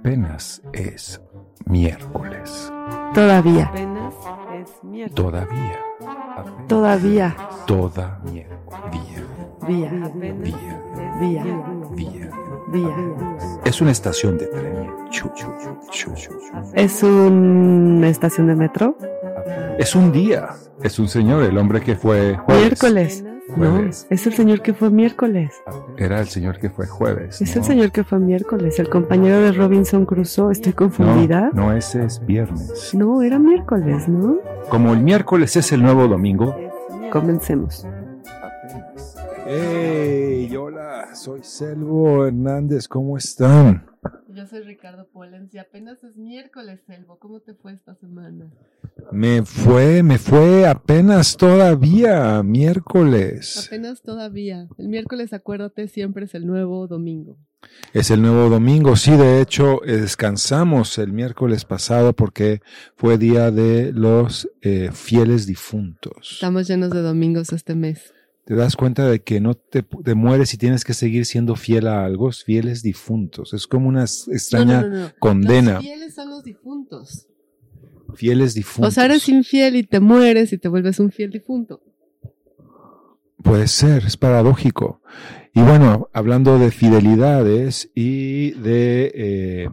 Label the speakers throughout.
Speaker 1: Apenas es miércoles.
Speaker 2: Todavía,
Speaker 3: Apenas es miércoles.
Speaker 1: Todavía. Apenas
Speaker 2: todavía,
Speaker 1: es Toda miércoles.
Speaker 2: vía,
Speaker 3: Apenas es
Speaker 2: Vía.
Speaker 3: miércoles.
Speaker 1: Día, día.
Speaker 2: vía.
Speaker 1: Es una estación de tren. Chu, chu, chu, chu.
Speaker 2: ¿Es una estación de metro?
Speaker 1: Es un día. Es un señor, el hombre que fue jueves.
Speaker 2: Miércoles. No,
Speaker 1: Jueves.
Speaker 2: es el señor que fue miércoles.
Speaker 1: Era el señor que fue jueves.
Speaker 2: Es
Speaker 1: ¿no?
Speaker 2: el señor que fue miércoles, el compañero de Robinson Crusoe. Estoy confundida.
Speaker 1: No, no, ese es viernes.
Speaker 2: No, era miércoles, ¿no?
Speaker 1: Como el miércoles es el nuevo domingo.
Speaker 2: Comencemos.
Speaker 1: Hey, hola, soy Selvo Hernández, ¿cómo están?
Speaker 4: Yo soy Ricardo Polens y apenas es miércoles, Selvo. ¿Cómo te fue esta semana?
Speaker 1: Me fue, me fue apenas todavía, miércoles.
Speaker 4: Apenas todavía. El miércoles, acuérdate, siempre es el nuevo domingo.
Speaker 1: Es el nuevo domingo, sí, de hecho eh, descansamos el miércoles pasado porque fue día de los eh, fieles difuntos.
Speaker 4: Estamos llenos de domingos este mes.
Speaker 1: Te das cuenta de que no te, te mueres y tienes que seguir siendo fiel a algo, fieles difuntos. Es como una s- extraña
Speaker 4: no, no.
Speaker 1: condena,
Speaker 4: Los fieles son los difuntos.
Speaker 1: fieles difuntos.
Speaker 4: O sea, eres infiel y te mueres y te vuelves un fiel difunto.
Speaker 1: Puede ser, es paradójico. Y bueno, hablando de fidelidades y de... eh,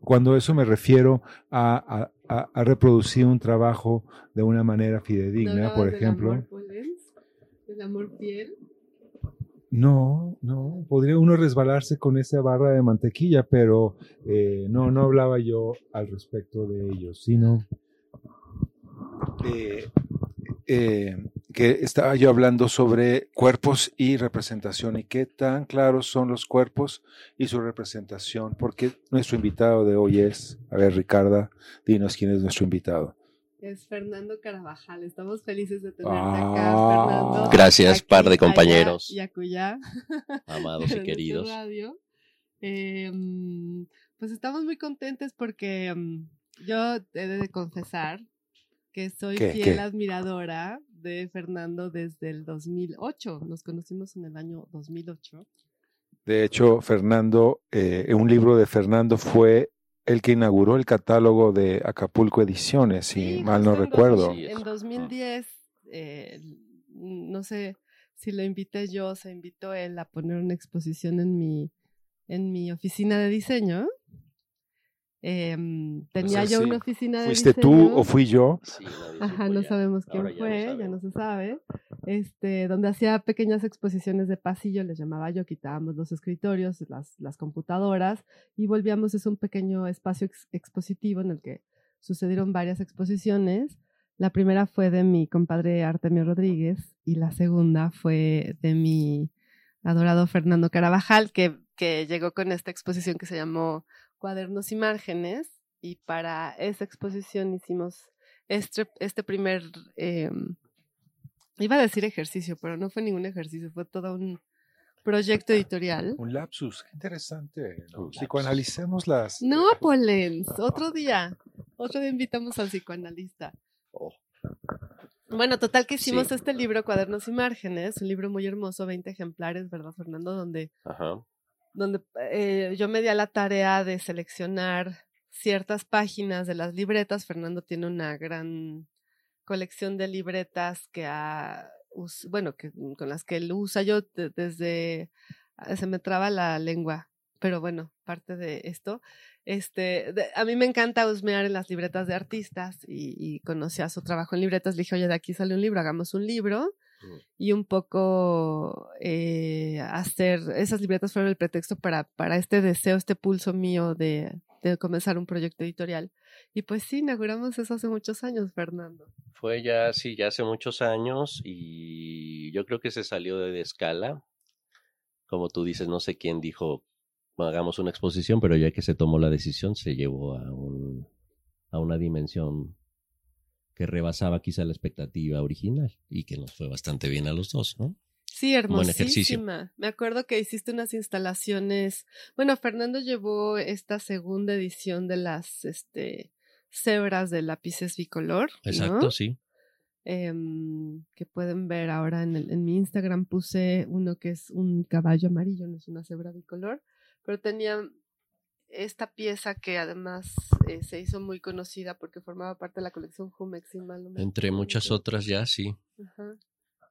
Speaker 1: cuando eso me refiero a, a- a- a reproducir un trabajo de una manera
Speaker 4: ¿No
Speaker 1: fidedigna,
Speaker 4: hablabas
Speaker 1: por
Speaker 4: del
Speaker 1: ejemplo.
Speaker 4: amor, Pollens? ¿Del amor fiel?
Speaker 1: No, no, podría uno resbalarse con esa barra de mantequilla, pero eh, no, no hablaba yo al respecto de ello, sino eh, eh, que estaba yo hablando sobre cuerpos y representación y qué tan claros son los cuerpos y su representación, porque nuestro invitado de hoy es, a ver Ricarda, dinos quién es nuestro invitado.
Speaker 4: Es Fernando Carabajal. Estamos felices de tenerte
Speaker 1: Ah.
Speaker 4: acá, Fernando.
Speaker 5: Gracias,
Speaker 4: Aquí,
Speaker 5: par de
Speaker 4: allá
Speaker 5: compañeros,
Speaker 4: Y acullá.
Speaker 5: amados
Speaker 4: en
Speaker 5: y
Speaker 4: este
Speaker 5: queridos.
Speaker 4: radio. Eh, mm, pues estamos muy contentes porque mm, yo he de confesar que soy
Speaker 1: ¿Qué?
Speaker 4: fiel
Speaker 1: ¿Qué?
Speaker 4: admiradora de Fernando desde el 2008. Nos conocimos en el año 2008.
Speaker 1: De hecho, Fernando, eh, un libro de Fernando fue el que inauguró el catálogo de Acapulco Ediciones, si
Speaker 4: Sí,
Speaker 1: mal no
Speaker 4: justo en
Speaker 1: recuerdo.
Speaker 4: 2000 En 2010, eh, no sé si lo invité yo, se invitó él a poner una exposición en mi, en mi oficina de diseño. Em, tenía
Speaker 1: sé
Speaker 4: yo
Speaker 1: si
Speaker 4: una oficina de
Speaker 1: ¿Fuiste
Speaker 4: diseño.
Speaker 1: tú o fui yo?
Speaker 5: Sí, nadie
Speaker 4: Ajá,
Speaker 5: supo
Speaker 4: no
Speaker 5: ya.
Speaker 4: sabemos quién
Speaker 5: Ahora ya lo
Speaker 4: fue, ya, no
Speaker 5: sabemos.
Speaker 4: se sabe. Este, donde hacía pequeñas exposiciones de pasillo, les llamaba yo, quitábamos los escritorios, las, las computadoras y volvíamos, es un pequeño espacio ex- expositivo en el que sucedieron varias exposiciones. La primera fue de mi compadre Artemio Rodríguez y la segunda fue de mi adorado Fernando Carabajal, que, que llegó con esta exposición que se llamó Cuadernos y Márgenes. Y para esa exposición hicimos este, este primer, eh, iba a decir ejercicio, pero no fue ningún ejercicio, fue todo un proyecto editorial.
Speaker 1: Un lapsus, qué interesante. ¿no?
Speaker 5: Un lapsus.
Speaker 1: Psicoanalicemos las... eh,
Speaker 4: No, Polens, otro día, otro día invitamos al psicoanalista.
Speaker 5: Oh.
Speaker 4: Bueno, total que hicimos
Speaker 5: Sí.
Speaker 4: este libro, Cuadernos y Márgenes, un libro muy hermoso, 20 ejemplares, ¿verdad, Fernando? Donde
Speaker 5: Ajá.
Speaker 4: donde eh, yo me di a la tarea de seleccionar ciertas páginas de las libretas. Fernando tiene una gran colección de libretas que ha, us- bueno, que, mm, con las que él usa. Yo de- desde ah, se me traba la lengua, pero bueno, parte de esto. Este, de- a mí me encanta husmear en las libretas de artistas y, y conocí a su trabajo en libretas. Le dije, oye, de aquí sale un libro, hagamos un libro y un poco eh, hacer, esas libretas fueron el pretexto para, para este deseo, este pulso mío de, de comenzar un proyecto editorial. Y pues sí, inauguramos eso hace muchos años, Fernando.
Speaker 5: Fue ya, sí, ya hace muchos años y yo creo que se salió de, de escala. Como tú dices, no sé quién dijo, hagamos una exposición, pero ya que se tomó la decisión, se llevó a, un, a una dimensión que rebasaba quizá la expectativa original y que nos fue bastante bien a los dos, ¿no?
Speaker 4: Sí,
Speaker 5: Buen ejercicio.
Speaker 4: hermosísima. Me acuerdo que hiciste unas instalaciones. Bueno, Fernando llevó esta segunda edición de las este, cebras de lápices bicolor. ¿no?
Speaker 5: Exacto, sí.
Speaker 4: em, que pueden ver ahora en, el- en mi Instagram puse uno que es un caballo amarillo, no es una cebra bicolor, pero tenía esta pieza que además eh, se hizo muy conocida porque formaba parte de la colección Jumex, si mal no me
Speaker 5: Entre
Speaker 4: equivoco.
Speaker 5: muchas otras ya, sí.
Speaker 4: Ajá.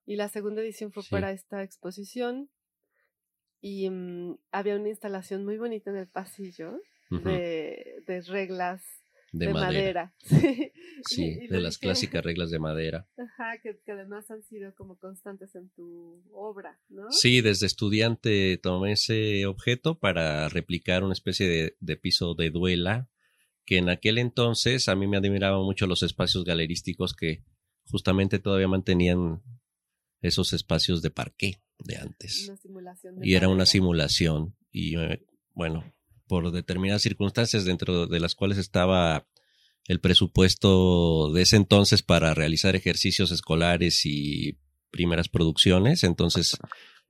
Speaker 4: Y la segunda edición fue
Speaker 5: Sí.
Speaker 4: para esta exposición y mm, había una instalación muy bonita en el pasillo
Speaker 5: Ujú. De,
Speaker 4: de, de reglas de,
Speaker 5: madera.
Speaker 4: madera. Sí.
Speaker 5: Sí,
Speaker 4: Y- y
Speaker 5: de
Speaker 4: lo
Speaker 5: las
Speaker 4: dije-
Speaker 5: clásicas reglas de madera.
Speaker 4: Ajá, que, que además han sido como constantes en tu obra, ¿no?
Speaker 5: Sí, desde estudiante tomé ese objeto para replicar una especie de, de piso de duela, que en aquel entonces a mí me admiraban mucho los espacios galerísticos que justamente todavía mantenían esos espacios de parqué de antes.
Speaker 4: Una simulación. de
Speaker 5: y era una
Speaker 4: madera.
Speaker 5: simulación y eh, bueno por determinadas circunstancias dentro de las cuales estaba el presupuesto de ese entonces para realizar ejercicios escolares y primeras producciones entonces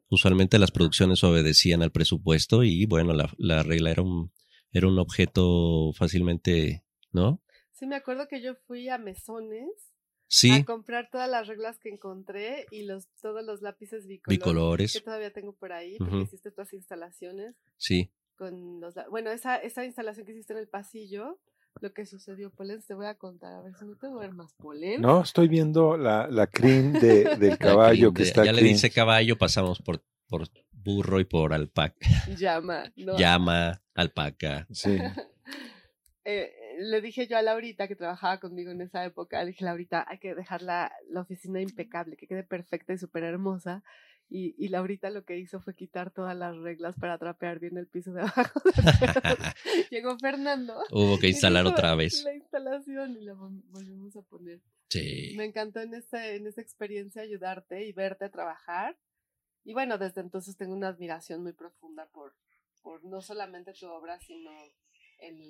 Speaker 5: usualmente las producciones obedecían al presupuesto y bueno la, la regla era un era un objeto fácilmente no
Speaker 4: Sí, me acuerdo que yo fui a mesones
Speaker 5: sí
Speaker 4: a comprar todas las reglas que encontré y los todos los lápices bicolores, que
Speaker 5: bicolores
Speaker 4: todavía tengo por ahí, porque
Speaker 5: Ujú.
Speaker 4: hiciste otras instalaciones
Speaker 5: sí
Speaker 4: con los... la- Bueno, esa, esa instalación que hiciste en el pasillo, lo que sucedió, Polen, te voy a contar, a ver si no te duermas, Polen.
Speaker 1: No, estoy viendo la, la crin de- del caballo que
Speaker 5: Ya-
Speaker 1: está
Speaker 5: ya le
Speaker 1: aquí.
Speaker 5: dice caballo pasamos por por burro y por alpaca
Speaker 4: Llama, no.
Speaker 5: llama, alpaca.
Speaker 1: Sí.
Speaker 4: Eh, le dije yo a Laurita, que trabajaba conmigo en esa época, le dije, Laurita, hay que dejar la, la oficina impecable, que quede perfecta y súper hermosa. Y, y Laurita lo que hizo fue quitar todas las reglas para trapear bien el piso de abajo. Llegó Fernando.
Speaker 5: Hubo que
Speaker 4: y
Speaker 5: instalar
Speaker 4: hizo
Speaker 5: otra vez.
Speaker 4: La instalación y la vol- volvimos a poner.
Speaker 5: Sí.
Speaker 4: Me encantó en, este, en esta experiencia ayudarte y verte trabajar. Y bueno, desde entonces tengo una admiración muy profunda por, por no solamente tu obra, sino el,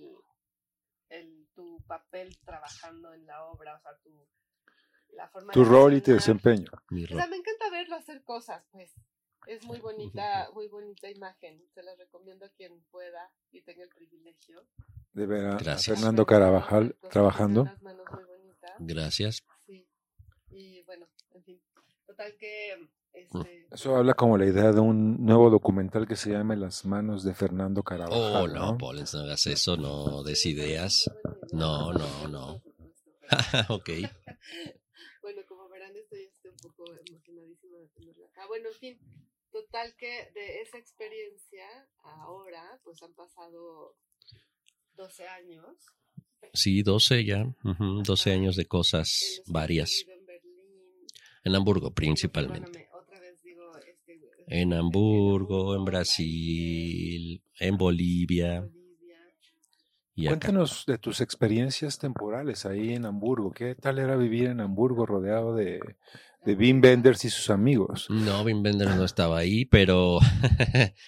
Speaker 4: el- tu papel trabajando en la obra, o sea, tu, la forma
Speaker 1: Tu
Speaker 4: de
Speaker 1: rol y tu
Speaker 4: razonar.
Speaker 1: desempeño.
Speaker 5: mi
Speaker 4: O sea,
Speaker 5: ro-
Speaker 4: me encanta verlo hacer cosas, pues. Es muy bonita, muy bonita imagen. Se las recomiendo a quien pueda y tenga el privilegio.
Speaker 1: De ver a- a
Speaker 5: Gracias.
Speaker 1: Fernando Carabajal trabajando.
Speaker 4: Unas manos muy bonitas.
Speaker 5: Gracias.
Speaker 4: Sí. Y bueno, en fin. Total
Speaker 5: Mm.
Speaker 4: que este
Speaker 1: Eso habla como la idea de un nuevo documental que se llama Las manos de Fernando Carabajal.
Speaker 5: Oh, no,
Speaker 1: ¿no?
Speaker 5: Pollens, no hagas eso, no des
Speaker 4: sí, me parece
Speaker 5: ideas.
Speaker 4: muy buena idea.
Speaker 5: No, no, no.
Speaker 4: Por supuesto, pero-
Speaker 5: ok.
Speaker 4: bueno, como verán, estoy este, un poco emocionadísima de tenerla acá. Bueno, en fin, total que de esa experiencia ahora, pues han pasado 12 años.
Speaker 5: Sí, 12 ya. ujú, 12 años de
Speaker 4: en
Speaker 5: cosas
Speaker 4: los que he
Speaker 5: varias.
Speaker 4: vivido en Berlín,
Speaker 5: En Hamburgo
Speaker 4: bueno,
Speaker 5: principalmente.
Speaker 4: me- otra vez digo, este,
Speaker 5: En Hamburgo, en Brasil, en Bolivia
Speaker 4: Bolivia.
Speaker 5: y acá.
Speaker 1: Cuéntanos de tus experiencias temporales ahí en Hamburgo. ¿Qué tal era vivir en Hamburgo rodeado de, de Wim Wenders y sus amigos?
Speaker 5: No, Wim Wenders no estaba ahí, pero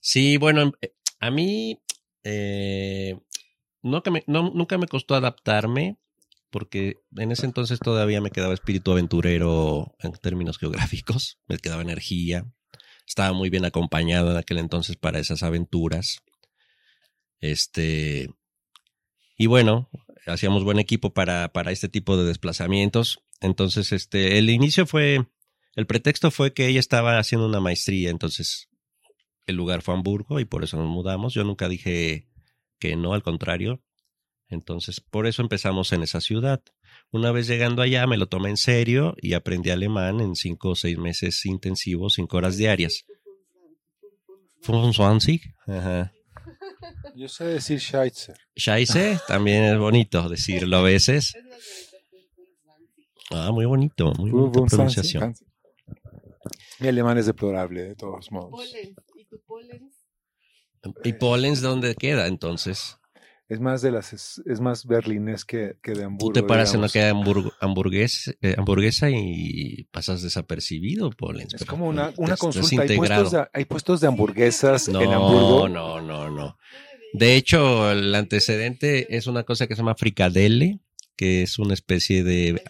Speaker 5: sí, bueno, em- eh, a mí eh, no que me- no- nunca me costó adaptarme, porque en ese entonces todavía me quedaba espíritu aventurero en términos geográficos, me quedaba energía, estaba muy bien acompañado en aquel entonces para esas aventuras. Este, y bueno, hacíamos buen equipo para, para este tipo de desplazamientos. Entonces, este, el inicio fue, el pretexto fue que ella estaba haciendo una maestría, entonces el lugar fue Hamburgo y por eso nos mudamos. Yo nunca dije que no, al contrario. Entonces, por eso empezamos en esa ciudad. Una vez llegando allá, me lo tomé en serio y aprendí alemán en cinco o seis meses intensivos, cinco horas diarias. Fun Swansea, ajá.
Speaker 1: Yo sé decir Schweitzer.
Speaker 5: Scheiße, también es bonito decirlo a veces.
Speaker 4: Es más bonito que un Kunstbank.
Speaker 5: Ah, muy bonito, muy
Speaker 1: Hubo
Speaker 5: bonita
Speaker 1: un
Speaker 5: pronunciación.
Speaker 1: Sansi- Mi alemán es deplorable, de todos modos.
Speaker 4: Polen, ¿y tu polen?
Speaker 5: ¿Y Pollens dónde queda entonces?
Speaker 1: Es más de las es, es más berlinés que, que de
Speaker 5: Tú
Speaker 1: Hamburgo.
Speaker 5: te
Speaker 1: digamos.
Speaker 5: paras en lo que hay hamburguesa, hamburguesa y pasas desapercibido, Pollens.
Speaker 1: Es
Speaker 5: pero
Speaker 1: como una,
Speaker 5: te-
Speaker 1: una
Speaker 5: estás
Speaker 1: consulta. Hay
Speaker 5: integrado.
Speaker 1: puestos, de, hay puestos de hamburguesas
Speaker 5: No,
Speaker 1: en Hamburgo.
Speaker 5: no, no, no. De hecho, el antecedente es una cosa que se llama fricadelle, que es una especie de,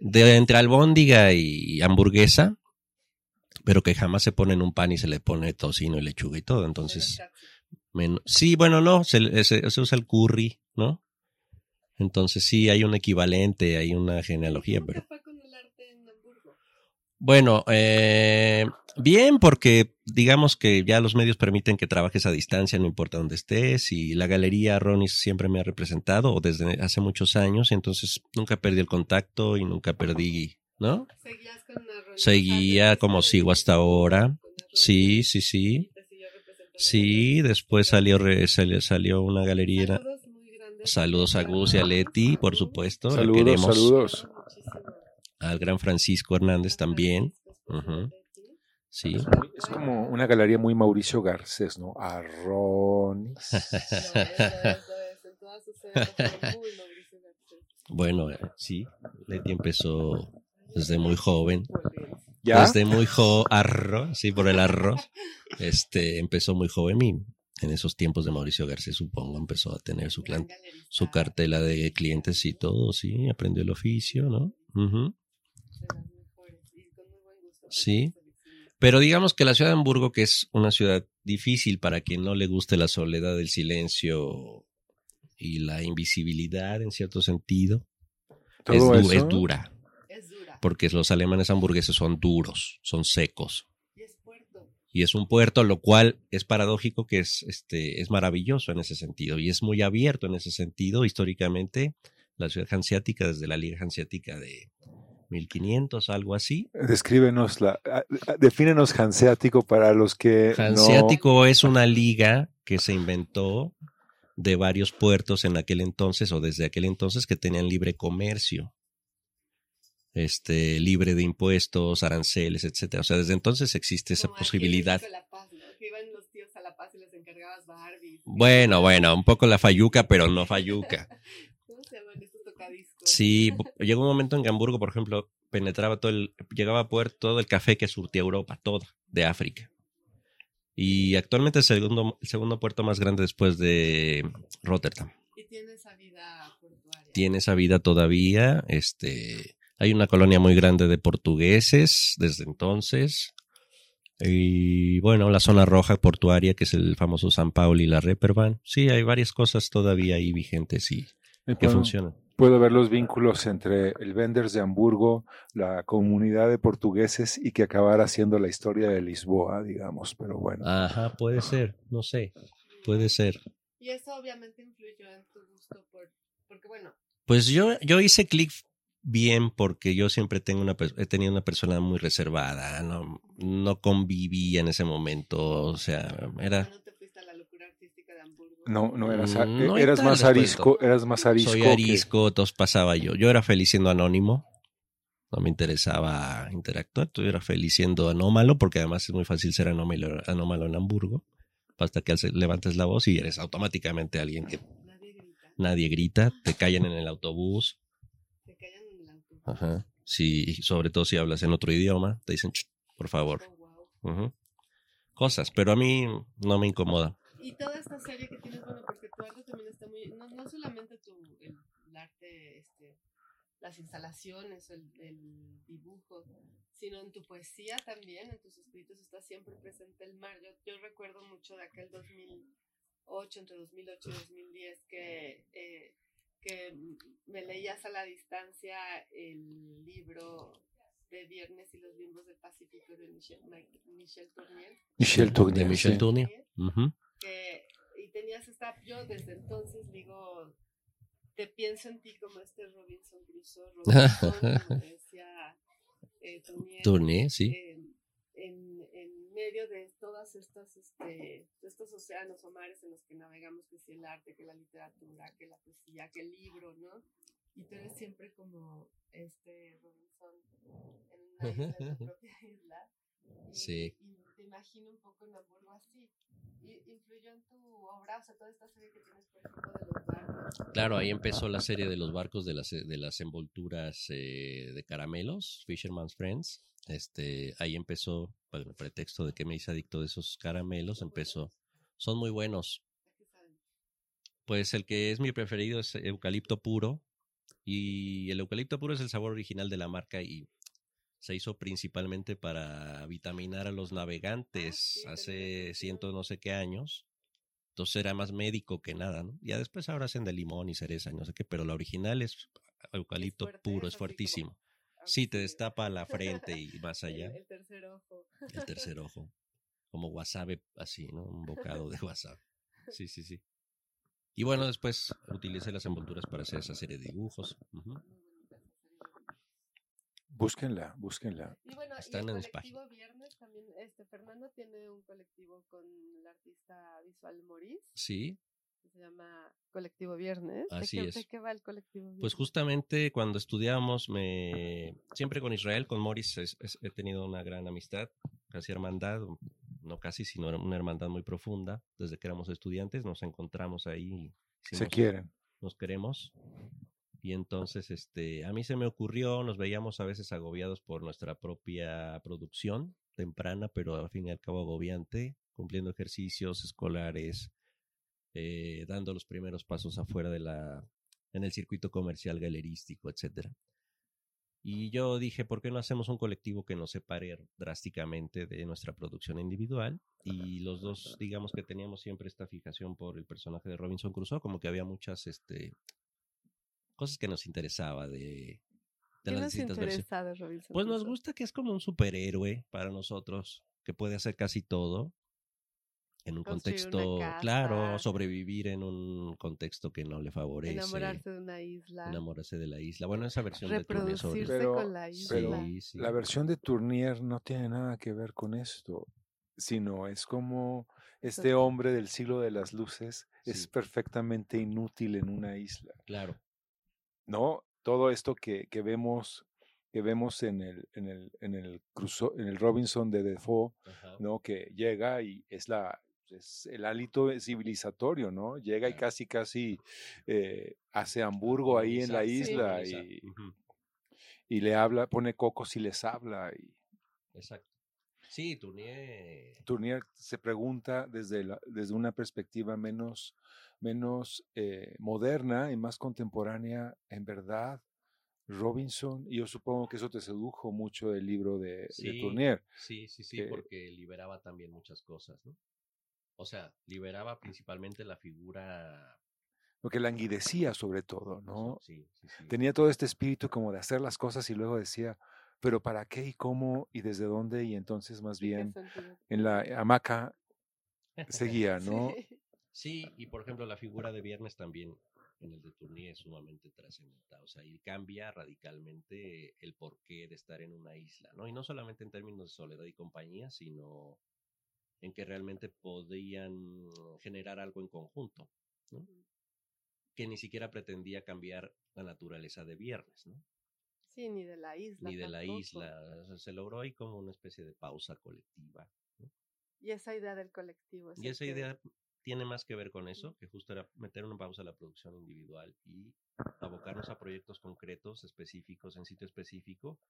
Speaker 5: de entre albóndiga y hamburguesa, pero que jamás se pone en un pan y se le pone tocino y lechuga y todo. Entonces, men- sí, bueno, no, se, se- se usa el curry, ¿no? Entonces sí, hay un equivalente, hay una genealogía,
Speaker 4: ¿Cómo te
Speaker 5: pero...
Speaker 4: fue con el arte en Hamburgo?
Speaker 5: Bueno, eh, Bien, porque digamos que ya los medios permiten que trabajes a distancia, no importa dónde estés, y la galería Ronis siempre me ha representado, o desde hace muchos años, y entonces nunca perdí el contacto y nunca perdí, ¿no?
Speaker 4: Seguías con la Ronis
Speaker 5: Seguía
Speaker 4: antes,
Speaker 5: como
Speaker 4: después,
Speaker 5: sigo hasta ahora.
Speaker 4: con la Ronis,
Speaker 5: Sí, sí, sí.
Speaker 4: y te siguió representando.
Speaker 5: Sí, después salió, re- salió, salió una galería.
Speaker 4: Saludos muy grandes.
Speaker 5: Saludos a Gus y a Leti, por supuesto. la
Speaker 6: Saludos,
Speaker 5: queremos.
Speaker 6: saludos.
Speaker 5: Al gran Francisco Hernández también. Ujú. Sí.
Speaker 1: Es como una galería muy Mauricio Garcés, ¿no? Arronis.
Speaker 4: Lo es, lo es, lo es. En todas sus series fue muy Mauricio Garcés.
Speaker 5: Bueno, eh, sí. Leti empezó desde muy joven.
Speaker 1: ¿Ya?
Speaker 5: Desde muy joven, arro, sí, por el arroz. Este, empezó muy joven y en esos tiempos de Mauricio Garcés, supongo, empezó a tener su, clan- su cartela de clientes y todo, sí, aprendió el oficio, ¿no? Ujú. Sí. Pero digamos que la ciudad de Hamburgo, que es una ciudad difícil para quien no le guste la soledad, el silencio y la invisibilidad en cierto sentido, es,
Speaker 1: Todo eso.
Speaker 5: du- es dura,
Speaker 4: Es dura.
Speaker 5: porque los alemanes hamburgueses son duros, son secos
Speaker 4: Y es puerto.
Speaker 5: y es un puerto, lo cual es paradójico que es, este, es maravilloso en ese sentido y es muy abierto en ese sentido. Históricamente, la ciudad hanseática, desde la Liga Hanseática de 1500, algo así.
Speaker 1: Descríbenos, la, defínenos hanseático para los que
Speaker 5: Hanseático es una liga que se inventó de varios puertos en aquel entonces o desde aquel entonces que tenían libre comercio. Este, libre de impuestos, aranceles, etcétera. O sea, desde entonces existe esa
Speaker 4: Como
Speaker 5: posibilidad.
Speaker 4: aquel disco La Paz, ¿no? Que iban los tíos a La Paz y les encargabas Barbies.
Speaker 5: Bueno, bueno, un poco la fayuca, pero no fayuca.
Speaker 4: ¿Cómo se llaman estos tocadiscos?
Speaker 5: Sí, bo- llegó un momento en que Hamburgo, por ejemplo, penetraba todo el, llegaba a poder todo el café que surtía Europa, todo, de África. Y actualmente es el segundo, el segundo puerto más grande después de Rotterdam.
Speaker 4: Y tiene esa vida portuaria.
Speaker 5: Tiene esa vida todavía, este, hay una colonia muy grande de portugueses desde entonces. Y bueno, la zona roja portuaria, que es el famoso San Pauli y la Reperban. Sí, hay varias cosas todavía ahí vigentes y
Speaker 1: no
Speaker 5: que
Speaker 1: puedo,
Speaker 5: funcionan.
Speaker 1: puedo ver los vínculos entre el Venders de Hamburgo, la comunidad de portugueses y que acabara haciendo la historia de Lisboa, digamos, pero bueno.
Speaker 5: Ajá, puede ser, no sé, puede ser.
Speaker 4: Y eso obviamente influyó en tu gusto por... Porque bueno,
Speaker 5: Pues yo, yo hice clic bien porque yo siempre tengo una, pers- he tenido una persona muy reservada, no, no convivía en ese momento, o sea, era...
Speaker 4: no te fuiste a la locura artística de Hamburgo.
Speaker 1: No, no eras, a-
Speaker 5: Mm, no hay
Speaker 1: eras
Speaker 5: tal
Speaker 1: más
Speaker 5: descuento.
Speaker 1: arisco, eras más arisco.
Speaker 5: Soy
Speaker 1: que-
Speaker 5: arisco, todos pasaba yo. Yo era feliz siendo anónimo, no me interesaba interactuar, yo era feliz siendo anómalo porque además es muy fácil ser anómalo, anómalo en Hamburgo, hasta que alce- levantes la voz y eres automáticamente alguien que
Speaker 4: Nadie grita.
Speaker 5: nadie grita, te callan en el autobús.
Speaker 4: Se callan en el autobús.
Speaker 5: Ajá. Sí, sobre todo si hablas en otro idioma, te dicen, "Ch, por favor.
Speaker 4: Oh, wow.
Speaker 5: Ujú. Cosas, pero a mí no me incomoda.
Speaker 4: Y toda esta serie que tienes, bueno, porque tu arte también está muy... No, no solamente tu, el, el arte, este, las instalaciones, el, el dibujo, sino en tu poesía también, en tus escritos está siempre presente el mar. Yo, yo recuerdo mucho de aquel 2008, entre 2008 y 2010, que, eh, que me leías a la distancia el libro de Viernes y los Limbos del Pacífico de Michel, Michel Tournier.
Speaker 1: Michel
Speaker 5: De
Speaker 1: Tournier,
Speaker 5: Michel
Speaker 1: sí.
Speaker 5: Tournier. Ujú.
Speaker 4: que- y tenías esta, yo desde entonces digo, te pienso en ti como este Robinson Crusoe, Robinson, como decía eh, Tournier,
Speaker 5: Tournier, sí.
Speaker 4: eh, en, en medio de todas estas, este, estos océanos o mares en los que navegamos, que si el arte, que la literatura, que la poesía, que el libro, ¿no? Y tú eres siempre como este Robinson en una isla, en tu propia isla. Y-
Speaker 5: Sí.
Speaker 4: Y te imagino un poco en Hamburgo así. Y influyó en tu obra, o sea, toda esta serie que tienes, por ejemplo, de los barcos.
Speaker 5: Claro, ahí empezó la serie de los barcos de las, eh, de las envolturas eh, de caramelos, Fisherman's Friends. Este, ahí empezó, con el pretexto de que me hice adicto de esos caramelos,
Speaker 4: pues,
Speaker 5: empezó. Son muy buenos.
Speaker 4: ¿Qué saben?
Speaker 5: Pues el que es mi preferido es eucalipto puro. Y el eucalipto puro es el sabor original de la marca y se hizo principalmente para vitaminar a los
Speaker 4: Ah,
Speaker 5: navegantes
Speaker 4: sí, tenía
Speaker 5: hace
Speaker 4: sentido.
Speaker 5: ciento no sé qué años. Entonces era más médico que nada, ¿no? Ya después ahora hacen de limón y cereza, y no sé qué, pero la original es eucalipto
Speaker 4: fuerte,
Speaker 5: puro,
Speaker 4: es
Speaker 5: es
Speaker 4: así como-
Speaker 5: fuertísimo. Sí, te destapa la frente y más allá.
Speaker 4: El, el tercer ojo.
Speaker 5: El tercer ojo. Como wasabi, así, ¿no? Un bocado de wasabi. Sí, sí, sí. Y bueno, después utilicé las envolturas para hacer esa serie de dibujos. Ujú.
Speaker 1: Búsquenla, búsquenla.
Speaker 4: Y bueno,
Speaker 5: Están
Speaker 4: y el
Speaker 5: en las
Speaker 4: colectivo Viernes también, este, Fernando tiene un colectivo con el artista visual Moris,
Speaker 5: Sí,
Speaker 4: que se llama Colectivo Viernes. ¿De
Speaker 5: Así
Speaker 4: qué-
Speaker 5: es.
Speaker 4: ¿De qué va el colectivo Viernes?
Speaker 5: pues justamente cuando estudiábamos, me... siempre con Israel, con Morris, es- es- he tenido una gran amistad, casi hermandad, no casi, sino era una hermandad muy profunda. Desde que éramos estudiantes nos encontramos ahí.
Speaker 1: Se
Speaker 5: hicimos-
Speaker 1: quieren.
Speaker 5: nos queremos. Y entonces, este, a mí se me ocurrió, nos veíamos a veces agobiados por nuestra propia producción temprana, pero al fin y al cabo agobiante, cumpliendo ejercicios escolares, eh, dando los primeros pasos afuera de la, en el circuito comercial galerístico, etcétera. Y yo dije, ¿por qué no hacemos un colectivo que nos separe drásticamente de nuestra producción individual? Y los dos, digamos que teníamos siempre esta fijación por el personaje de Robinson Crusoe, como que había muchas este, cosas que nos interesaba de, de
Speaker 4: ¿Qué
Speaker 5: las
Speaker 4: nos
Speaker 5: distintas versiones.
Speaker 4: interesa de Robinson?
Speaker 5: Pues nos
Speaker 4: Crusoe?
Speaker 5: gusta que es como un superhéroe para nosotros, que puede hacer casi todo en un
Speaker 4: Construir
Speaker 5: contexto,
Speaker 4: una casa.
Speaker 5: claro, sobrevivir en un contexto que no le favorece,
Speaker 4: Enamorarse de una isla.
Speaker 5: enamorarse de la isla. Bueno, esa versión de Turner sobre-
Speaker 4: Reproducirse
Speaker 1: Pero-
Speaker 4: con la
Speaker 5: Sí,
Speaker 4: isla.
Speaker 1: pero-
Speaker 5: sí.
Speaker 1: La versión de Tournier no tiene nada que ver con esto, sino es como este hombre del siglo de las luces
Speaker 5: Sí.
Speaker 1: es perfectamente inútil en una isla.
Speaker 5: claro,
Speaker 1: ¿no? Todo esto que, que vemos, que vemos en el, en el, en el Crusoe- en el Robinson de Defoe,
Speaker 5: ajá,
Speaker 1: ¿no? Que llega y es la es el hálito civilizatorio, ¿no? Llega y
Speaker 5: Claro.
Speaker 1: casi, casi eh, hace Hamburgo ahí en la
Speaker 5: Colonizar,
Speaker 4: sí,
Speaker 1: isla
Speaker 5: colonizar.
Speaker 1: y,
Speaker 5: Ujú,
Speaker 1: y le habla, pone cocos y les habla. Y
Speaker 5: exacto. Sí, Turnier.
Speaker 1: Tournier se pregunta desde, la- desde una perspectiva menos, menos eh, moderna y más contemporánea, en verdad, Robinson, y yo supongo que eso te sedujo mucho el libro de, de
Speaker 5: Sí.
Speaker 1: Tournier.
Speaker 5: Sí, sí, sí,
Speaker 1: que-
Speaker 5: porque liberaba también muchas cosas, ¿no? O sea, liberaba principalmente la figura.
Speaker 1: lo que languidecía sobre todo, ¿no?
Speaker 5: Sí, sí, sí.
Speaker 1: Tenía todo este espíritu como de hacer las cosas y luego decía, pero ¿para qué y cómo y desde dónde? Y entonces más
Speaker 4: ¿Qué
Speaker 1: bien
Speaker 4: sentido?
Speaker 1: en la hamaca seguía, ¿no?
Speaker 4: Sí.
Speaker 5: Sí, y por ejemplo, la figura de Viernes también en el de Tournier es sumamente trascendental. O sea, y cambia radicalmente el porqué de estar en una isla, ¿no? Y no solamente en términos de soledad y compañía, sino en que realmente podían mm, generar algo en conjunto, ¿no? Que ni siquiera pretendía cambiar la naturaleza de Viernes, ¿no?
Speaker 4: Sí, ni de la isla.
Speaker 5: Ni de la
Speaker 4: tampoco.
Speaker 5: isla. O sea, se logró ahí como una especie de pausa colectiva.
Speaker 4: Y esa idea del colectivo. es
Speaker 5: Y
Speaker 4: el
Speaker 5: esa
Speaker 4: que-
Speaker 5: idea tiene más que ver con eso, que justo era meter una pausa a la producción individual y abocarnos a proyectos concretos, específicos, en sitio específico,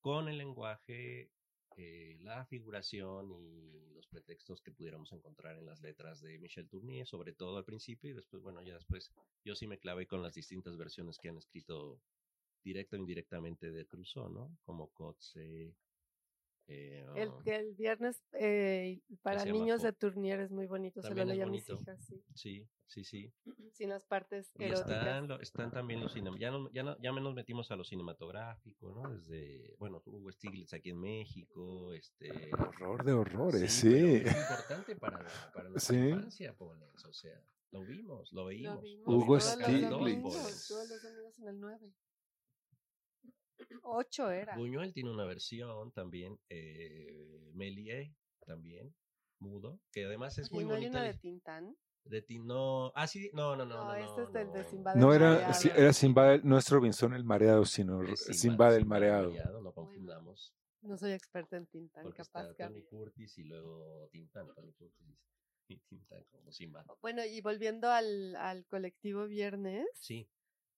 Speaker 5: con el lenguaje, eh, la figuración y los pretextos que pudiéramos encontrar en las letras de Michel Tournier, sobre todo al principio, y después, bueno, ya después yo sí me clavé con las distintas versiones que han escrito directa o indirectamente de Crusoe, ¿no? Como Kotze. eh,
Speaker 4: El,
Speaker 5: ah,
Speaker 4: que el viernes eh, para
Speaker 5: se llama
Speaker 4: niños
Speaker 5: Fo-
Speaker 4: de Turnier es muy bonito, se lo
Speaker 5: También es
Speaker 4: leí a mis
Speaker 5: bonito.
Speaker 4: hijas, sí.
Speaker 5: um, Sí, sí, sí.
Speaker 4: Sin las partes
Speaker 5: Y
Speaker 4: eróticas.
Speaker 5: están, lo- están también los cinem- ya, no- ya, no- ya menos metimos a lo cinematográfico, ¿no? Desde, bueno, Hugo Stiglitz aquí en México, este...
Speaker 1: Horror de horrores, ¿eh? sí.
Speaker 5: pero Es importante para, para nuestra
Speaker 1: Sí.
Speaker 5: infancia, Poblens, o sea, lo vimos, lo veímos.
Speaker 4: Lo vimos
Speaker 1: Hugo
Speaker 4: todos los
Speaker 1: Stiglitz.
Speaker 4: domingos, Todos los domingos en el 9. 8 era.
Speaker 5: Buñuel tiene una versión también, eh, Méliès también, mudo, que además es
Speaker 4: Oye,
Speaker 5: muy
Speaker 4: ¿No hay
Speaker 5: bonita.
Speaker 4: una de
Speaker 5: la-
Speaker 4: Tintán?
Speaker 5: de ti, no, ah, sí, no, no, no, no,
Speaker 4: No, este es del de
Speaker 5: no.
Speaker 4: Simbad
Speaker 1: No
Speaker 4: del
Speaker 1: era,
Speaker 4: mareado.
Speaker 1: sí, era Simba, del- no es Robinson el mareado, sino
Speaker 5: Es
Speaker 1: R-
Speaker 5: Simbad-
Speaker 1: Simba del
Speaker 5: Simbad el
Speaker 1: mareado.
Speaker 5: no confundamos.
Speaker 4: No soy experta en Tintán,
Speaker 5: Porque
Speaker 4: capaz
Speaker 5: está
Speaker 4: que.
Speaker 5: Tony
Speaker 4: había.
Speaker 5: Curtis y luego Tintán, Tony Curtis y Tintán como Simba.
Speaker 4: Bueno, y volviendo al, al colectivo Viernes,
Speaker 5: Sí,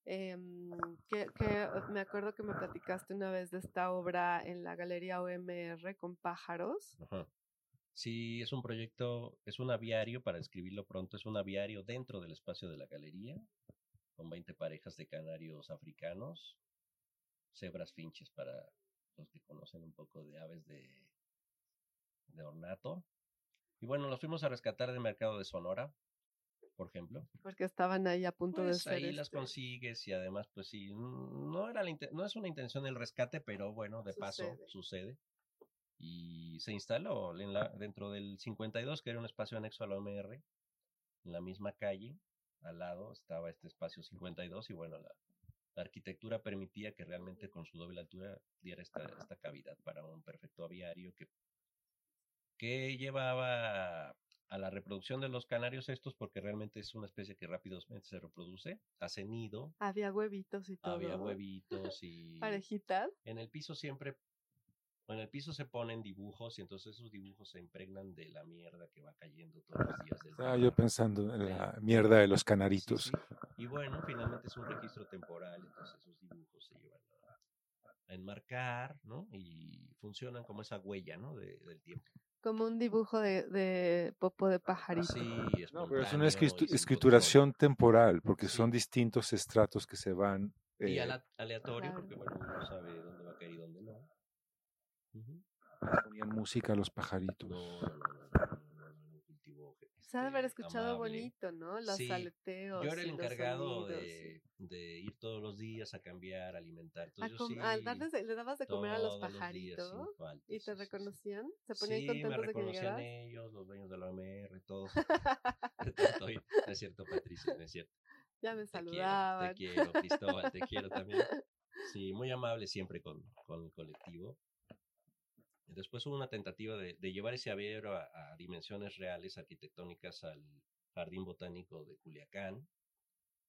Speaker 4: em, que, que me acuerdo que me platicaste una vez de esta obra en la Galería OMR con pájaros.
Speaker 5: ajá. Sí, es un proyecto, es un aviario, para escribirlo pronto, es un aviario dentro del espacio de la galería, con 20 parejas de canarios africanos, cebras finches para los que conocen un poco de aves de, de ornato. Y bueno, los fuimos a rescatar del mercado de Sonora, por ejemplo.
Speaker 4: Porque estaban ahí a punto
Speaker 5: Pues
Speaker 4: de ser.
Speaker 5: ahí las
Speaker 4: este,
Speaker 5: consigues y además, pues sí, no, era la inte- no es una intención del rescate, pero bueno, de paso
Speaker 4: Sucede.
Speaker 5: sucede. Y se instaló en la- dentro del 52, que era un espacio anexo a la OMR, en la misma calle, al lado estaba este espacio 52 y bueno, la, la arquitectura permitía que realmente con su doble altura diera esta, esta cavidad para un perfecto aviario que, que llevaba a la reproducción de los canarios estos porque realmente es una especie que rápidamente se reproduce, hace nido,
Speaker 4: Había huevitos y todo.
Speaker 5: había huevitos y
Speaker 4: Parejitas.
Speaker 5: en el piso siempre, en el piso se ponen dibujos y entonces esos dibujos se impregnan de la mierda que va cayendo todos los días del
Speaker 1: Estaba Ah, yo
Speaker 5: canal.
Speaker 1: pensando en la mierda de los
Speaker 5: Sí,
Speaker 1: canaritos.
Speaker 5: sí. Y bueno, finalmente es un registro temporal, entonces esos dibujos se llevan a, a enmarcar, ¿no? Y funcionan como esa huella, ¿no? De- del tiempo.
Speaker 4: Como un dibujo de, de popo de pajarito.
Speaker 1: No, pero es
Speaker 5: espontáneo
Speaker 1: una
Speaker 5: y
Speaker 1: escritu-
Speaker 5: sin control.
Speaker 1: escrituración temporal, porque
Speaker 5: Sí.
Speaker 1: son distintos estratos que se van.
Speaker 5: Y
Speaker 1: eh,
Speaker 5: ala- aleatorio,
Speaker 4: Claro.
Speaker 5: porque bueno, uno no sabe dónde va a caer y dónde no. Ujú.
Speaker 1: ponían música a los
Speaker 5: No,
Speaker 1: pajaritos.
Speaker 5: no, no, no, no, no, no, no, un cultivo,
Speaker 4: Se ha de haber
Speaker 5: este,
Speaker 4: escuchado
Speaker 5: amable.
Speaker 4: bonito, ¿no? Los
Speaker 5: Sí,
Speaker 4: aleteos.
Speaker 5: Yo era el
Speaker 4: y los
Speaker 5: encargado
Speaker 4: sonidos y-
Speaker 5: de, de ir todos los días a cambiar, a alimentar.
Speaker 4: A
Speaker 5: Entonces yo
Speaker 4: com- a
Speaker 5: sí,
Speaker 4: darles de- le dabas de comer a los
Speaker 5: todos días,
Speaker 4: pajaritos
Speaker 5: sin falta,
Speaker 4: y
Speaker 5: sí,
Speaker 4: te
Speaker 5: sí, sí.
Speaker 4: reconocían. Se ponían
Speaker 5: sí, me
Speaker 4: contentos de que
Speaker 5: reconocían
Speaker 4: llegaras.
Speaker 5: ellos, los dueños de la OMR, todos. De tanto ir. no es cierto, Patricia, no es cierto.
Speaker 4: ya me
Speaker 5: Te quiero,
Speaker 4: saludaban.
Speaker 5: Te quiero, Cristóbal, te quiero también. Sí, muy amable siempre con, con el colectivo. Después hubo una tentativa de, de llevar ese aviero a, a dimensiones reales arquitectónicas al Jardín Botánico de Culiacán.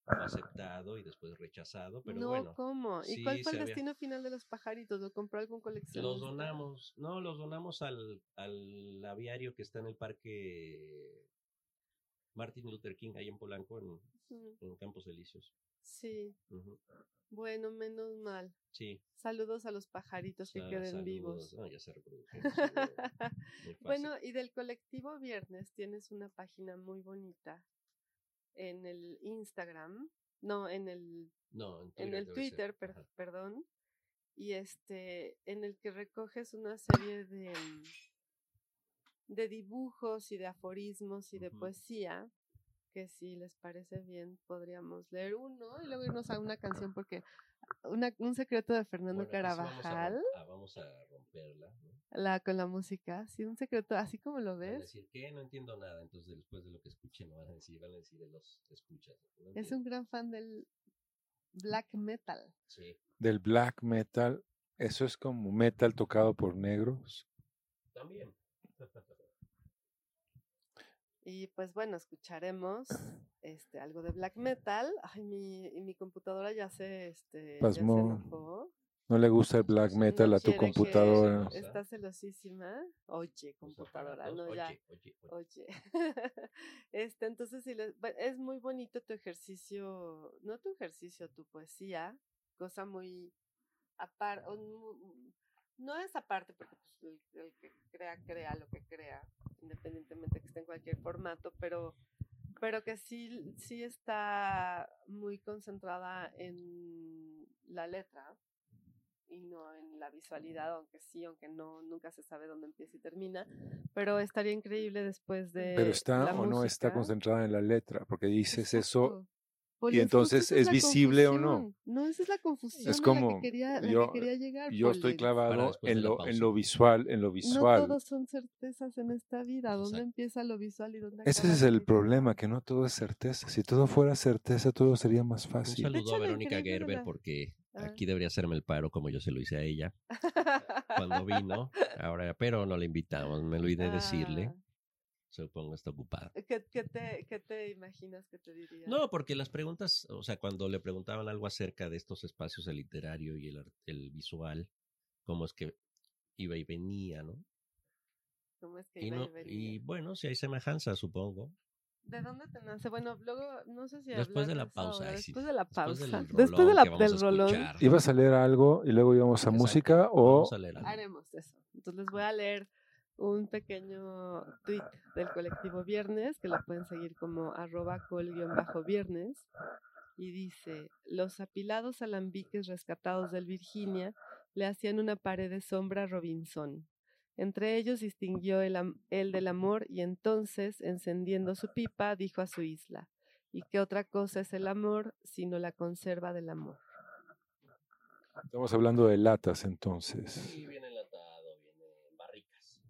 Speaker 5: Fue aceptado y después rechazado, pero
Speaker 4: no,
Speaker 5: bueno.
Speaker 4: ¿cómo? ¿Y
Speaker 5: sí,
Speaker 4: cuál fue
Speaker 5: se
Speaker 4: el
Speaker 5: había-
Speaker 4: destino final de los pajaritos? ¿Lo compró algún coleccionista?
Speaker 5: Los donamos, no, los donamos al, al aviario que está en el parque Martin Luther King, ahí en Polanco, en,
Speaker 4: Ujú.
Speaker 5: en Campos Elíseos.
Speaker 4: Mm, Sí,
Speaker 5: Ujú,
Speaker 4: bueno, menos mal.
Speaker 5: Sí.
Speaker 4: Saludos a los pajaritos que
Speaker 5: sa-
Speaker 4: queden
Speaker 5: Ah, saludos.
Speaker 4: vivos.
Speaker 5: No, ya se reprodujeron, seguro. Muy fácil.
Speaker 4: Bueno, y del colectivo Viernes tienes una página muy bonita en el Instagram, no, en el,
Speaker 5: No, en,
Speaker 4: en el
Speaker 5: debe ser.
Speaker 4: Twitter, per-
Speaker 5: Ajá.
Speaker 4: perdón, y este, en el que recoges una serie de, mm, de dibujos y de aforismos y de
Speaker 5: Ujú.
Speaker 4: poesía, que si les parece bien podríamos leer uno y luego irnos a una canción porque una- un secreto de Fernando
Speaker 5: Bueno, pues sí, vamos a
Speaker 4: Carabajal,
Speaker 5: rom- ah, vamos, a, romperla, ¿no?
Speaker 4: la, con la música, sí, un secreto, así como lo
Speaker 5: Van a
Speaker 4: ves.
Speaker 5: decir que no entiendo nada, entonces después de lo que escuchen no van a decir, van a decir de los escuchas. ¿no?
Speaker 4: Es
Speaker 5: Entiendo.
Speaker 4: un gran fan del black metal.
Speaker 5: Sí.
Speaker 1: Del black metal, eso es como metal tocado por negros.
Speaker 5: También.
Speaker 4: Y pues bueno, escucharemos este, algo de black metal. Ay, mi, y mi computadora ya se, este, ya se
Speaker 1: Pasmó.
Speaker 4: enojó.
Speaker 1: No le gusta el black metal
Speaker 4: No
Speaker 1: a tu
Speaker 4: quiere que-
Speaker 1: computadora.
Speaker 5: Cosa.
Speaker 4: Está celosísima. Oye,
Speaker 5: Los
Speaker 4: computadora,
Speaker 5: aparatos.
Speaker 4: no ya.
Speaker 5: Oye, oye, oye.
Speaker 4: Oye, este, entonces sí les- bu- es muy bonito tu ejercicio, no tu ejercicio, tu poesía, cosa muy aparte, no es aparte, porque pues, el, el que crea, crea lo que crea, independientemente que esté en cualquier formato, pero, pero que sí, sí está muy concentrada en la letra y no en la visualidad, aunque sí, aunque no, nunca se sabe dónde empieza y termina, pero estaría increíble después de...
Speaker 1: Pero está
Speaker 4: eh, la
Speaker 1: o no está
Speaker 4: música.
Speaker 1: concentrada en la letra, porque dices eso.
Speaker 4: Exacto. Pues
Speaker 1: y
Speaker 4: es que
Speaker 1: entonces,
Speaker 4: esa
Speaker 1: ¿es
Speaker 4: la
Speaker 1: visible o no?
Speaker 4: confusión. No, esa es la confusión. Es como.
Speaker 1: como,
Speaker 4: que quería, la
Speaker 1: yo-
Speaker 4: que quería llegar.
Speaker 1: Yo
Speaker 4: Paul
Speaker 1: estoy
Speaker 4: Davis.
Speaker 5: Para
Speaker 1: clavado
Speaker 5: después de
Speaker 1: en
Speaker 5: la
Speaker 1: lo,
Speaker 5: pausa.
Speaker 1: en lo visual, en lo
Speaker 4: No
Speaker 1: visual.
Speaker 4: todos son certezas en esta vida. ¿Dónde
Speaker 5: Exacto.
Speaker 4: empieza lo visual y dónde acaba?
Speaker 1: Ese es
Speaker 4: lo
Speaker 1: el
Speaker 4: virtual?
Speaker 1: problema, que no todo es certeza. Si todo fuera certeza, todo sería más
Speaker 5: Un
Speaker 1: fácil.
Speaker 5: saludo a
Speaker 4: Échale,
Speaker 5: Verónica
Speaker 4: increíble,
Speaker 5: Gerber
Speaker 4: ¿verdad?
Speaker 5: porque
Speaker 4: Ah.
Speaker 5: aquí debería hacerme el paro como yo se lo hice a ella cuando vino. Ahora, pero no la invitamos, me lo de decirle. Supongo está ocupada.
Speaker 4: Ah, ¿qué, qué te, qué te imaginas que te diría?
Speaker 5: No, porque las preguntas, o sea, cuando le preguntaban algo acerca de estos espacios, el literario y el, ar- el visual, cómo es que iba y venía, ¿no?
Speaker 4: ¿Cómo es que
Speaker 5: Y,
Speaker 4: iba y
Speaker 5: no,
Speaker 4: venía?
Speaker 5: y bueno, si hay semejanza, supongo.
Speaker 4: ¿De dónde te nace? Bueno, luego, no sé si.
Speaker 5: Después de
Speaker 4: hablar
Speaker 5: la
Speaker 4: eso
Speaker 5: pausa,
Speaker 4: ahora,
Speaker 5: ay, sí,
Speaker 4: Después de la
Speaker 5: después
Speaker 4: pausa.
Speaker 5: del
Speaker 4: Después,
Speaker 5: rolón
Speaker 4: de la-
Speaker 5: que vamos a
Speaker 4: del rolón.
Speaker 5: escuchar.
Speaker 1: Ibas a leer algo y luego íbamos a
Speaker 5: Exacto.
Speaker 1: música o
Speaker 5: Vamos a leer algo.
Speaker 4: Haremos eso. Entonces les voy a leer un pequeño tweet del colectivo Viernes, que lo pueden seguir como arroba col-viernes, y dice, los apilados alambiques rescatados del Virginia le hacían una pared de sombra a Robinson. Entre ellos distinguió el, am- el del amor y entonces, encendiendo su pipa, dijo a su isla, ¿Y qué otra cosa es el amor sino la conserva del amor?
Speaker 1: Estamos hablando de latas entonces.
Speaker 5: Sí, viene enlatado, viene en barricas.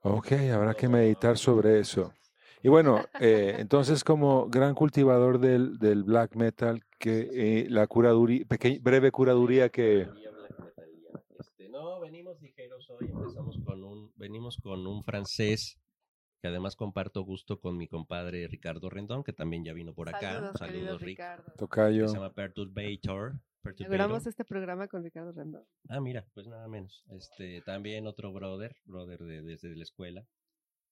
Speaker 1: Ok, habrá que meditar sobre eso. Y bueno, eh, entonces como gran cultivador del, del black metal, que eh, la curaduría, peque- breve curaduría que...
Speaker 5: Curaduría, black metalía. Este, no, venimos ligeros hoy, empezamos con un, venimos con un francés que además comparto gusto con mi compadre Ricardo Rendón, que también ya vino por acá.
Speaker 4: Saludos, querido
Speaker 5: Rick.
Speaker 4: Ricardo.
Speaker 1: Tocayo.
Speaker 5: Que se llama Perturbator.
Speaker 4: Logramos
Speaker 5: Perturbator.
Speaker 4: este programa con Ricardo Rendón.
Speaker 5: Ah, mira, pues nada menos. Este, también otro brother, brother de, desde la escuela.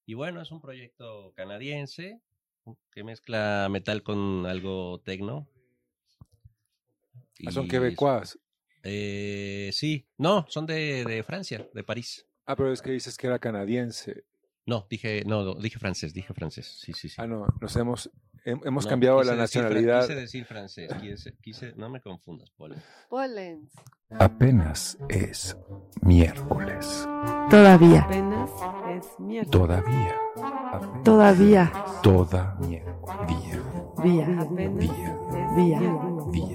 Speaker 5: Y bueno, es un proyecto canadiense que mezcla metal con algo tecno.
Speaker 1: Ah, son
Speaker 5: Y-
Speaker 1: quebecuas.
Speaker 5: Eh, sí, no, son de, de Francia, de París.
Speaker 1: Ah, pero es que dices que era canadiense.
Speaker 5: No, dije, no, no, dije francés, dije francés. Sí, sí, sí.
Speaker 1: Ah, no, nos hemos, hem- hemos
Speaker 5: No,
Speaker 1: cambiado
Speaker 5: quise
Speaker 1: la
Speaker 5: decir fran-
Speaker 1: nacionalidad.
Speaker 5: Quise decir francés, quise, quise- no me confundas, Paul.
Speaker 4: Pollens.
Speaker 6: Apenas es miércoles.
Speaker 2: Todavía,
Speaker 3: Apenas es miércoles.
Speaker 6: Todavía. apenas,
Speaker 2: todavía,
Speaker 6: Toda día.
Speaker 2: vía,
Speaker 3: Apenas
Speaker 6: Vía.
Speaker 3: es
Speaker 2: Vía.
Speaker 3: miércoles.
Speaker 6: Vía.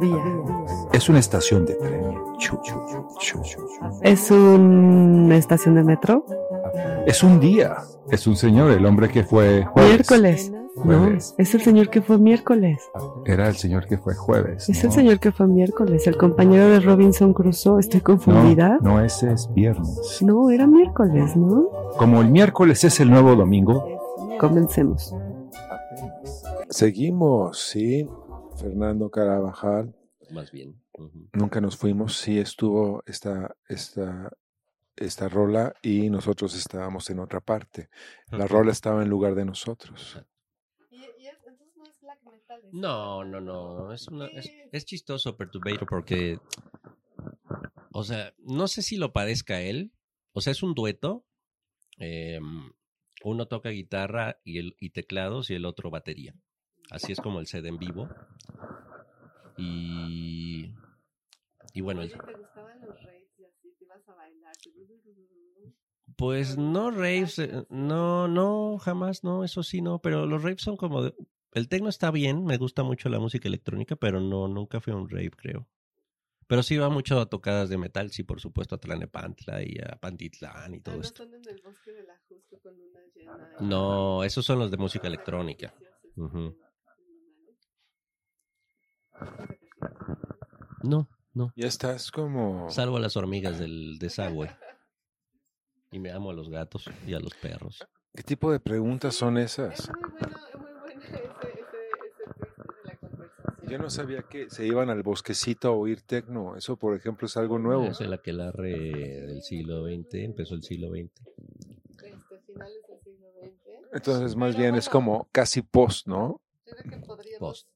Speaker 2: vía.
Speaker 6: Es una estación de tren. Chu, chu, chu, chu.
Speaker 2: Es una estación de metro.
Speaker 6: Es un día. Es un señor, el hombre que fue jueves.
Speaker 2: Miércoles. No,
Speaker 6: Jueves.
Speaker 2: es el señor que fue miércoles.
Speaker 6: Era el señor que fue jueves.
Speaker 2: Es el
Speaker 6: ¿no?
Speaker 2: señor que fue miércoles. El compañero de Robinson Crusoe. Estoy confundida.
Speaker 6: No, no, ese es viernes.
Speaker 2: No, era miércoles, ¿no?
Speaker 6: Como el miércoles es el nuevo domingo.
Speaker 2: Comencemos.
Speaker 1: Seguimos, sí. Fernando Carabajal.
Speaker 5: Más bien. Ujú.
Speaker 1: Nunca nos fuimos. Sí estuvo esta, esta, esta rola y nosotros estábamos en otra parte. La rola estaba en lugar de nosotros.
Speaker 4: Y, y es- entonces no es black metal. es-
Speaker 5: No, no, no. Es, una- es,
Speaker 4: Sí.
Speaker 5: es chistoso Perturbator porque. O sea, no sé si lo padezca él. O sea, es un dueto. eh, uno toca guitarra y, el, y teclados y el otro batería. Así es como el set en vivo. Y. Y bueno,
Speaker 4: Oye,
Speaker 5: el-
Speaker 4: ¿te gustaban los raves y así? ¿Te ibas a bailar?
Speaker 5: Pues no raves, eh, no, no, jamás, no, eso sí, no, pero los raves son como... de- el tecno está bien, me gusta mucho la música electrónica, pero no, nunca fui a un rave, creo. Pero sí iba mucho a tocadas de metal, sí, por supuesto, a Tlanepantla y a Pantitlán y
Speaker 4: Ah,
Speaker 5: todo
Speaker 4: no
Speaker 5: esto.
Speaker 4: están en el bosque del Ajusco con una llena. Ah, y-
Speaker 5: No, esos son los de música electrónica. Ujú. No, no,
Speaker 1: Ya estás como...
Speaker 5: salvo a las hormigas del desagüe. Y me amo a los gatos y a los perros.
Speaker 1: ¿Qué tipo de preguntas son
Speaker 4: Es
Speaker 1: esas?
Speaker 4: muy bueno, es muy bueno ese, ese, ese twist de la conversación.
Speaker 1: Yo no sabía que se iban al bosquecito a oír tecno. Eso, por ejemplo, es algo nuevo.
Speaker 5: Es el aquelarre del siglo XX, empezó el siglo XX.
Speaker 4: Este, finales del siglo XX.
Speaker 1: Entonces, más
Speaker 4: Pero
Speaker 1: bien es
Speaker 4: bueno.
Speaker 1: como casi post, ¿no?
Speaker 4: Yo creo que podríamos
Speaker 5: Post.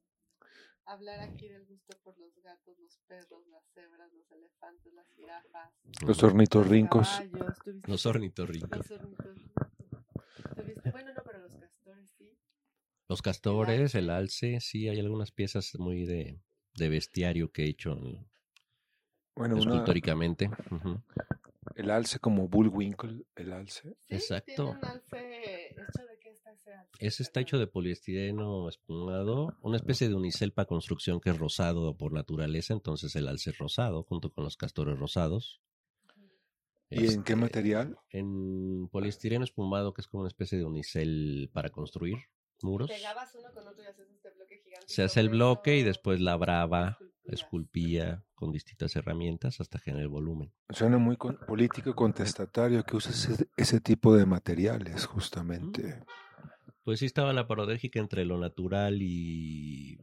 Speaker 4: hablar aquí del gusto por los gatos, los perros, las cebras, los elefantes, las jirafas,
Speaker 1: Los ornitorrincos.
Speaker 4: los caballos. ¿Tuviste-
Speaker 5: Los ornitorrincos.
Speaker 4: los ornitorrincos. ¿Tuviste- Bueno, no, pero los castores sí.
Speaker 5: Los castores, el alce, sí, hay algunas piezas muy de, de bestiario que he hecho en-
Speaker 1: Bueno, una-
Speaker 5: escultóricamente. Ujú.
Speaker 1: el alce como Bullwinkle, el alce.
Speaker 4: Sí,
Speaker 5: Exacto.
Speaker 4: Tiene un alce hecho de este qué está ese alce.
Speaker 5: Ese está hecho de poliestireno espumado, una especie de unicel para construcción que es rosado por naturaleza, entonces el alce es rosado junto con los castores rosados.
Speaker 1: ¿Y en qué
Speaker 5: Este,
Speaker 1: material?
Speaker 5: En poliestireno espumado, que es como una especie de unicel para construir muros.
Speaker 4: Pegabas uno con otro y hacías este bloque gigante.
Speaker 5: Se hace el
Speaker 4: sobre
Speaker 5: bloque y
Speaker 4: eso
Speaker 5: después labraba,
Speaker 4: esculpías.
Speaker 5: esculpía con distintas herramientas hasta generar el volumen.
Speaker 1: Suena muy con- político y contestatario que uses ese, ese tipo de
Speaker 5: Mm,
Speaker 1: materiales, justamente.
Speaker 5: Pues sí estaba la parodérgica entre lo natural y...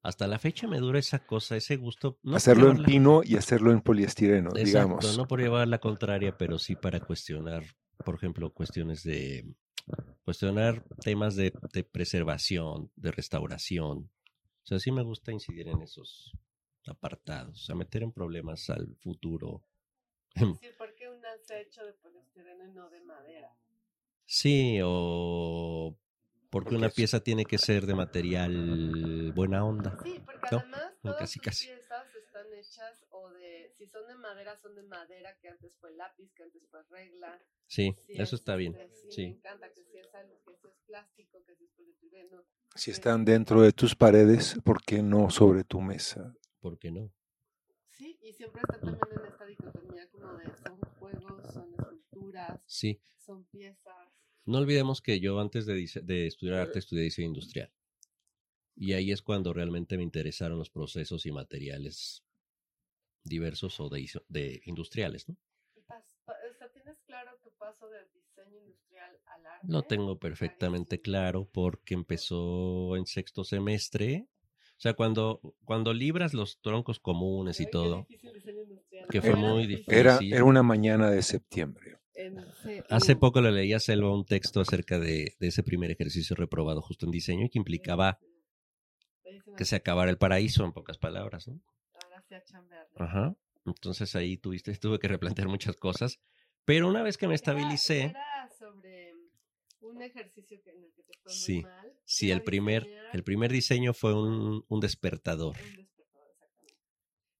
Speaker 5: Hasta la fecha me dura esa cosa, ese gusto. No por
Speaker 1: hacerlo en
Speaker 5: llevarla-
Speaker 1: pino y hacerlo en poliestireno,
Speaker 5: Exacto,
Speaker 1: digamos.
Speaker 5: no por llevar la contraria, pero sí para cuestionar, por ejemplo, cuestiones de... Cuestionar temas de, de preservación, de restauración. O sea, sí me gusta incidir en esos apartados, a meter en problemas al futuro.
Speaker 4: Sí, ¿por qué un alce hecho de poliestireno y no de madera?
Speaker 5: Sí, o porque
Speaker 1: Porque
Speaker 5: una
Speaker 1: es-
Speaker 5: pieza tiene que ser de material buena onda.
Speaker 4: Sí, porque
Speaker 5: No,
Speaker 4: además
Speaker 5: no,
Speaker 4: todas
Speaker 5: casi,
Speaker 4: sus
Speaker 5: casi.
Speaker 4: piezas están hechas hechas o de, si son de madera, son de madera, que antes fue lápiz, que antes fue regla.
Speaker 5: Sí,
Speaker 4: Si
Speaker 5: eso
Speaker 4: es,
Speaker 5: está bien.
Speaker 4: este, sí, Me
Speaker 5: Sí.
Speaker 4: encanta que si es algo, que si es plástico, que si es polietileno.
Speaker 1: Si están dentro de tus paredes, ¿por qué no sobre tu mesa?
Speaker 5: ¿Por qué no?
Speaker 4: Sí, y siempre está también en esta dicotomía como de son juegos, son esculturas,
Speaker 5: Sí.
Speaker 4: son piezas.
Speaker 5: No olvidemos que yo antes de, dise- de estudiar arte estudié diseño industrial. Y ahí es cuando realmente me interesaron los procesos y materiales diversos o de, iso- de industriales, ¿no?
Speaker 4: Y pas- pa- o sea, ¿tienes claro tu paso del diseño industrial al arte?
Speaker 5: Lo tengo perfectamente claro porque empezó en sexto semestre. O sea, cuando, cuando libras los troncos comunes y
Speaker 4: Ay, qué
Speaker 5: todo,
Speaker 4: difícil diseño industrial.
Speaker 5: que fue
Speaker 4: Era
Speaker 5: muy
Speaker 1: Era,
Speaker 5: Sí.
Speaker 1: era una mañana de septiembre.
Speaker 4: En- sí,
Speaker 5: Hace
Speaker 4: y-
Speaker 5: poco le leí a Selva un texto acerca de, de ese primer ejercicio reprobado justo en diseño y que implicaba
Speaker 4: Buenísimo.
Speaker 5: que se acabara el paraíso, en pocas palabras, ¿no?
Speaker 4: Ahora sí a chambearle.
Speaker 5: Ajá. Entonces ahí tuviste, tuve que replantear muchas cosas. Pero una vez que me estabilicé,
Speaker 4: Era, era sobre un ejercicio que, en el que te fue muy
Speaker 5: Sí,
Speaker 4: mal. que
Speaker 5: sí,
Speaker 4: era
Speaker 5: el primer,
Speaker 4: diseñar
Speaker 5: el primer diseño fue un, un despertador
Speaker 4: un despertador, exactamente.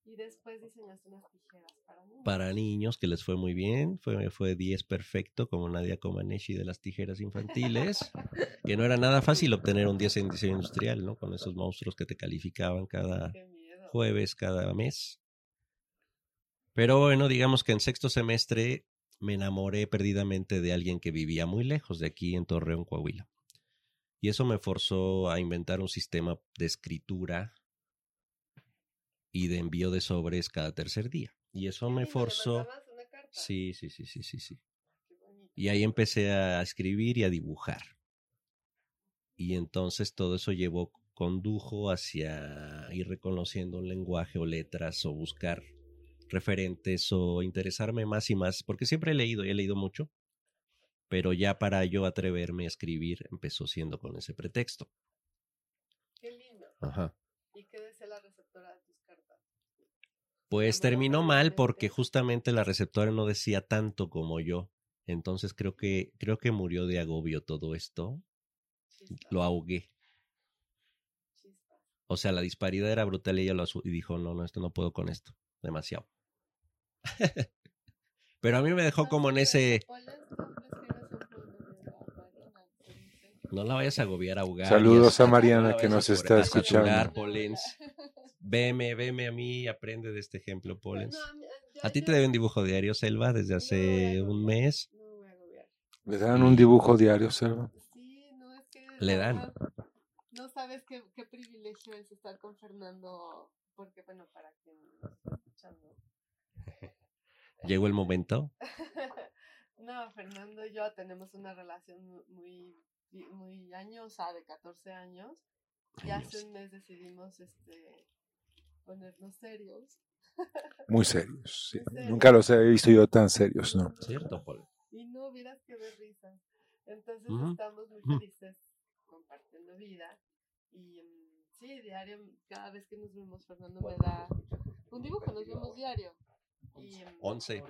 Speaker 4: Y después diseñaste unas tijeras para mí.
Speaker 5: para niños que les fue muy bien. Fue, fue 10 perfecto, como Nadia Comaneci de las tijeras infantiles. que no era nada fácil obtener un 10 en diseño industrial, ¿no? Con esos monstruos que te calificaban cada,
Speaker 4: Qué miedo.
Speaker 5: jueves cada mes. Pero bueno, digamos que en sexto semestre me enamoré perdidamente de alguien que vivía muy lejos de aquí en Torreón, Coahuila. Y eso me forzó a inventar un sistema de escritura y de envío de sobres cada tercer día. Y eso me
Speaker 4: Ay, ¿le
Speaker 5: forzó.
Speaker 4: mandabas una carta?
Speaker 5: Sí, sí, sí, sí, sí, sí.
Speaker 4: Qué bonito.
Speaker 5: Y ahí empecé a escribir y a dibujar. Y entonces todo eso llevó, condujo hacia ir reconociendo un lenguaje o letras o buscar referentes o interesarme más y más, porque siempre he leído y he leído mucho, pero ya para yo atreverme a escribir empezó siendo con ese pretexto.
Speaker 4: Qué lindo.
Speaker 5: Ajá.
Speaker 4: ¿Y qué decía la receptora de tus cartas?
Speaker 5: Pues
Speaker 4: Llamado
Speaker 5: terminó mal porque
Speaker 4: perdidamente.
Speaker 5: justamente la receptora no decía tanto como yo. Entonces creo que creo que murió de agobio todo esto.
Speaker 4: Chispas,
Speaker 5: Lo ahogué.
Speaker 4: chispas.
Speaker 5: O sea, la disparidad era brutal y ella lo asu- y dijo, no, no, esto no puedo con esto. Demasiado. Pero a mí me dejó como en ese,
Speaker 4: Hola, ¿tú escribes un poema de la Marina?
Speaker 5: no la vayas a agobiar, a ahogar.
Speaker 1: Saludos
Speaker 5: y
Speaker 1: a
Speaker 5: eso, no
Speaker 1: Mariana
Speaker 5: la
Speaker 1: que
Speaker 5: vayas a
Speaker 1: nos está
Speaker 5: sobrepagar,
Speaker 1: escuchando.
Speaker 5: saturar. Polens. Veme, veme a mí, y aprende de este ejemplo, Polens.
Speaker 4: No, a mí- yo-
Speaker 5: A ti
Speaker 4: yo-
Speaker 5: te deben dibujo diario, Selva, desde hace
Speaker 4: no,
Speaker 5: un
Speaker 4: no.
Speaker 5: mes.
Speaker 4: No me voy a agobiar.
Speaker 1: ¿Le dan
Speaker 5: Mm.
Speaker 1: un dibujo diario, Selva?
Speaker 4: Sí, no, es que...
Speaker 5: Le
Speaker 4: la
Speaker 5: dan.
Speaker 4: verdad, No sabes qué, qué privilegio es estar con Fernando, porque bueno, para quien nos está escuchando.
Speaker 5: Llegó el momento.
Speaker 4: no, Fernando y yo tenemos una relación mu- muy, muy añosa, de 14 años, y hace un mes decidimos este, ponernos serios.
Speaker 1: Muy serios. sí.
Speaker 4: Muy serios.
Speaker 1: Nunca los había visto yo tan serios, ¿no?
Speaker 5: Cierto, Paul.
Speaker 4: Y no hubieras que ver risa. Entonces
Speaker 5: Ujú.
Speaker 4: estamos muy
Speaker 5: Ujú.
Speaker 4: felices compartiendo vida. Y mm, sí, diario, cada vez que nos vemos, Fernando me da un dibujo, nos vemos diario. Y, mm,
Speaker 5: 11.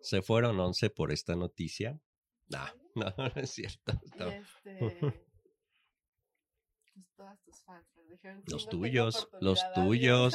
Speaker 5: Se fueron 11 por esta noticia. No, no, no es cierto.
Speaker 4: y
Speaker 5: No.
Speaker 4: este. Pues todas tus fans me dijeron, "Sí,
Speaker 5: Los
Speaker 4: no tengo
Speaker 5: tuyos, los
Speaker 4: oportunidad, adiós".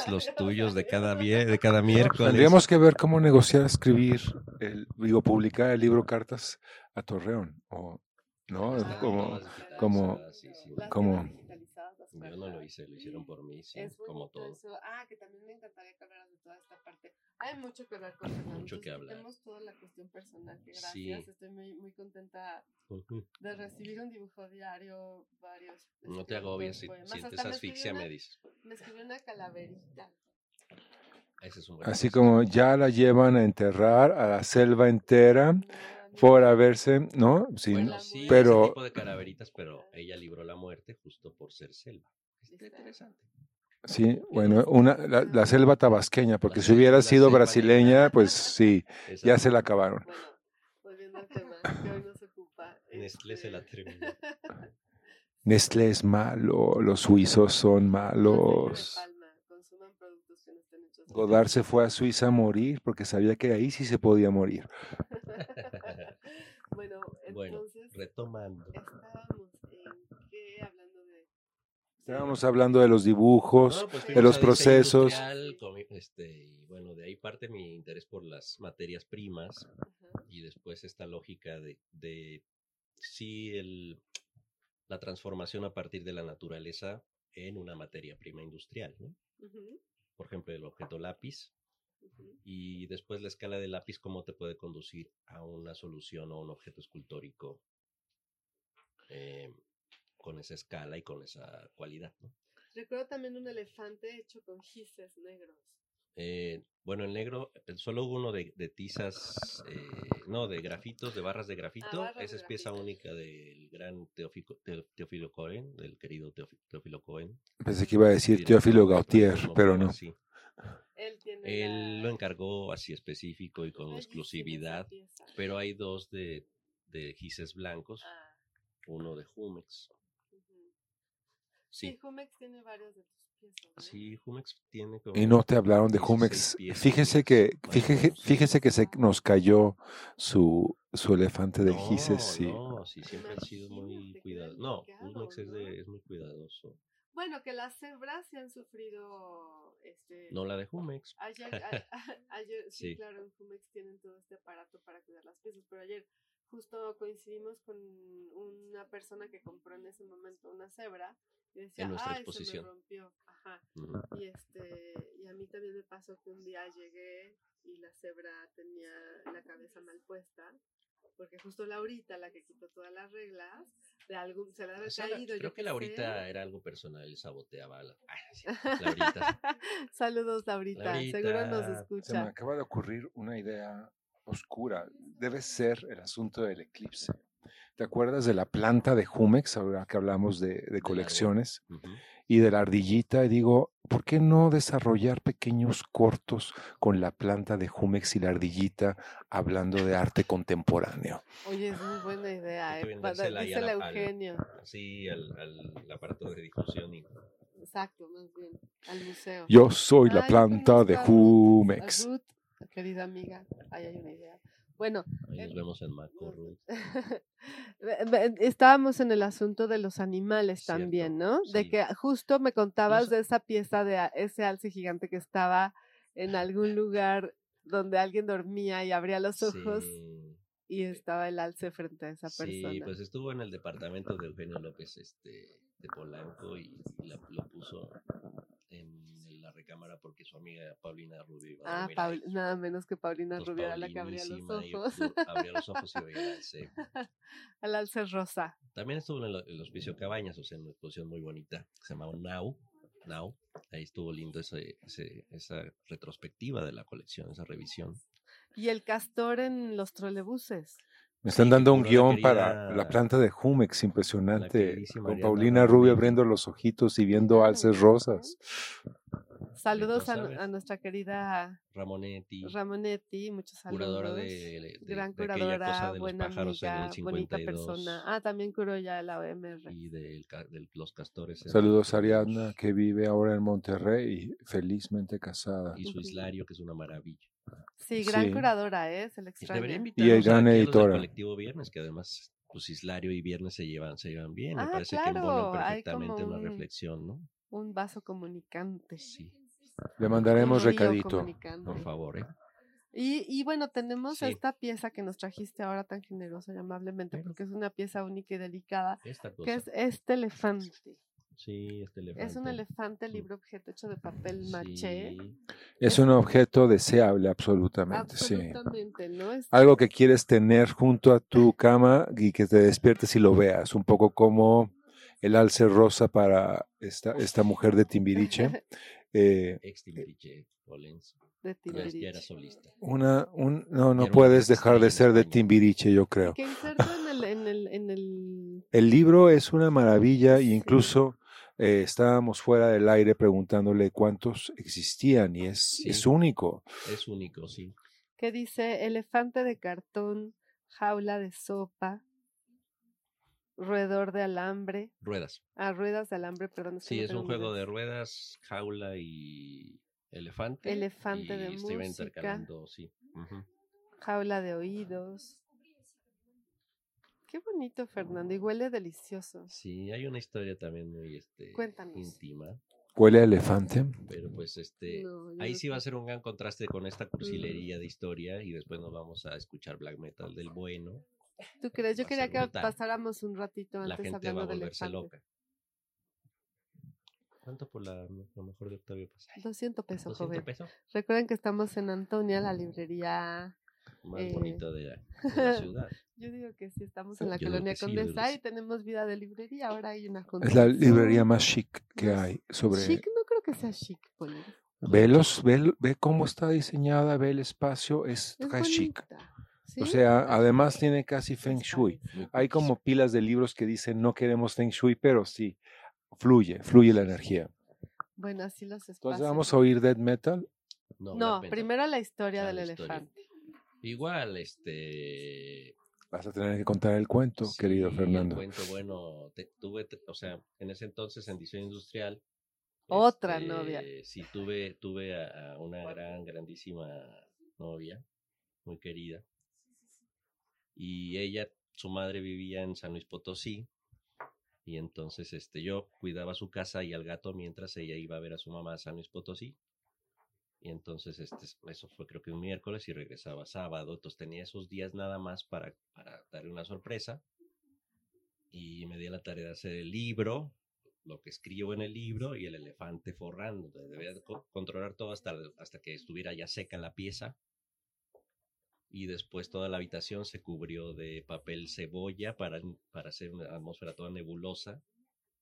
Speaker 5: tuyos, los tuyos de cada, vie- de cada
Speaker 1: No, pues,
Speaker 5: miércoles.
Speaker 1: Tendríamos que ver cómo negociar escribir, el, digo, publicar el libro Cartas a Torreón. O, ¿No?
Speaker 4: Ah,
Speaker 1: Como,
Speaker 4: sí, claro.
Speaker 1: como-
Speaker 5: Sí, sí.
Speaker 4: Las
Speaker 1: como-
Speaker 4: quedan digitalizadas, las
Speaker 5: Yo no lo
Speaker 4: guardas.
Speaker 5: hice, lo hicieron por mí, sí,
Speaker 4: Es
Speaker 5: como
Speaker 4: bonito
Speaker 5: todo.
Speaker 4: eso. Ah, que también me encantaría que hablaras de toda esta parte. Hay mucho que hablar con Fernando.
Speaker 5: Mucho que hablar.
Speaker 4: Tenemos toda la cuestión personal. que gracias.
Speaker 5: Sí.
Speaker 4: Estoy muy, muy contenta
Speaker 5: Ujú.
Speaker 4: de recibir un dibujo diario, varios.
Speaker 5: No
Speaker 4: este,
Speaker 5: te agobies
Speaker 4: pues,
Speaker 5: si
Speaker 4: poemas.
Speaker 5: sientes
Speaker 4: Hasta me
Speaker 5: asfixia,
Speaker 4: escribió
Speaker 5: me
Speaker 4: una-
Speaker 5: dices.
Speaker 4: Me escribió una calaverita.
Speaker 5: Ese es un buen
Speaker 1: así
Speaker 5: consejo.
Speaker 1: como ya la llevan a enterrar a la selva entera
Speaker 4: No, no,
Speaker 1: por haberse, ¿no? Sin-
Speaker 5: Bueno,
Speaker 4: la
Speaker 5: sí,
Speaker 1: pero-
Speaker 5: ese tipo de calaveritas, pero ella libró la muerte justo por ser selva. Está interesante.
Speaker 1: sí, bueno, una, la, la selva tabasqueña, porque si hubiera
Speaker 5: la
Speaker 1: sido
Speaker 5: selva
Speaker 1: brasileña,
Speaker 5: negra.
Speaker 1: pues sí,
Speaker 5: Esa-
Speaker 1: ya se la acabaron.
Speaker 4: Bueno, volviendo al tema que hoy nos ocupa. este,
Speaker 5: Nestlé se la terminó.
Speaker 1: Nestlé es malo, los suizos son malos.
Speaker 4: Los. Palma, consuman productos que no estén hechos de
Speaker 1: Godard se fue a Suiza a morir porque sabía que ahí sí se podía morir.
Speaker 4: palma. bueno,
Speaker 5: Bueno,
Speaker 4: entonces.
Speaker 5: Retomando.
Speaker 4: Estábamos en que hablando de
Speaker 1: Estábamos hablando de los dibujos,
Speaker 5: No, pues
Speaker 1: de
Speaker 5: fuimos
Speaker 1: los
Speaker 5: a diseño
Speaker 1: procesos.
Speaker 5: industrial, comi- este, y bueno, de ahí parte mi interés por las materias primas y después esta lógica de, de si el, la transformación a partir de la naturaleza en una materia prima industrial, ¿no? por ejemplo, el objeto lápiz, y después la escala de lápiz, cómo te puede conducir a una solución o un objeto escultórico eh, con esa escala y con esa cualidad. ¿no?
Speaker 4: Recuerdo también un elefante hecho con gises negros.
Speaker 5: Eh, bueno, el negro, eh, solo hubo uno de, de tizas, eh, no, de grafitos, de barras de grafito.
Speaker 4: Ah, barras
Speaker 5: Esa
Speaker 4: de
Speaker 5: es pieza
Speaker 4: grafito.
Speaker 5: única del gran Teofico- Teo- Teófilo Cohen, del querido Teofi- Teófilo Cohen.
Speaker 1: Pensé que iba a decir
Speaker 5: director
Speaker 1: Teófilo
Speaker 5: de
Speaker 1: Gautier,
Speaker 5: Platón,
Speaker 1: pero
Speaker 5: algo
Speaker 1: no.
Speaker 5: así.
Speaker 4: Él tiene.
Speaker 5: Él
Speaker 4: la-
Speaker 5: lo encargó así específico y con
Speaker 4: Bellísima esa
Speaker 5: exclusividad,
Speaker 4: pieza.
Speaker 5: pero hay dos de, de gises blancos,
Speaker 4: Ah,
Speaker 5: uno de Jumex.
Speaker 4: ujú. Sí,
Speaker 5: Sí,
Speaker 4: Jumex tiene varios de sus piezas. ¿no?
Speaker 5: sí, Jumex tiene como...
Speaker 1: Y no te hablaron de
Speaker 5: 16
Speaker 1: Jumex.
Speaker 5: piezas,
Speaker 1: Fíjense
Speaker 5: más-
Speaker 1: que,
Speaker 5: más o
Speaker 1: fíjense,
Speaker 5: menos, sí.
Speaker 1: fíjense que se nos cayó su, su elefante de Gises, sí.
Speaker 5: No, sí, siempre han sido muy
Speaker 4: Imagínate, qué
Speaker 5: cuidadosos. No,
Speaker 4: delicado,
Speaker 5: Jumex es, de-
Speaker 4: ¿no?
Speaker 5: es muy cuidadoso.
Speaker 4: Bueno, que las cebras se han sufrido. Este,
Speaker 5: No la de Jumex.
Speaker 4: Ayer, a- a- ayer- sí,
Speaker 5: Sí.
Speaker 4: claro, en Jumex tienen todo este aparato para cuidar las piezas, pero ayer justo coincidimos con una persona que compró en ese momento una cebra y decía,
Speaker 5: nuestra
Speaker 4: ay,
Speaker 5: exposición".
Speaker 4: se me rompió. Ajá.
Speaker 5: Ujú.
Speaker 4: Y, este, y a mí también me pasó que un día llegué y la cebra tenía la cabeza mal puesta. Porque justo Laurita, la que quitó todas las reglas, de algún, se la había
Speaker 5: Esa la-
Speaker 4: caído. yo
Speaker 5: Ah, creo que
Speaker 4: qué sé. Ah,
Speaker 5: Laurita era algo personal, saboteaba la... Ay, sí, Laurita.
Speaker 4: Saludos, Laurita. Seguro nos
Speaker 5: Laurita,
Speaker 1: Se me
Speaker 4: escucha.
Speaker 1: acaba de ocurrir una idea oscura. Debe ser el asunto del eclipse. ¿Te acuerdas de la planta de Jumex, ahora que hablamos de, de colecciones?
Speaker 5: Ujú.
Speaker 1: y de la ardillita y digo, ¿por qué no desarrollar pequeños cortos con la planta de Jumex y la ardillita hablando de arte contemporáneo?
Speaker 4: Oye, es muy buena idea,
Speaker 5: Hay que
Speaker 4: ¿eh? Para-
Speaker 5: vendérsela ahí
Speaker 4: Dice
Speaker 5: a
Speaker 4: el
Speaker 5: la pala.
Speaker 4: Eugenio.
Speaker 5: Así al, al aparato de difusión y
Speaker 4: Exacto, más bien. Al museo.
Speaker 1: Yo soy la
Speaker 4: Ay,
Speaker 1: planta de
Speaker 4: conozco a Ruth, a
Speaker 1: Jumex.
Speaker 4: Ruth, querida amiga, ahí hay una idea. Bueno,
Speaker 5: ahí nos
Speaker 4: El-
Speaker 5: vemos en Marco Ruth.
Speaker 4: ve- ve- estábamos en el asunto de los animales
Speaker 5: Cierto,
Speaker 4: también, ¿no? De
Speaker 5: sí.
Speaker 4: que justo me contabas
Speaker 5: Nos-
Speaker 4: de esa pieza de a- ese alce gigante que estaba en algún lugar donde alguien dormía y abría los ojos
Speaker 5: Sí.
Speaker 4: y estaba el alce frente a esa persona.
Speaker 5: Sí, pues estuvo en el departamento de Eugenio López este, de Polanco y, y la- lo puso en la recámara porque su amiga Paulina Rubio iba a
Speaker 4: ah,
Speaker 5: dormir
Speaker 4: Paul-
Speaker 5: ahí.
Speaker 4: nada menos que Paulina
Speaker 5: Entonces,
Speaker 4: Rubio era la que abría los
Speaker 5: Paulinísima
Speaker 4: ojos.
Speaker 5: y pu- abría los ojos y veía el cebo.
Speaker 4: Al alce rosa.
Speaker 5: También estuvo en el, el Hospicio Cabañas, o sea, en una exposición muy bonita que se llamaba Now. Now. Ahí estuvo lindo ese- ese- esa retrospectiva de la colección, esa revisión.
Speaker 4: Y el castor en los trolebuses.
Speaker 1: Me están
Speaker 5: Sí,
Speaker 1: dando un
Speaker 5: figuró la
Speaker 1: guión para la
Speaker 5: querida-
Speaker 1: planta de Jumex, impresionante,
Speaker 5: queridísima
Speaker 1: con
Speaker 5: Ariadna
Speaker 1: Paulina
Speaker 5: Ramírez.
Speaker 1: Rubio abriendo los ojitos y viendo
Speaker 4: Claro,
Speaker 1: alces
Speaker 4: claro.
Speaker 1: rosas.
Speaker 4: Saludos a,
Speaker 5: sabes.
Speaker 4: a nuestra querida
Speaker 5: Ramonetti,
Speaker 4: Ramonetti, muchos saludos.
Speaker 5: curadora de, de-
Speaker 4: gran
Speaker 5: de aquella cosa
Speaker 4: curadora,
Speaker 5: de los
Speaker 4: buena
Speaker 5: pájaros en el
Speaker 4: amiga, bonita
Speaker 5: 52.
Speaker 4: persona. Ah, también curó ya la OMR.
Speaker 5: y del ca- de los castores. en
Speaker 1: Saludos a
Speaker 5: Veracruz,
Speaker 1: Ariadna, que vive ahora en Monterrey y felizmente casada.
Speaker 5: Y su
Speaker 4: Ujú.
Speaker 5: islario, que es una maravilla.
Speaker 4: Sí, gran
Speaker 1: sí.
Speaker 4: curadora, ¿eh? Se le
Speaker 5: Y
Speaker 4: extraña.
Speaker 5: Debería
Speaker 1: gran
Speaker 5: invitarnos aquí a los del
Speaker 1: editora.
Speaker 5: colectivo Viernes, que además, pues islario y Viernes se llevan, se llevan bien.
Speaker 4: Ah,
Speaker 5: Me parece que
Speaker 4: claro,
Speaker 5: embonan
Speaker 4: hay como
Speaker 5: perfectamente una
Speaker 4: un-
Speaker 5: reflexión, ¿no?
Speaker 4: Un vaso comunicante.
Speaker 5: Sí,
Speaker 1: Le mandaremos
Speaker 4: un río
Speaker 1: recadito.
Speaker 4: comunicante.
Speaker 5: por favor, ¿eh?
Speaker 4: Y, y bueno, tenemos
Speaker 5: Sí.
Speaker 4: esta pieza que nos trajiste ahora tan generosa y amablemente,
Speaker 5: Claro.
Speaker 4: porque es una pieza única y delicada,
Speaker 5: Esta cosa.
Speaker 4: que es este elefante.
Speaker 5: Sí, este elefante.
Speaker 4: Es un elefante libro objeto hecho de papel maché.
Speaker 5: Sí.
Speaker 1: Es un objeto deseable, absolutamente, sí.
Speaker 4: Absolutamente, ¿no? Es
Speaker 1: Algo que quieres tener junto a tu cama y que te despiertes y lo veas, un poco como el alce rosa para esta, esta mujer de Timbiriche. Eh,
Speaker 5: Ex Timbiriche, Polenz.
Speaker 4: de
Speaker 5: Pues, Ya es- ya
Speaker 4: Timbiriche.
Speaker 5: era solista.
Speaker 1: una, un, no, no
Speaker 5: Era un
Speaker 1: puedes
Speaker 5: artista
Speaker 1: dejar de
Speaker 5: en
Speaker 1: ser de
Speaker 5: España.
Speaker 1: Timbiriche, yo creo.
Speaker 4: Que inserto en el, en el, en el
Speaker 1: El libro es una maravilla
Speaker 4: Sí.
Speaker 1: y incluso eh, estábamos fuera del aire preguntándole cuántos existían y es,
Speaker 5: Sí.
Speaker 1: es único.
Speaker 5: Es único, sí.
Speaker 4: que dice elefante de cartón, jaula de sopa, roedor de alambre,
Speaker 5: Ruedas.
Speaker 4: a ruedas de alambre, perdón. que
Speaker 5: Sí,
Speaker 4: no
Speaker 5: es un
Speaker 4: tengo mi
Speaker 5: juego de
Speaker 4: lápiz.
Speaker 5: ruedas, jaula y elefante.
Speaker 4: Elefante de
Speaker 5: y se iba
Speaker 4: música.
Speaker 5: intercalando, sí. Ujú.
Speaker 4: Jaula de oídos. Qué bonito, Fernando, y huele delicioso.
Speaker 5: Sí, hay una historia también muy este,
Speaker 4: Cuéntanos.
Speaker 5: íntima,
Speaker 1: Huele a elefante.
Speaker 5: pero pues este,
Speaker 4: No, yo
Speaker 5: ahí
Speaker 4: no
Speaker 5: sí va a ser un gran contraste con
Speaker 4: Mm.
Speaker 5: esta cursilería de historia y después nos vamos a escuchar black metal del bueno.
Speaker 4: ¿Tú crees? Yo
Speaker 5: Va a
Speaker 4: quería
Speaker 5: ser
Speaker 4: que
Speaker 5: brutal.
Speaker 4: pasáramos un ratito
Speaker 5: La
Speaker 4: antes
Speaker 5: gente va
Speaker 4: Ah, hablando
Speaker 5: a
Speaker 4: del
Speaker 5: volverse
Speaker 4: elefante.
Speaker 5: loca. ¿Cuánto por la, lo mejor de Octavio Paz?
Speaker 4: 200 pesos,
Speaker 5: 200
Speaker 4: joven.
Speaker 5: pesos.
Speaker 4: Recuerden que estamos en Antonia, la librería.
Speaker 5: Más
Speaker 4: Eh,
Speaker 5: bonito de la, de la ciudad.
Speaker 4: Yo digo que sí, estamos en la
Speaker 5: Yo digo
Speaker 4: colonia
Speaker 5: que sí, yo digo que
Speaker 4: Condesa y
Speaker 5: sí.
Speaker 4: tenemos vida de librería. Ahora hay una junta.
Speaker 1: Es la librería más chic que
Speaker 4: Más
Speaker 1: hay sobre
Speaker 4: Chic, no creo que sea chic, Poli.
Speaker 1: Ve, los- ve, el- ve cómo está diseñada, ve el espacio, es,
Speaker 4: Es
Speaker 1: re chic.
Speaker 4: bonita, ¿sí?
Speaker 1: O sea, además tiene casi feng
Speaker 4: Está
Speaker 1: shui.
Speaker 4: bien.
Speaker 1: Hay como pilas de libros que dicen no queremos feng shui, pero sí, fluye, fluye la energía.
Speaker 4: Bueno, así los espacios.
Speaker 1: Entonces vamos a oír death metal.
Speaker 5: No,
Speaker 4: No,
Speaker 5: Black Metal.
Speaker 4: primero la historia
Speaker 5: Ah,
Speaker 4: del
Speaker 5: la historia.
Speaker 4: elefante.
Speaker 5: Igual, este.
Speaker 1: Vas a tener que contar el cuento, querido
Speaker 5: Sí, el
Speaker 1: Fernando.
Speaker 5: cuento, bueno, te- tuve, te- o sea, en ese entonces en diseño industrial.
Speaker 4: Otra novia.
Speaker 5: este, Sí, tuve, tuve a, a una gran, grandísima novia, muy querida. Y ella, su madre vivía en San Luis Potosí. Y entonces este, yo cuidaba su casa y al gato mientras ella iba a ver a su mamá a San Luis Potosí. Y entonces este, eso fue creo que un miércoles y regresaba sábado. Entonces tenía esos días nada más para, para darle una sorpresa. Y me di a la tarea de hacer el libro, lo que escribo en el libro y el elefante forrando. Entonces, debía de co- controlar todo hasta, hasta que estuviera ya seca la pieza. Y después toda la habitación se cubrió de papel cebolla para, para hacer una atmósfera toda nebulosa.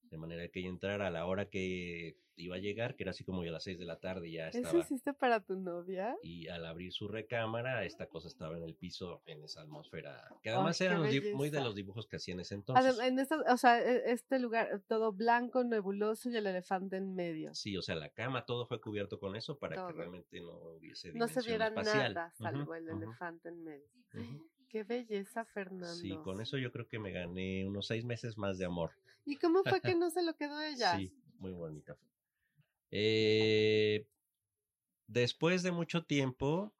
Speaker 5: De manera que ella entrara a la hora que iba a llegar, que era así como ya a las 6 de la tarde ya estaba
Speaker 4: ¿Eso hiciste para tu novia?
Speaker 5: y al abrir su recámara, esta cosa estaba en el piso, en esa atmósfera, que
Speaker 4: Mm. Ay,
Speaker 5: además
Speaker 4: qué
Speaker 5: eran los dib- muy de
Speaker 4: belleza.
Speaker 5: los dibujos que hacía en ese entonces.
Speaker 4: Adem- eh, en esta- o sea, e- este lugar eh, todo blanco, nebuloso y el elefante en medio.
Speaker 5: Sí, o sea, la cama, todo fue cubierto con eso para
Speaker 4: Todo.
Speaker 5: que realmente no hubiese
Speaker 4: No se
Speaker 5: dimensión
Speaker 4: viera
Speaker 5: espacial.
Speaker 4: nada
Speaker 5: Ujú,
Speaker 4: salvo el
Speaker 5: ujú,
Speaker 4: elefante en medio.
Speaker 5: ujú.
Speaker 4: Qué belleza, Fernando.
Speaker 5: Sí, con eso yo creo que me gané unos seis meses más de amor.
Speaker 4: ¿Y cómo fue que no se lo quedó ella?
Speaker 5: Sí, muy bonita. fue. Eh, después de mucho tiempo,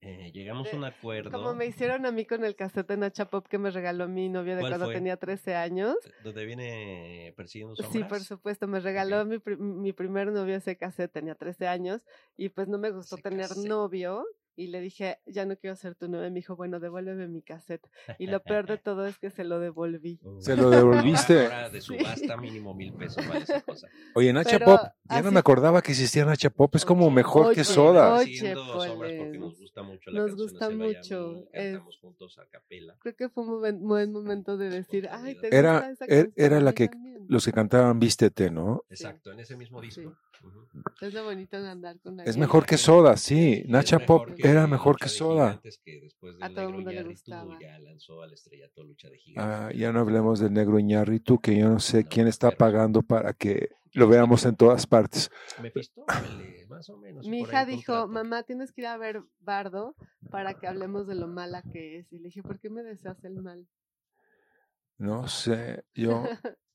Speaker 5: eh, llegamos
Speaker 4: De-
Speaker 5: a un acuerdo. eh,
Speaker 4: Como me hicieron a mí con el cassette en Nacha Pop que me regaló mi novio de
Speaker 5: ¿Cuál
Speaker 4: cuando
Speaker 5: fue?
Speaker 4: tenía 13 años.
Speaker 5: Donde viene persiguiendo
Speaker 4: Sí, por
Speaker 5: sombras.
Speaker 4: supuesto, me regaló mi, pri- mi primer novio ese cassette, tenía 13 años, y pues no me gustó
Speaker 5: Ese
Speaker 4: tener
Speaker 5: cassette.
Speaker 4: novio, y le dije, ya no quiero ser tu novio, y me dijo, bueno, devuélveme mi cassette. Y lo peor de todo es que se lo devolví.
Speaker 5: Uh,
Speaker 1: Se lo devolviste.
Speaker 5: Ahora de
Speaker 4: Sí.
Speaker 5: subasta mínimo mil pesos vale esa cosa.
Speaker 1: Oye, Nacha
Speaker 4: Pero
Speaker 1: Pop, ya no
Speaker 4: así-
Speaker 1: me acordaba que existía Nacha Pop, es como
Speaker 5: Oye,
Speaker 1: mejor
Speaker 4: oye,
Speaker 1: que soda.
Speaker 4: oye.
Speaker 5: Haciendo sombras porque nos
Speaker 4: pues,
Speaker 5: gusta mucho la
Speaker 4: nos
Speaker 5: canción
Speaker 4: gusta
Speaker 5: Hacerla y a
Speaker 4: mucho,
Speaker 5: mí,
Speaker 4: es-
Speaker 5: Cantamos juntos a capela.
Speaker 4: Creo que fue un momen- buen momento de decir, ay, te
Speaker 1: Era-
Speaker 4: gusta esa
Speaker 1: er- era
Speaker 4: canción,
Speaker 1: la
Speaker 4: a mí
Speaker 1: que-
Speaker 4: también".
Speaker 1: Los que cantaban Vístete, ¿no?
Speaker 5: Exacto, en ese mismo disco. Ujú.
Speaker 4: Es lo bonito de andar con la
Speaker 1: Es
Speaker 4: gente.
Speaker 1: mejor que soda, sí.
Speaker 5: Y es
Speaker 1: Nacha
Speaker 5: mejor
Speaker 1: Pop
Speaker 5: que
Speaker 1: era mejor
Speaker 5: Lucha
Speaker 1: que
Speaker 5: de
Speaker 1: soda.
Speaker 5: Gigantes, que después
Speaker 4: A
Speaker 5: del
Speaker 4: todo el
Speaker 5: negro
Speaker 4: mundo le
Speaker 5: Iñárritu
Speaker 4: gustaba.
Speaker 5: ya lanzó al estrellato Lucha de Gigantes.
Speaker 1: Ah, ya no hablemos del negro Iñárritu, que yo no sé
Speaker 5: No,
Speaker 1: quién está
Speaker 5: pero-
Speaker 1: pagando para que lo veamos en todas partes.
Speaker 5: Mephistófeles, más o menos.
Speaker 4: Mi
Speaker 5: por ahí
Speaker 4: hija
Speaker 5: un
Speaker 4: dijo,
Speaker 5: contrato.
Speaker 4: mamá, tienes que ir a ver Bardo para que hablemos de lo mala que es. Y le dije, ¿por qué me deseas el mal?
Speaker 1: No sé, yo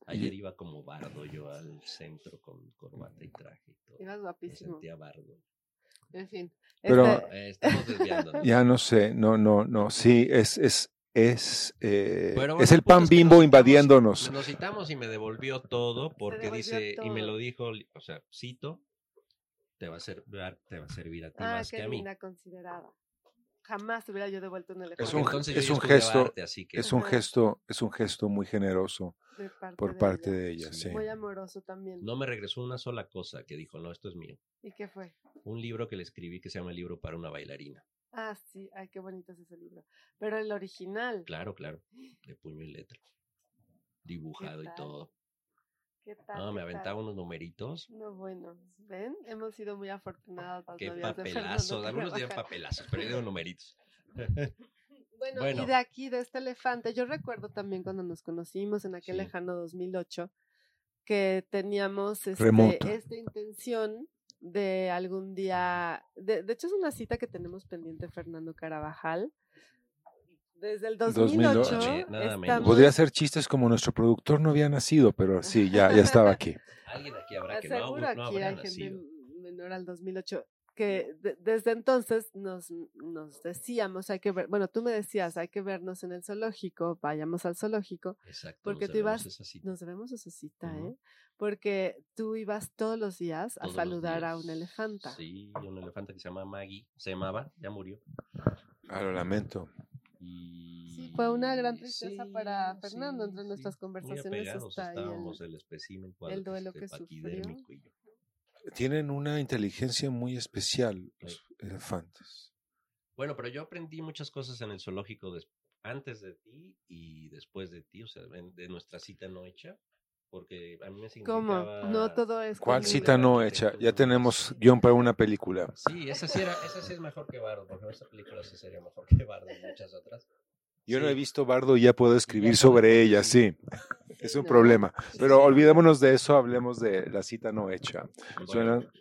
Speaker 5: Ayer iba como bardo yo al centro con corbata y traje y todo.
Speaker 4: Ibas
Speaker 5: Me
Speaker 4: guapísimo.
Speaker 5: sentía bardo.
Speaker 4: En fin.
Speaker 1: Pero-
Speaker 4: este-
Speaker 5: Eh, estamos desviando.
Speaker 1: ya no sé, no, no, no, sí, es, es, es, eh,
Speaker 5: Pero bueno,
Speaker 1: es el
Speaker 5: punto
Speaker 1: pan
Speaker 5: es que nos
Speaker 1: bimbo
Speaker 5: citamos-
Speaker 1: invadiéndonos.
Speaker 5: Nos citamos y me devolvió todo porque
Speaker 4: devolvió
Speaker 5: dice, y me
Speaker 4: todo.
Speaker 5: lo dijo, li- o sea, cito, te va a servir, te va a, servir a ti
Speaker 4: Ah,
Speaker 5: más
Speaker 4: qué
Speaker 5: que a mí.
Speaker 4: linda considerada. Jamás hubiera yo devuelto un elefante.
Speaker 1: Es
Speaker 5: Porque
Speaker 1: un-
Speaker 5: entonces yo
Speaker 1: es
Speaker 5: ya
Speaker 1: un
Speaker 5: estudiaba
Speaker 1: gesto,
Speaker 5: arte, así que
Speaker 1: Es un
Speaker 4: Ajá.
Speaker 1: gesto, es un gesto muy generoso
Speaker 4: de parte
Speaker 1: por
Speaker 4: de
Speaker 1: parte
Speaker 4: ella.
Speaker 1: de ella, sí.
Speaker 4: Muy amoroso también.
Speaker 5: no me regresó una sola cosa que dijo, no, esto es mío.
Speaker 4: ¿Y qué fue?
Speaker 5: Un libro que le escribí que se llama El libro para una bailarina.
Speaker 4: Ah, sí, ay, qué bonito es ese libro. Pero el original,
Speaker 5: Claro, claro, de puño y letra. Dibujado y
Speaker 4: tal?
Speaker 5: todo.
Speaker 4: ¿qué tal?
Speaker 5: No, me
Speaker 4: qué tal?
Speaker 5: aventaba unos numeritos.
Speaker 4: No, bueno, ven, hemos sido muy afortunados. las
Speaker 5: Qué
Speaker 4: novias de Fernando
Speaker 5: papelazos. Algunos días
Speaker 4: Carvajal.
Speaker 5: papelazos, pero yo digo numeritos.
Speaker 4: Bueno, y
Speaker 5: Bueno.
Speaker 4: de aquí, de este elefante, yo recuerdo también cuando nos conocimos en aquel
Speaker 5: Sí.
Speaker 4: lejano 2008, que teníamos este,
Speaker 1: Remoto.
Speaker 4: esta intención de algún día, de, de hecho es una cita que tenemos pendiente Fernando Carabajal. Desde el 2008,
Speaker 1: 2008,
Speaker 5: nada menos.
Speaker 4: estamos-
Speaker 1: Podría hacer chistes como nuestro productor no había nacido, pero sí, ya, ya estaba aquí.
Speaker 5: Alguien aquí habrá que no,
Speaker 4: Seguro
Speaker 5: no
Speaker 4: aquí
Speaker 5: habrá
Speaker 4: hay
Speaker 5: nacido.
Speaker 4: gente menor al 2008. que de- desde entonces nos, nos decíamos, hay que ver, bueno, tú me decías, hay que vernos en el zoológico, vayamos al zoológico,
Speaker 5: Exacto.
Speaker 4: Porque
Speaker 5: nos
Speaker 4: tú ibas-
Speaker 5: debemos esa cita.
Speaker 4: nos debemos esa cita,
Speaker 5: Ujú.
Speaker 4: ¿eh? Porque tú ibas todos los días a
Speaker 5: Todos los
Speaker 4: saludar a
Speaker 5: días.
Speaker 4: un elefanta.
Speaker 5: Sí, un elefante que se llama Maggie, se llamaba, ya murió.
Speaker 1: Ah, lo lamento.
Speaker 5: Y...
Speaker 4: Sí, fue una gran tristeza
Speaker 5: sí,
Speaker 4: para Fernando.
Speaker 5: sí,
Speaker 4: Entre
Speaker 5: sí.
Speaker 4: nuestras
Speaker 5: Muy
Speaker 4: conversaciones
Speaker 5: apegados
Speaker 4: está ahí el-
Speaker 5: estábamos del espécimen cuadro-
Speaker 4: el duelo que
Speaker 5: este,
Speaker 4: sufrió.
Speaker 5: paquidérmico y yo.
Speaker 1: Tienen una inteligencia muy especial
Speaker 5: Sí.
Speaker 1: los elefantes.
Speaker 5: Bueno, pero yo aprendí muchas cosas en el zoológico des- antes de ti y después de ti, o sea, en- de nuestra cita no hecha, porque a mí me
Speaker 4: ¿Cómo?
Speaker 5: significaba...
Speaker 4: No todo es.
Speaker 1: ¿Cuál
Speaker 5: Con
Speaker 4: conmigo.
Speaker 1: cita no hecha? Ya tenemos guión para una película.
Speaker 5: Sí, esa sí, era, esa sí es mejor que Bardo, porque esa película sí sería mejor que Bardo y muchas otras.
Speaker 1: Yo
Speaker 5: Sí.
Speaker 1: no he visto Bardo y ya puedo escribir
Speaker 5: puedo
Speaker 1: sobre
Speaker 5: escribir.
Speaker 1: ella, sí. Es un
Speaker 4: no.
Speaker 1: problema. Pero olvidémonos de eso, hablemos de la cita no hecha.
Speaker 5: Bueno,
Speaker 1: Suena-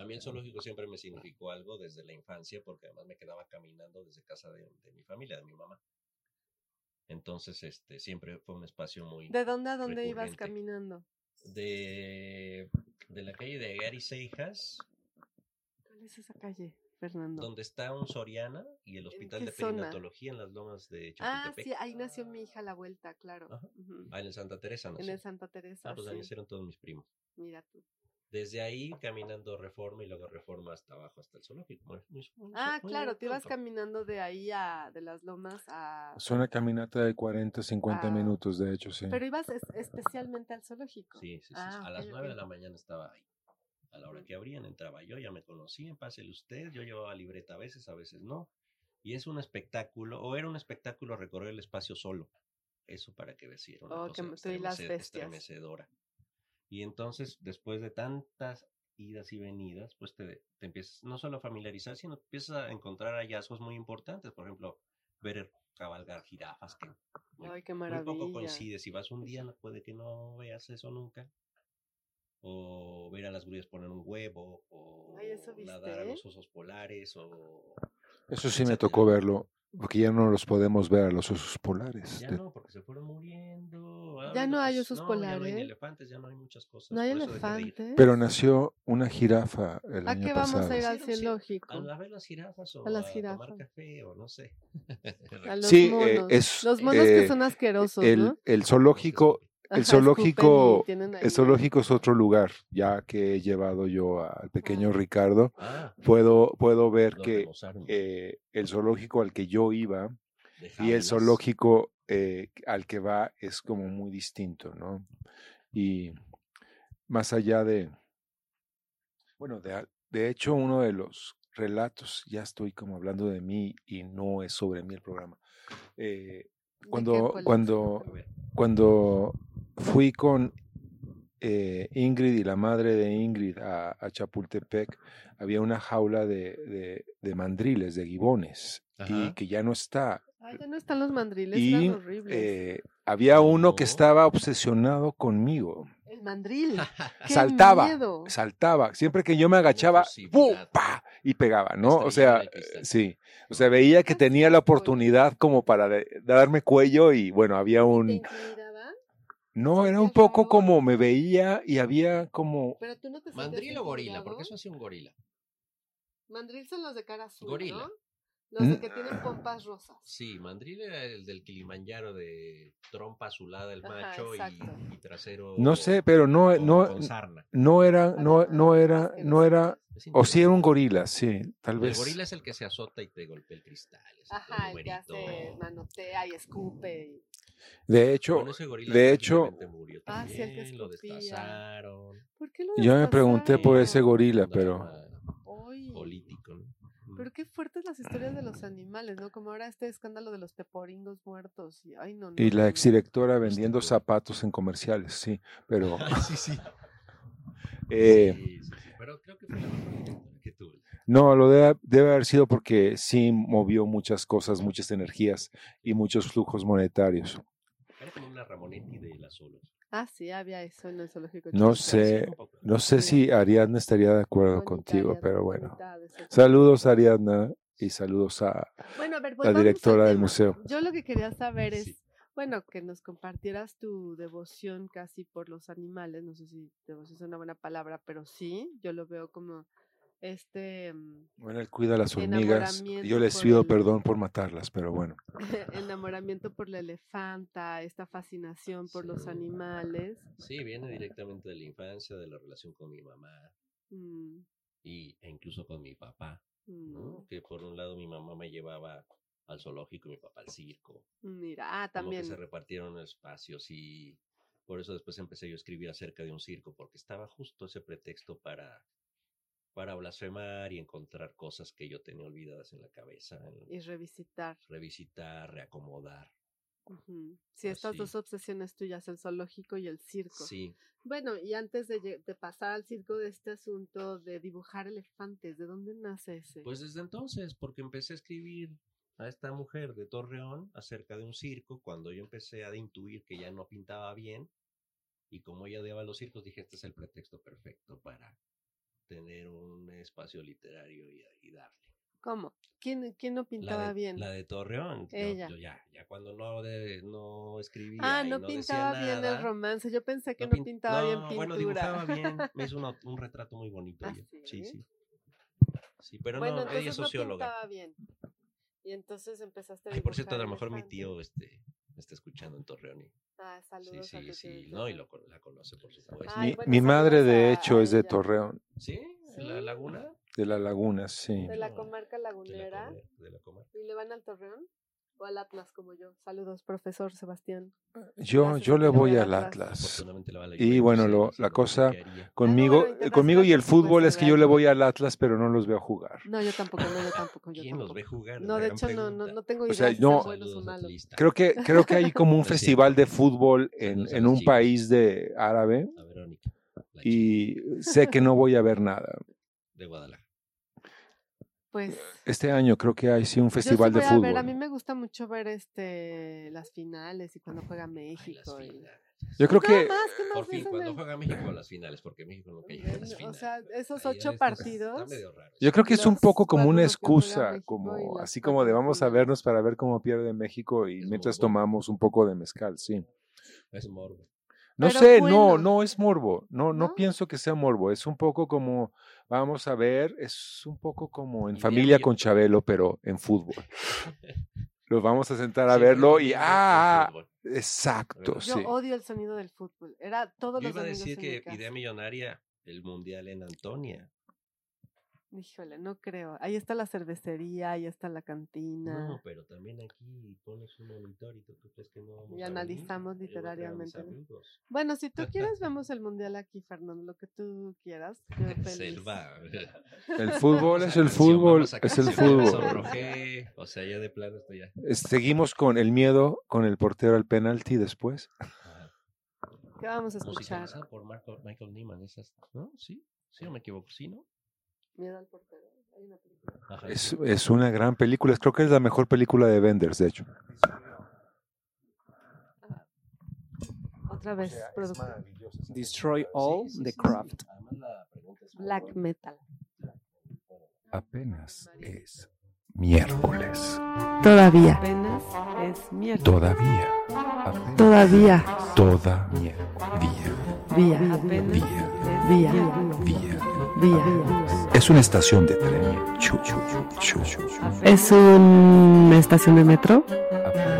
Speaker 5: A mí el zoológico siempre me significó algo desde la infancia, porque además me quedaba caminando desde casa de, de mi familia, de mi mamá. Entonces, este, siempre fue un espacio muy...
Speaker 4: ¿De dónde a dónde ibas
Speaker 5: recurrente.
Speaker 4: caminando?
Speaker 5: De, de la calle de Gary Seijas,
Speaker 4: ¿Cuál es esa calle, Fernando?
Speaker 5: donde está un Soriana y el Hospital
Speaker 4: qué
Speaker 5: de
Speaker 4: zona?
Speaker 5: Perinatología en las lomas de
Speaker 4: Ah,
Speaker 5: Chapultepec.
Speaker 4: sí, ahí nació mi hija a la vuelta, claro.
Speaker 5: Ajá.
Speaker 4: Ujú.
Speaker 5: Ah, en el Santa Teresa, ¿no?
Speaker 4: En
Speaker 5: Sí.
Speaker 4: el Santa Teresa.
Speaker 5: Ah, pues ahí
Speaker 4: sí.
Speaker 5: nacieron todos mis primos.
Speaker 4: Mira tú.
Speaker 5: Desde ahí caminando reforma y luego reforma hasta abajo, hasta el zoológico. Muy- muy- muy-
Speaker 4: Ah,
Speaker 5: muy
Speaker 4: claro, te ibas
Speaker 5: pronto.
Speaker 4: caminando de ahí a de las lomas a
Speaker 1: Es una caminata de 40, 50
Speaker 4: Ah.
Speaker 1: minutos, de hecho, sí.
Speaker 4: Pero ibas es- especialmente al zoológico.
Speaker 5: Sí, sí, sí.
Speaker 4: Ah,
Speaker 5: a
Speaker 4: ok,
Speaker 5: las
Speaker 4: ok.
Speaker 5: 9 de la mañana estaba ahí. A la hora que abrían, entraba yo, ya me conocían, pásele usted. Yo llevaba libreta a veces, a veces no. Y es un espectáculo, o era un espectáculo recorrer el espacio solo. Eso para que veas, sí, era una
Speaker 4: Oh, que
Speaker 5: cosa
Speaker 4: me- tú y las
Speaker 5: estremece-
Speaker 4: bestias.
Speaker 5: estremecedora. Y entonces, después de tantas idas y venidas, pues te, te empiezas no solo a familiarizar, sino empiezas a encontrar hallazgos muy importantes. Por ejemplo, ver cabalgar jirafas, que muy
Speaker 4: Ay, qué
Speaker 5: muy
Speaker 4: maravilla.
Speaker 5: poco coincide. Si vas un día, no puede que no veas eso nunca. O ver a las grullas poner un huevo, o
Speaker 4: Ay, ¿eso
Speaker 5: nadar a
Speaker 4: viste?
Speaker 5: los osos polares, o...
Speaker 1: Eso sí me
Speaker 5: etcétera.
Speaker 1: tocó verlo, porque ya no los podemos ver a los osos polares.
Speaker 5: Ya
Speaker 1: De-
Speaker 5: no, porque se fueron muriendo.
Speaker 4: Ya
Speaker 5: mira,
Speaker 4: no hay
Speaker 5: pues,
Speaker 4: osos
Speaker 5: no, Ya no hay ni
Speaker 4: polares.
Speaker 5: elefantes, ya no hay muchas cosas.
Speaker 4: No hay
Speaker 5: por eso dejé de ir.
Speaker 4: elefantes.
Speaker 1: Pero nació una jirafa el
Speaker 4: ¿A
Speaker 1: año
Speaker 4: qué vamos
Speaker 1: pasado.
Speaker 4: a ir al
Speaker 5: Hicieron, sí,
Speaker 4: zoológico?
Speaker 5: A, la- a ver las jirafas o
Speaker 4: A
Speaker 5: a,
Speaker 4: las jirafas.
Speaker 5: tomar café o no sé.
Speaker 4: A los
Speaker 1: Sí, eh,
Speaker 4: monos.
Speaker 1: es,
Speaker 4: los monos que
Speaker 1: eh,
Speaker 4: son asquerosos,
Speaker 1: el,
Speaker 4: ¿no?
Speaker 1: el zoológico,
Speaker 4: Ajá, escupen
Speaker 1: zoológico-
Speaker 4: y tienen ahí-
Speaker 1: el zoológico es otro lugar, ya que he llevado yo al pequeño Ricardo,
Speaker 5: Ah,
Speaker 1: puedo, puedo ver
Speaker 5: los
Speaker 1: que
Speaker 5: dinosaurios,
Speaker 1: eh, el zoológico al que yo iba y
Speaker 5: de
Speaker 1: el
Speaker 5: jabalíes.
Speaker 1: zoológico eh, al que va es como muy distinto, ¿no? Y más allá de, bueno, de, a- de hecho uno de los relatos, ya estoy como hablando de mí y no es sobre mí el programa, eh,
Speaker 4: ¿De qué
Speaker 1: cuando,
Speaker 4: colegio?
Speaker 1: cuando
Speaker 5: A ver,
Speaker 1: cuando fui con eh, Ingrid y la madre de Ingrid a, a Chapultepec, había una jaula de, de- de mandriles, de gibones, y
Speaker 5: Ajá.
Speaker 1: que ya no está.
Speaker 4: Ay, ya no están los mandriles,
Speaker 1: Y
Speaker 4: eran horribles.
Speaker 1: eh, había uno que
Speaker 5: No.
Speaker 1: estaba obsesionado conmigo.
Speaker 4: El mandril. Ah. ¡Qué
Speaker 1: saltaba,
Speaker 4: miedo!
Speaker 1: saltaba. Siempre que yo me agachaba, ¡pum!
Speaker 5: efusividad.
Speaker 1: ¡pa! y pegaba, ¿no? O
Speaker 5: Estrellita
Speaker 1: sea,
Speaker 5: de cristal.
Speaker 1: sí. O sea, veía que tenía la oportunidad como para de- de darme cuello y bueno, había
Speaker 4: ¿Te
Speaker 1: un...
Speaker 4: intimidaba?
Speaker 1: No, era
Speaker 4: Qué
Speaker 1: un poco
Speaker 4: raro.
Speaker 1: como me veía y había como...
Speaker 4: Pero tú no te sentías
Speaker 5: ¿Mandril o gorila?
Speaker 4: intimidado?
Speaker 5: Porque eso hace un gorila.
Speaker 4: Mandril son los de cara azul,
Speaker 5: Gorila. Ah.
Speaker 4: ¿no? Los de
Speaker 1: Mm.
Speaker 4: que tienen pompas rosas.
Speaker 5: Sí, mandril era el del Kilimanjaro de trompa azulada el
Speaker 4: Ajá,
Speaker 5: macho y-
Speaker 4: exacto.
Speaker 5: y, trasero.
Speaker 1: No sé, pero no,
Speaker 5: con-
Speaker 1: no,
Speaker 5: con sarna.
Speaker 1: no era, no,
Speaker 4: Además,
Speaker 1: no era, no era,
Speaker 5: Es
Speaker 1: o sí era un
Speaker 5: interesante.
Speaker 1: gorila, sí, tal
Speaker 5: El
Speaker 1: vez.
Speaker 5: gorila es el que se azota y te golpea el cristal. ese
Speaker 4: Ajá, el que
Speaker 5: numerito.
Speaker 4: hace manotea y escupe. y-
Speaker 1: De hecho,
Speaker 5: Bueno, ese gorila
Speaker 1: de hecho-
Speaker 5: prácticamente murió
Speaker 4: Ah, sí, el que
Speaker 5: también, lo
Speaker 4: escupía.
Speaker 5: destazaron.
Speaker 4: ¿Por qué lo
Speaker 1: yo me pregunté por ese
Speaker 4: desplazaron?
Speaker 1: gorila,
Speaker 5: Una
Speaker 1: pero
Speaker 5: fama
Speaker 4: Ay,
Speaker 5: Político, ¿no?
Speaker 4: Pero qué fuertes las historias de los
Speaker 1: Ah.
Speaker 4: animales, ¿no? Como ahora este escándalo de los teporingos muertos. Y, ay, no, no,
Speaker 1: y
Speaker 4: no,
Speaker 1: la
Speaker 4: no.
Speaker 1: exdirectora
Speaker 5: Este
Speaker 1: vendiendo
Speaker 5: gorila.
Speaker 1: zapatos en comerciales, sí, pero
Speaker 5: Ah, sí, sí.
Speaker 1: eh,
Speaker 5: Sí, sí, sí, Pero creo que fue la mejor directora que tuve.
Speaker 1: no, lo debe, debe haber sido porque sí movió muchas cosas, muchas energías y muchos flujos monetarios.
Speaker 5: Era como una Ramonetti de las olas.
Speaker 4: Ah, sí, había eso en el zoológico. de
Speaker 1: No
Speaker 4: Chapultepec.
Speaker 1: sé, no sé si Ariadna estaría de acuerdo
Speaker 4: Mónica
Speaker 1: contigo,
Speaker 4: Ariadna,
Speaker 1: pero bueno.
Speaker 4: mitad de ese-
Speaker 1: Saludos Ariadna y saludos a
Speaker 4: Bueno, a ver,
Speaker 1: la
Speaker 4: volvamos al
Speaker 1: directora del
Speaker 4: tema.
Speaker 1: museo.
Speaker 4: Yo lo que quería saber es,
Speaker 5: Sí.
Speaker 4: bueno, que nos compartieras tu devoción casi por los animales. No sé si devoción es una buena palabra, pero sí, yo lo veo como este mm,
Speaker 1: Bueno, él cuida a las hormigas.
Speaker 4: Enamoramiento
Speaker 1: Yo les
Speaker 4: por
Speaker 1: pido
Speaker 4: el-
Speaker 1: perdón por matarlas, pero bueno.
Speaker 4: enamoramiento por la elefanta, esta fascinación por los
Speaker 5: Sí.
Speaker 4: animales.
Speaker 5: Sí, viene directamente de la infancia, de la relación con mi mamá
Speaker 4: Mm,
Speaker 5: y, e incluso con mi papá,
Speaker 4: mm,
Speaker 5: ¿no? Que por un lado mi mamá me llevaba al zoológico y mi papá al circo.
Speaker 4: Mira, ah,
Speaker 5: Como que
Speaker 4: también.
Speaker 5: se repartieron espacios y por eso después empecé yo a escribir acerca de un circo, porque estaba justo ese pretexto para, para blasfemar y encontrar cosas que yo tenía olvidadas en la cabeza, en-
Speaker 4: Y revisitar.
Speaker 5: revisitar, reacomodar.
Speaker 4: ujú. Sí, estas
Speaker 5: Así.
Speaker 4: dos obsesiones tuyas, el zoológico y el circo.
Speaker 5: Ah, Sí,
Speaker 4: Bueno, y antes de, lle- de pasar al circo de este asunto de dibujar elefantes, ¿de dónde nace ese?
Speaker 5: pues desde entonces, porque empecé a escribir a esta mujer de Torreón acerca de un circo, cuando yo empecé a intuir que ya no pintaba bien, y como ella odiaba los circos, dije, este es el pretexto perfecto para tener un espacio literario y, y darle.
Speaker 4: ¿Cómo? ¿Quién, quién no
Speaker 5: La
Speaker 4: pintaba
Speaker 5: de,
Speaker 4: bien?
Speaker 5: La de Torreón. yo-
Speaker 4: Ella.
Speaker 5: yo ya, ya cuando no, de- no escribía.
Speaker 4: Ah,
Speaker 5: y
Speaker 4: no,
Speaker 5: decía
Speaker 4: pintaba bien el
Speaker 5: nada,
Speaker 4: romance. Yo pensé que no,
Speaker 5: pin-
Speaker 4: pintaba bien
Speaker 5: no,
Speaker 4: pintura.
Speaker 5: Bueno, dibujaba bien. Me hizo una- un retrato muy bonito.
Speaker 4: ¿Ah,
Speaker 5: ella.
Speaker 4: sí?
Speaker 5: Sí, sí. Sí, pero
Speaker 4: bueno,
Speaker 5: no,
Speaker 4: entonces
Speaker 5: ella es
Speaker 4: no
Speaker 5: socióloga.
Speaker 4: pintaba bien. Y entonces empezaste a
Speaker 5: Ay, por cierto, a
Speaker 4: dibujar
Speaker 5: lo mejor mi
Speaker 4: elefantes.
Speaker 5: tío este, me está escuchando en Torreón. y-
Speaker 4: Ah,
Speaker 5: Sí,
Speaker 4: saludos a tu
Speaker 5: sí,
Speaker 4: tío
Speaker 5: sí.
Speaker 4: de
Speaker 5: No, y
Speaker 4: Torreón.
Speaker 5: lo con- la conoce, por supuesto.
Speaker 4: Ay,
Speaker 1: mi,
Speaker 4: bueno,
Speaker 1: mi
Speaker 4: saludos
Speaker 1: madre,
Speaker 4: a-
Speaker 1: de hecho,
Speaker 4: a
Speaker 1: es de
Speaker 4: ella.
Speaker 1: Torreón,
Speaker 5: ¿Sí? ¿De la
Speaker 4: Sí.
Speaker 5: laguna?
Speaker 1: de la laguna, sí.
Speaker 4: De la
Speaker 5: No,
Speaker 4: comarca
Speaker 5: De la,
Speaker 4: lagunera.
Speaker 5: comer- de la comarca.
Speaker 4: ¿Y le van al Torreón? ¿O al Atlas como yo? Saludos, profesor Sebastián.
Speaker 1: Yo,
Speaker 4: Gracias
Speaker 1: yo
Speaker 4: a
Speaker 1: le
Speaker 4: Dios,
Speaker 1: voy
Speaker 4: el
Speaker 1: al
Speaker 4: Atlas.
Speaker 1: Atlas.
Speaker 5: Afortunadamente la va a la
Speaker 1: Y
Speaker 5: Juventus,
Speaker 1: bueno,
Speaker 5: sí,
Speaker 1: lo-
Speaker 5: no sé
Speaker 1: la
Speaker 5: lo que
Speaker 1: cosa-
Speaker 5: haría.
Speaker 4: Ah,
Speaker 1: Conmigo,
Speaker 4: ahorita
Speaker 1: eh,
Speaker 4: vas
Speaker 1: conmigo
Speaker 4: tú,
Speaker 1: y el
Speaker 4: por supuesto,
Speaker 1: fútbol es que yo le
Speaker 4: ¿verdad?
Speaker 1: voy al Atlas, pero no los veo jugar.
Speaker 4: No, yo tampoco, no, yo tampoco. Yo
Speaker 5: ¿Quién los
Speaker 4: tampoco.
Speaker 5: ve jugar?
Speaker 4: No,
Speaker 5: La
Speaker 4: de
Speaker 5: gran
Speaker 4: hecho, no, no,
Speaker 5: pregunta.
Speaker 4: no tengo
Speaker 1: O
Speaker 4: idea
Speaker 1: sea,
Speaker 4: si
Speaker 1: no-
Speaker 4: son buenos o
Speaker 5: Saludos,
Speaker 4: malos.
Speaker 5: atlista.
Speaker 1: Creo que, creo que hay como un
Speaker 5: Lo siento.
Speaker 1: festival de fútbol en,
Speaker 5: Saludos a
Speaker 1: en
Speaker 5: los
Speaker 1: un
Speaker 5: chicos.
Speaker 1: país de árabe
Speaker 5: A Verónica. la chica
Speaker 1: y sé que no voy a ver nada.
Speaker 5: De Guadalajara.
Speaker 4: Pues.
Speaker 1: Este año creo que hay sí un
Speaker 4: yo sí
Speaker 1: festival de
Speaker 4: voy a ver, a mí
Speaker 1: fútbol.
Speaker 4: me gusta mucho ver este las finales y cuando juega
Speaker 5: Ay, las
Speaker 4: México. y-
Speaker 5: finales.
Speaker 1: Yo creo
Speaker 4: Nada
Speaker 1: que
Speaker 4: más, ¿qué más
Speaker 5: Por fin,
Speaker 4: dicen
Speaker 5: cuando
Speaker 4: de-
Speaker 5: juega México a las finales, porque México nunca llega a las
Speaker 4: Bueno, o
Speaker 5: finales.
Speaker 4: sea, esos
Speaker 5: Ahí
Speaker 4: ocho
Speaker 5: está- Está
Speaker 4: partidos,
Speaker 5: medio raro.
Speaker 1: Yo creo que es un
Speaker 4: Los
Speaker 1: poco como
Speaker 4: cuatro
Speaker 1: una
Speaker 4: que juega
Speaker 1: excusa,
Speaker 4: México y
Speaker 1: como
Speaker 4: las
Speaker 1: así
Speaker 4: cuatro
Speaker 1: como de
Speaker 4: que
Speaker 1: vamos a
Speaker 4: juega.
Speaker 1: vernos para ver cómo pierde México y
Speaker 5: Es
Speaker 1: mientras
Speaker 5: morbo.
Speaker 1: tomamos un poco de mezcal, sí.
Speaker 5: Es morbo.
Speaker 1: No
Speaker 4: Pero
Speaker 1: sé, no,
Speaker 4: bueno.
Speaker 1: no es morbo, no, no,
Speaker 4: ¿No?
Speaker 1: pienso que sea morbo, es un poco como, vamos a ver, es un poco como en
Speaker 5: Idea
Speaker 1: familia
Speaker 5: mía.
Speaker 1: con Chabelo, pero en fútbol. Los vamos a sentar a
Speaker 5: Siempre
Speaker 1: verlo
Speaker 5: hemos
Speaker 1: y,
Speaker 5: tenido el
Speaker 1: ah, ah,
Speaker 5: fútbol.
Speaker 1: exacto,
Speaker 5: Yo
Speaker 1: sí.
Speaker 4: Yo odio el sonido del fútbol. Era todos
Speaker 5: Yo
Speaker 4: Pues, los
Speaker 5: iba a
Speaker 4: domingos
Speaker 5: decir
Speaker 4: en
Speaker 5: que
Speaker 4: mi casa.
Speaker 5: idea millonaria, el mundial en Antonia.
Speaker 4: Híjole, no creo. Ahí está la cervecería, ahí está la cantina.
Speaker 5: No, pero también aquí pones un monitor y tú tú crees que no vamos
Speaker 4: Y
Speaker 5: a venir?
Speaker 4: analizamos
Speaker 5: Yo voy a traer a mis
Speaker 4: literariamente, ¿no?
Speaker 5: amigos.
Speaker 4: Bueno, si tú quieres, vemos el mundial aquí, Fernando, lo que tú quieras. yo feliz.
Speaker 5: Selva.
Speaker 1: El fútbol
Speaker 5: Vamos
Speaker 1: es
Speaker 5: a
Speaker 1: el
Speaker 5: canción,
Speaker 1: fútbol,
Speaker 5: vamos a
Speaker 1: es el
Speaker 5: canción, vamos a
Speaker 1: fútbol.
Speaker 5: Brujé, O sea, ya de plano estoy ya.
Speaker 1: Es- Seguimos con el miedo, con el portero al penalti después.
Speaker 5: ah,
Speaker 4: ¿Qué vamos a escuchar?
Speaker 5: Musicalizada por Marco- Michael Neiman, esas, ¿no? ¿Sí? ¿Sí o me equivoco? ¿Sí, no?
Speaker 4: Miedo al portero. Hay una película.
Speaker 5: Ajá,
Speaker 1: Es,
Speaker 5: sí.
Speaker 1: es una gran película, creo que es la mejor película de Benders, de hecho.
Speaker 4: Otra vez, productor.
Speaker 7: Destroy all the craft.
Speaker 5: Además, la pregunta es muy
Speaker 4: Black
Speaker 5: buena.
Speaker 4: metal.
Speaker 6: Apenas es miércoles.
Speaker 2: Todavía,
Speaker 4: Apenas es miércoles.
Speaker 6: Todavía. Apenas.
Speaker 2: todavía,
Speaker 6: Toda miércoles.
Speaker 2: vía,
Speaker 4: Apenas
Speaker 6: Día.
Speaker 4: es
Speaker 2: vía,
Speaker 4: miércoles.
Speaker 6: Día.
Speaker 2: vía.
Speaker 6: Es una estación de tren. Chu, chu, chu, chu.
Speaker 2: ¿Es una estación de metro?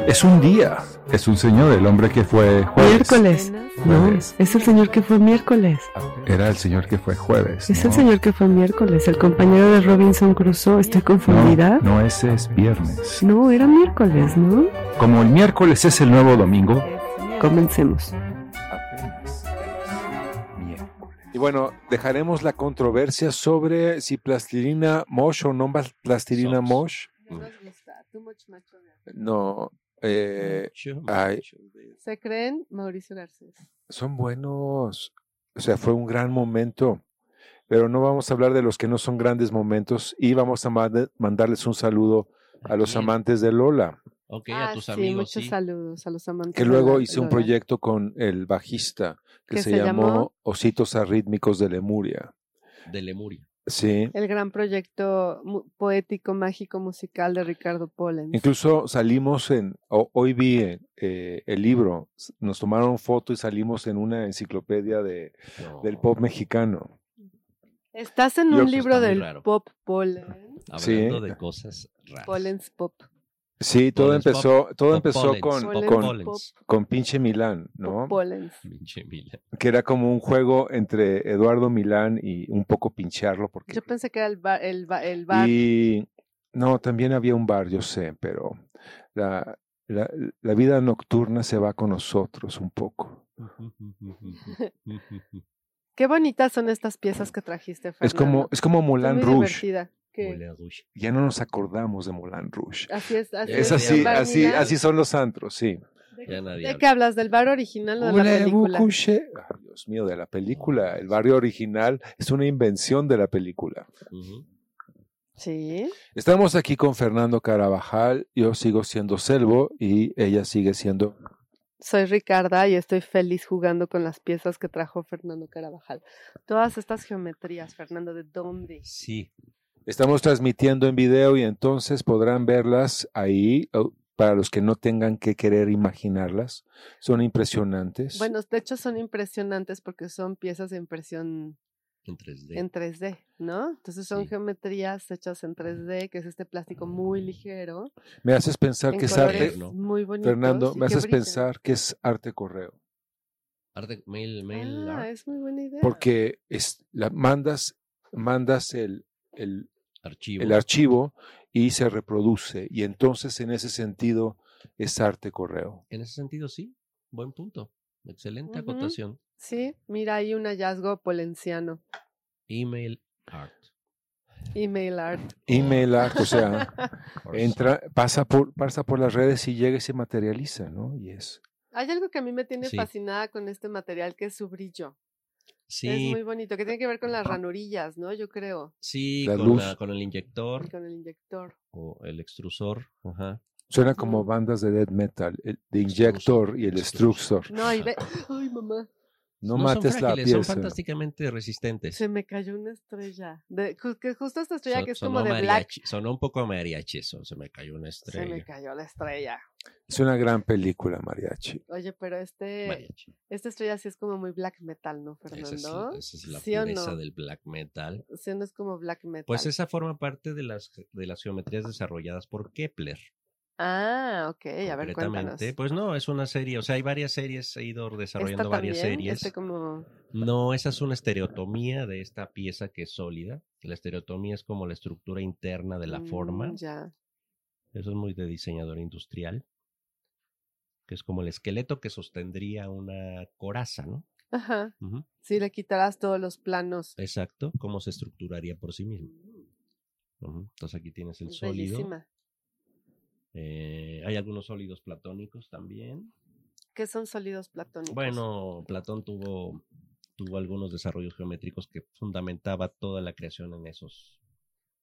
Speaker 6: Es un día. Es un señor, el hombre que fue jueves.
Speaker 2: Miércoles. No,
Speaker 6: Jueves.
Speaker 2: es el señor que fue miércoles.
Speaker 6: Era el señor que fue jueves.
Speaker 2: Es el
Speaker 6: ¿no?
Speaker 2: señor que fue miércoles, el compañero de Robinson Crusoe. Estoy confundida.
Speaker 6: No, no, ese es viernes.
Speaker 2: No, era miércoles, ¿no?
Speaker 6: Como el miércoles es el nuevo domingo.
Speaker 2: Comencemos.
Speaker 6: Apenas es miércoles.
Speaker 1: Y bueno, dejaremos la controversia sobre si plastilina mosh o no va- plastilina
Speaker 5: Sox.
Speaker 1: mosh.
Speaker 4: No nos gusta. Too much macho. man.
Speaker 1: No, eh,
Speaker 5: Mucho,
Speaker 1: ay.
Speaker 5: mucho de-
Speaker 4: ¿Se creen Mauricio Garcés?
Speaker 1: son buenos. O sea, fue un gran momento. Pero no vamos a hablar de los que no son grandes momentos y vamos a mande- mandarles un saludo a los
Speaker 5: quién?
Speaker 1: amantes de Lola,
Speaker 5: Ok,
Speaker 4: ah,
Speaker 5: a tus
Speaker 4: sí,
Speaker 5: amigos,
Speaker 4: muchos
Speaker 5: sí.
Speaker 4: saludos a los amantes.
Speaker 1: que
Speaker 4: de
Speaker 1: luego
Speaker 4: la-
Speaker 1: hice un
Speaker 4: Lola.
Speaker 1: proyecto con el bajista que
Speaker 4: ¿Que
Speaker 1: se
Speaker 4: se
Speaker 1: llamó
Speaker 4: llamó?
Speaker 1: Ositos Arrítmicos de Lemuria.
Speaker 5: De Lemuria.
Speaker 1: Sí,
Speaker 4: El gran proyecto mu- poético, mágico, musical de Ricardo Pollens.
Speaker 1: Incluso salimos en, ho- hoy vi eh, eh, el libro, s- nos
Speaker 4: Oh.
Speaker 1: tomaron foto y salimos en una enciclopedia de, del
Speaker 5: No.
Speaker 1: pop mexicano.
Speaker 4: Estás en un
Speaker 1: Yo-
Speaker 4: libro
Speaker 5: Está muy
Speaker 4: del
Speaker 5: raro.
Speaker 4: pop Pollen.
Speaker 5: Hablando
Speaker 1: Sí. eh.
Speaker 5: de cosas
Speaker 1: Ah.
Speaker 5: raras.
Speaker 4: Pollen's Pop.
Speaker 1: Sí, todo
Speaker 5: Pollens,
Speaker 1: empezó, todo
Speaker 5: Pop
Speaker 1: empezó
Speaker 5: Pollens,
Speaker 1: con,
Speaker 5: Pop
Speaker 1: con,
Speaker 5: Pollens.
Speaker 4: Pollens.
Speaker 1: con pinche Milán, ¿no?
Speaker 4: Pop Pollen's.
Speaker 5: Pinche Milán.
Speaker 1: Que era como un juego entre Eduardo Milán y un poco pincharlo porque
Speaker 4: Yo pensé que era el bar. El ba- el bar.
Speaker 1: Y no, también había un bar, yo sé, pero la, la- la vida nocturna se va con nosotros un poco.
Speaker 4: Qué bonitas son estas piezas que trajiste, Fernando.
Speaker 1: Es como, es como
Speaker 4: Está
Speaker 1: Moulin
Speaker 4: Ah, muy
Speaker 1: Rouge.
Speaker 4: divertida. Que-
Speaker 5: Moulin Rouge.
Speaker 1: Ya no nos acordamos de Moulin Rouge.
Speaker 4: Así es, así
Speaker 1: Es
Speaker 5: ya
Speaker 1: así,
Speaker 5: nadie
Speaker 1: así,
Speaker 5: habla.
Speaker 4: Vanina.
Speaker 1: así son los antros, sí.
Speaker 5: Ya nadie
Speaker 4: ¿De
Speaker 5: habla.
Speaker 4: qué hablas? ¿Del bar original o de la
Speaker 1: Moulin
Speaker 4: película?
Speaker 1: Rouge. Ay, Dios mío, de la película. El barrio original es una invención de la película.
Speaker 5: Ujú.
Speaker 4: Sí.
Speaker 1: Estamos aquí con Fernando Carabajal. Yo sigo siendo Selvo y ella sigue siendo
Speaker 4: Soy Ricarda y estoy feliz jugando con las piezas que trajo Fernando Carabajal. Todas estas geometrías, Fernando, ¿de dónde?
Speaker 5: Sí,
Speaker 1: Estamos transmitiendo en video y entonces podrán verlas ahí o- para los que no tengan que querer imaginarlas. Son impresionantes.
Speaker 4: Bueno, de hecho son impresionantes porque son piezas de impresión
Speaker 5: en 3D.
Speaker 4: en 3D, ¿no? Entonces son
Speaker 5: Sí.
Speaker 4: geometrías hechas en 3D, que es este plástico muy ligero.
Speaker 1: me haces pensar
Speaker 4: en
Speaker 1: Ah. que es
Speaker 4: colores
Speaker 1: arte,
Speaker 5: ¿no?
Speaker 4: muy bonitos
Speaker 1: Fernando,
Speaker 4: y
Speaker 1: me
Speaker 4: que
Speaker 1: haces
Speaker 4: brillan.
Speaker 1: pensar que es arte correo,
Speaker 5: Arte- mail, mail
Speaker 4: Ah,
Speaker 5: art,
Speaker 4: es muy buena idea.
Speaker 1: porque es, la, mandas, mandas el, el,
Speaker 5: archivo.
Speaker 1: el archivo y se reproduce. Y entonces en ese sentido es arte correo.
Speaker 5: en ese sentido, sí. Buen punto. Excelente
Speaker 4: Ujú.
Speaker 5: acotación.
Speaker 4: Sí, mira, hay un hallazgo polenciano.
Speaker 5: Email art.
Speaker 4: Email art.
Speaker 1: Email art, o sea,
Speaker 5: or
Speaker 1: entra, pasa por, pasa por las redes y llega y se materializa, ¿no? Y es.
Speaker 4: Hay algo que a mí me tiene
Speaker 5: Sí.
Speaker 4: fascinada con este material, que es su brillo. Es
Speaker 5: Sí,
Speaker 4: muy bonito, que tiene que ver con las ranurillas, ¿no? Yo creo,
Speaker 5: sí,
Speaker 1: La
Speaker 5: con,
Speaker 1: luz.
Speaker 5: la- con el
Speaker 4: y
Speaker 5: inyector
Speaker 4: con el inyector.
Speaker 5: o el extrusor. Ajá.
Speaker 1: Suena como
Speaker 4: Ujú.
Speaker 1: bandas de death metal, el- de
Speaker 5: Extruxor,
Speaker 1: Injector y el
Speaker 5: extruxor.
Speaker 1: Struxor.
Speaker 4: No, y ve, ay mamá,
Speaker 1: No,
Speaker 5: son
Speaker 1: mates la
Speaker 5: frágiles,
Speaker 1: pieza.
Speaker 5: Son fantásticamente resistentes.
Speaker 4: se me cayó una estrella. De, ju- que justo esta estrella
Speaker 5: Son-
Speaker 4: que es
Speaker 5: sonó
Speaker 4: como de black.
Speaker 5: mariachi- Sonó un poco a mariachi eso. Se me cayó una
Speaker 4: Se me
Speaker 5: estrella.
Speaker 4: cayó la estrella.
Speaker 1: Es una gran película, Mariachi.
Speaker 4: Oye, pero este,
Speaker 5: Mariachi.
Speaker 4: esta estrella sí es como muy black metal, ¿no,
Speaker 5: Esa es,
Speaker 4: Fernando?
Speaker 5: esa es la
Speaker 4: ¿Sí o
Speaker 5: pureza
Speaker 4: no?
Speaker 5: del black metal.
Speaker 4: Sí, no es como black metal.
Speaker 5: Pues esa forma parte de las, de las geometrías desarrolladas por Kepler.
Speaker 4: Ah, ok, a ver, cuéntanos.
Speaker 5: concretamente. Pues no, es una serie. O sea, hay varias series. He ido desarrollando
Speaker 4: Esta
Speaker 5: varias
Speaker 4: también,
Speaker 5: series.
Speaker 4: este como...
Speaker 5: No, esa es una estereotomía de esta pieza que es sólida. La estereotomía es como la estructura interna de la
Speaker 4: mm,
Speaker 5: forma.
Speaker 4: Ya.
Speaker 5: Eso es muy de diseñador industrial. Que es como el esqueleto que sostendría una coraza, ¿no?
Speaker 4: Ajá,
Speaker 5: Ujú,
Speaker 4: sí, le quitarás todos los planos.
Speaker 5: Exacto, cómo se estructuraría por sí mismo. Ujú, Entonces aquí tienes el
Speaker 4: Es
Speaker 5: sólido.
Speaker 4: Mm. bellísima.
Speaker 5: Eh, hay algunos sólidos platónicos también.
Speaker 4: ¿Qué son sólidos platónicos?
Speaker 5: Bueno, Platón tuvo, tuvo algunos desarrollos geométricos que fundamentaba toda la creación en esos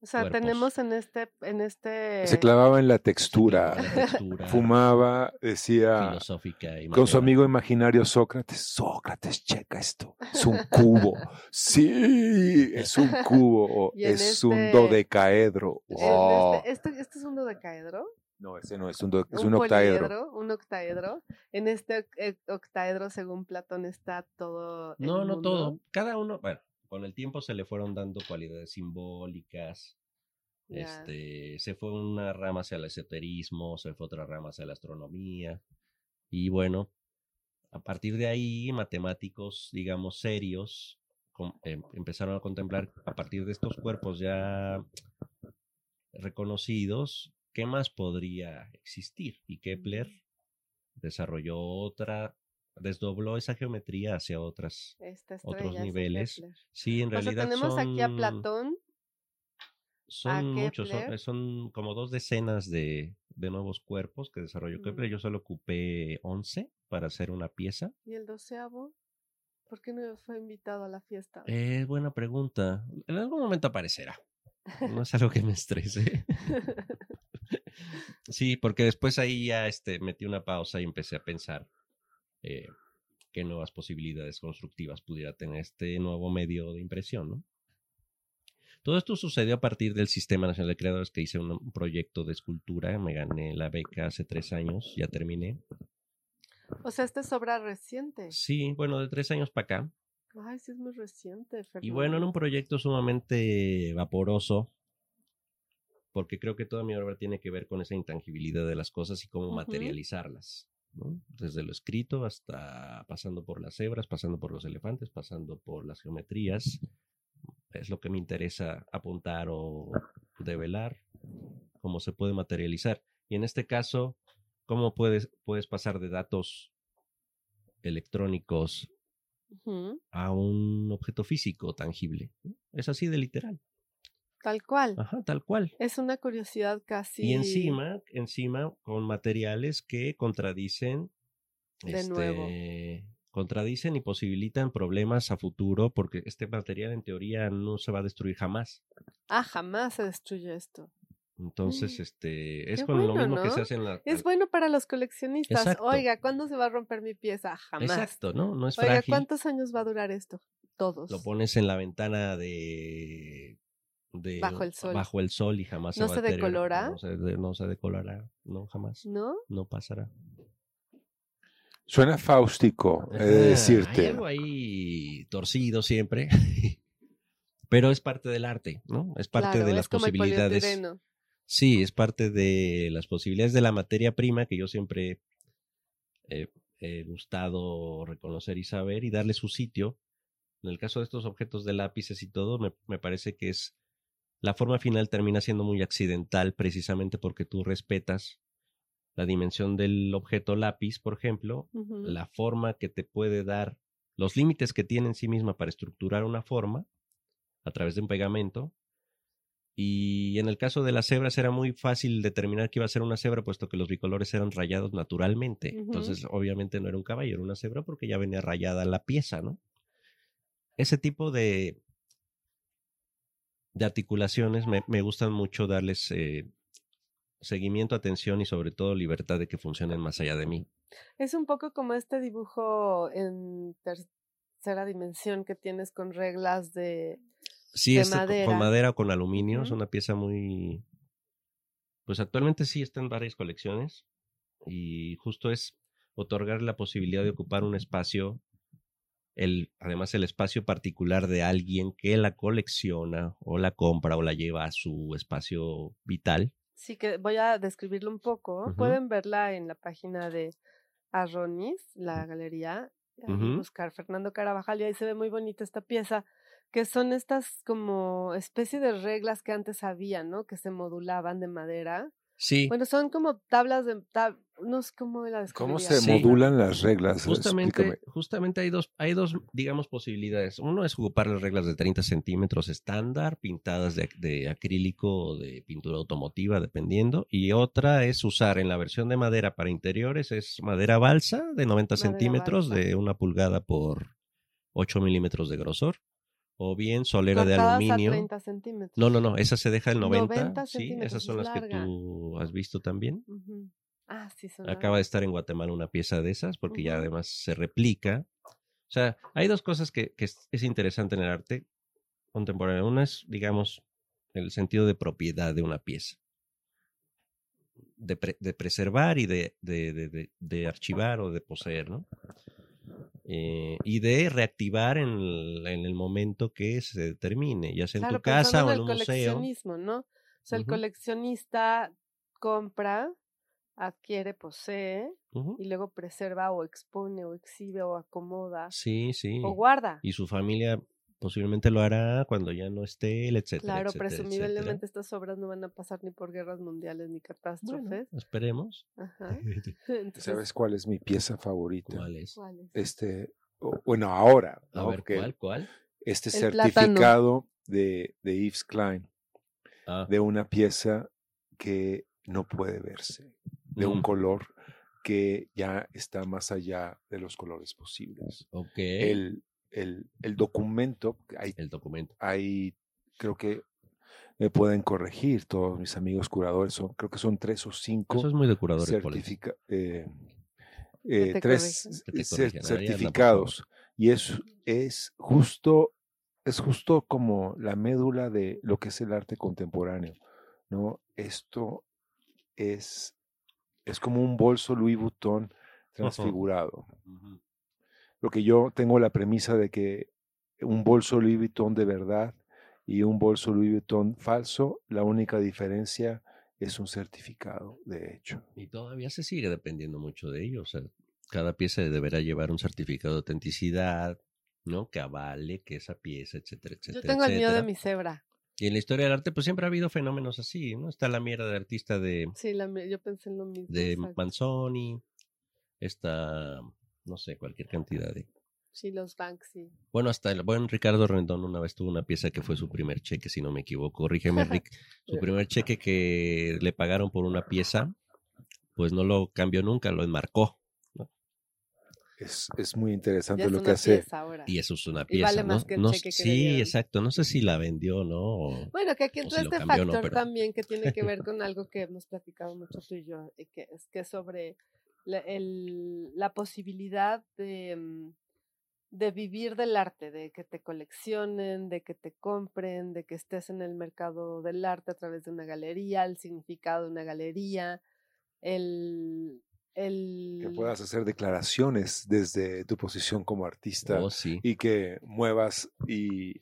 Speaker 4: O sea,
Speaker 5: cuerpos.
Speaker 4: tenemos en este, en este.
Speaker 5: Eh,
Speaker 1: Se clavaba en la
Speaker 5: textura,
Speaker 1: textura,
Speaker 5: textura
Speaker 1: fumaba, decía
Speaker 5: filosófica y
Speaker 1: con su
Speaker 5: matemática.
Speaker 1: amigo imaginario Sócrates, Sócrates, checa esto, es un cubo. Sí, es un cubo, o
Speaker 4: Y en
Speaker 1: es un
Speaker 4: este-
Speaker 1: dodecaedro.
Speaker 4: en
Speaker 1: Oh,
Speaker 4: este, este, este es un dodecaedro,
Speaker 1: No, ese no es un, do- es
Speaker 4: un,
Speaker 1: un octaedro.
Speaker 4: poliedro, un octaedro. En este eh, octaedro, según Platón, está todo. el
Speaker 5: No, no
Speaker 4: mundo.
Speaker 5: todo. Cada uno, bueno, con el tiempo se le fueron dando cualidades simbólicas.
Speaker 4: Ya.
Speaker 5: Este, se fue una rama hacia el esoterismo, se fue otra rama hacia la astronomía. Y bueno, a partir de ahí, matemáticos, digamos, serios, com- em- empezaron a contemplar a partir de estos cuerpos ya reconocidos, qué más podría existir. Y Kepler desarrolló otra, desdobló esa geometría hacia otras.
Speaker 4: Esta
Speaker 5: otros
Speaker 4: estrella, este
Speaker 5: niveles.
Speaker 4: Kepler.
Speaker 5: Sí, en
Speaker 4: O sea,
Speaker 5: realidad
Speaker 4: tenemos aquí a
Speaker 5: son-
Speaker 4: Platón.
Speaker 5: Son muchos, son,
Speaker 4: Kepler.
Speaker 5: son como dos decenas de, de nuevos cuerpos que desarrolló Kepler.
Speaker 4: Mm.
Speaker 5: Yo solo ocupé 11 para hacer una pieza.
Speaker 4: ¿Y el doceavo? ¿Por qué no fue invitado a la fiesta?
Speaker 5: Es Eh, buena pregunta. En algún momento aparecerá. No es algo que me estrese. sí, porque después ahí ya este, metí una pausa y empecé a pensar eh, qué nuevas posibilidades constructivas pudiera tener este nuevo medio de impresión, ¿no? Todo esto sucedió a partir del Sistema Nacional de Creadores que hice un un proyecto de escultura. Me gané la beca hace tres años, ya terminé.
Speaker 4: O sea, esta es obra reciente.
Speaker 5: Sí, bueno, de tres años para acá.
Speaker 4: Ay, sí, es muy reciente.
Speaker 5: Y bueno, en
Speaker 4: Fernando.
Speaker 5: un proyecto sumamente vaporoso, porque creo que toda mi obra tiene que ver con esa intangibilidad de las cosas y cómo
Speaker 4: Ujú.
Speaker 5: materializarlas, ¿no? Desde lo escrito hasta pasando por las hebras, pasando por los elefantes, pasando por las geometrías. Es lo que me interesa apuntar o develar, cómo se puede materializar. Y en este caso, cómo puedes, puedes pasar de datos electrónicos
Speaker 4: Ujú,
Speaker 5: a un objeto físico tangible. Es así de literal.
Speaker 4: Tal cual.
Speaker 5: Ajá, tal cual.
Speaker 4: Es una curiosidad casi.
Speaker 5: Ah. Y encima, encima con materiales que contradicen, este,
Speaker 4: De nuevo.
Speaker 5: contradicen y posibilitan problemas a futuro porque este material en teoría no se va a destruir jamás.
Speaker 4: Ah, jamás se destruye esto.
Speaker 5: Entonces,
Speaker 4: Mm.
Speaker 5: este, es
Speaker 4: Qué
Speaker 5: con lo
Speaker 4: bueno,
Speaker 5: mismo que
Speaker 4: ¿no?
Speaker 5: se hace en la...
Speaker 4: Es bueno para los coleccionistas.
Speaker 5: Exacto.
Speaker 4: Oiga, ¿cuándo se va a romper mi pieza? Jamás.
Speaker 5: Exacto, ¿no? No es
Speaker 4: Oiga,
Speaker 5: frágil.
Speaker 4: ¿cuántos años va a durar esto? Todos.
Speaker 5: Lo pones en la ventana de, de-
Speaker 4: Bajo el sol.
Speaker 5: bajo el sol y jamás
Speaker 4: ¿No
Speaker 5: va a
Speaker 4: se
Speaker 5: deteriorar.
Speaker 4: decolora?
Speaker 5: No se, de- no se decolorará, no jamás,
Speaker 4: ¿No?
Speaker 5: no pasará.
Speaker 1: Suena fáustico, he
Speaker 5: Ajá,
Speaker 1: de
Speaker 5: Ah, Hay
Speaker 1: decirte.
Speaker 5: algo ahí torcido siempre, pero es parte del arte, ¿no? Es parte
Speaker 4: Claro,
Speaker 5: de
Speaker 4: es
Speaker 5: las
Speaker 4: como el
Speaker 5: posibilidades.
Speaker 4: polietileno.
Speaker 5: Sí, es parte de las posibilidades de la materia prima que yo siempre eh, he gustado reconocer y saber y darle su sitio. En el caso de estos objetos de lápices y todo, me, me parece que es la forma final termina siendo muy accidental precisamente porque tú respetas la dimensión del objeto lápiz, por ejemplo,
Speaker 4: Ujú.
Speaker 5: la forma que te puede dar, los límites que tiene en sí misma para estructurar una forma a través de un pegamento. Y en el caso de las cebras era muy fácil determinar que iba a ser una cebra, puesto que los bicolores eran rayados naturalmente.
Speaker 4: Ujú.
Speaker 5: Entonces, obviamente no era un caballo, era una cebra porque ya venía rayada la pieza, ¿no? Ese tipo de, de articulaciones me, me gustan mucho darles eh, seguimiento, atención y sobre todo libertad de que funcionen más allá de mí.
Speaker 4: Es un poco como este dibujo en tercera dimensión que tienes con reglas de...
Speaker 5: Sí,
Speaker 4: de
Speaker 5: este co-
Speaker 4: madera.
Speaker 5: con madera o con aluminio. Es
Speaker 4: Ujú.
Speaker 5: una pieza muy. Pues actualmente sí está en varias colecciones. Y justo es otorgar la posibilidad de ocupar un espacio. El, además, el espacio particular de alguien que la colecciona o la compra o la lleva a su espacio vital.
Speaker 4: Sí, que voy a describirlo un poco.
Speaker 5: Ujú.
Speaker 4: Pueden verla en la página de Arronis, la galería, ahí
Speaker 5: Ujú.
Speaker 4: buscar Fernando Carabajal y ahí se ve muy bonita esta pieza, que son estas como especie de reglas que antes había, ¿no? Que se modulaban de madera.
Speaker 5: Sí,
Speaker 4: Bueno, son como tablas de... tab- no sé cómo la
Speaker 1: ¿Cómo
Speaker 4: describiría.
Speaker 1: se
Speaker 5: Sí.
Speaker 1: modulan las reglas?
Speaker 5: justamente,
Speaker 1: Explícame.
Speaker 5: justamente hay, dos, hay dos, digamos, posibilidades. Uno es ocupar las reglas de 30 centímetros estándar, pintadas de, ac- de acrílico o de pintura automotiva, dependiendo. Y otra es usar en la versión de madera para interiores, es madera balsa de 90
Speaker 4: Madera
Speaker 5: centímetros,
Speaker 4: balsa.
Speaker 5: de una pulgada por 8 milímetros de grosor. O bien solera de
Speaker 4: Cortadas
Speaker 5: aluminio.
Speaker 4: a 30 centímetros.
Speaker 5: No, no, no, esa se deja el 90.
Speaker 4: 90
Speaker 5: sí,
Speaker 4: centímetros,
Speaker 5: esas son
Speaker 4: es
Speaker 5: las que
Speaker 4: larga.
Speaker 5: tú has visto también.
Speaker 4: Ujú. Ah, sí, son las-
Speaker 5: Acaba de estar en Guatemala una pieza de esas, porque ya
Speaker 4: Ujú.
Speaker 5: además se replica. O sea, hay dos cosas que, que es, es interesante en el arte contemporáneo. Una es, digamos, el sentido de propiedad de una pieza. De, pre- de preservar y de, de- de- de- de archivar o de poseer, ¿no? Eh, y de reactivar en el, en el momento que se determine, ya sea en
Speaker 4: Claro,
Speaker 5: tu casa
Speaker 4: pensando
Speaker 5: o
Speaker 4: el
Speaker 5: en un museo.
Speaker 4: coleccionismo, ¿no? O sea, el
Speaker 5: Ujú.
Speaker 4: coleccionista compra, adquiere, posee
Speaker 5: Ujú.
Speaker 4: y luego preserva o expone o exhibe o acomoda
Speaker 5: Sí, sí.
Speaker 4: o guarda.
Speaker 5: y su familia posiblemente lo hará cuando ya no esté él, etcétera.
Speaker 4: claro,
Speaker 5: etcétera,
Speaker 4: presumiblemente
Speaker 5: etcétera.
Speaker 4: estas obras no van a pasar ni por guerras mundiales ni
Speaker 5: Bueno,
Speaker 4: catástrofes.
Speaker 5: esperemos.
Speaker 4: Ajá. Entonces,
Speaker 1: ¿Sabes cuál es mi pieza favorita?
Speaker 5: ¿Cuál es?
Speaker 4: ¿cuál es?
Speaker 1: Este, o- bueno, ahora,
Speaker 5: A
Speaker 1: ¿no?
Speaker 5: ver,
Speaker 1: Porque
Speaker 5: ¿cuál? ¿Cuál?
Speaker 1: este
Speaker 4: El plátano.
Speaker 1: certificado de, de Yves Klein,
Speaker 5: Ah,
Speaker 1: de una pieza que no puede verse, de un
Speaker 5: Mm.
Speaker 1: color que ya está más allá de los colores posibles.
Speaker 5: ok. El,
Speaker 1: El, el, el documento, hay
Speaker 5: documento.
Speaker 1: hay, creo que me pueden corregir todos mis amigos curadores, son- creo que son tres o cinco
Speaker 5: Eso es muy decorador.
Speaker 1: certifica- eh,
Speaker 4: Que
Speaker 1: eh,
Speaker 4: te
Speaker 1: tres
Speaker 5: Que te
Speaker 1: cer-
Speaker 5: corrijan. Ariadna, por favor.
Speaker 1: certificados. Y es, es justo, es justo como la médula de lo que es el arte contemporáneo. ¿no? Esto es, es como un bolso Louis Vuitton transfigurado. Lo que yo tengo la premisa de que un bolso Louis Vuitton de verdad y un bolso Louis Vuitton falso, la única diferencia es un certificado de hecho.
Speaker 5: Y todavía se sigue dependiendo mucho de ello. O sea, cada pieza deberá llevar un certificado de autenticidad, ¿no? Que avale que esa pieza, etcétera, etcétera.
Speaker 4: Yo tengo el mío de
Speaker 5: etcétera.
Speaker 4: mi cebra.
Speaker 5: Y en la historia del arte, pues siempre ha habido fenómenos así, ¿no? Está la mierda de artista de,
Speaker 4: Sí, la mi- yo pensé en lo mismo.
Speaker 5: de
Speaker 4: exacto.
Speaker 5: Manzoni, está, no sé, cualquier cantidad de...
Speaker 4: Sí, los Banksy.
Speaker 5: Bueno, hasta el buen Ricardo Rendón una vez tuvo una pieza que fue su primer cheque, si no me equivoco. Corrígeme, Rick. Su primer cheque que le pagaron por una pieza, pues no lo cambió nunca, lo enmarcó.
Speaker 1: Es, es muy
Speaker 4: Ya
Speaker 1: interesante
Speaker 4: es
Speaker 1: lo
Speaker 4: una
Speaker 1: que hace.
Speaker 4: pieza ahora.
Speaker 5: Y eso es una
Speaker 4: Y
Speaker 5: pieza,
Speaker 4: vale
Speaker 5: ¿no?
Speaker 4: más que el
Speaker 5: No-
Speaker 4: cheque que le
Speaker 5: sí,
Speaker 4: dieron.
Speaker 5: exacto. No sé si la vendió, ¿no? O-
Speaker 4: Bueno, que aquí
Speaker 5: O
Speaker 4: entra
Speaker 5: si lo
Speaker 4: este
Speaker 5: cambió o no,
Speaker 4: factor
Speaker 5: pero-
Speaker 4: también que tiene que ver con algo que hemos platicado mucho tú y yo, y que es que sobre la, el- la posibilidad de, mm, de vivir del arte, de que te coleccionen, de que te compren, de que estés en el mercado del arte a través de una galería, el significado de una galería, el... el
Speaker 1: Que puedas hacer declaraciones desde tu posición como artista
Speaker 5: o Oh, sí.
Speaker 1: y que muevas y,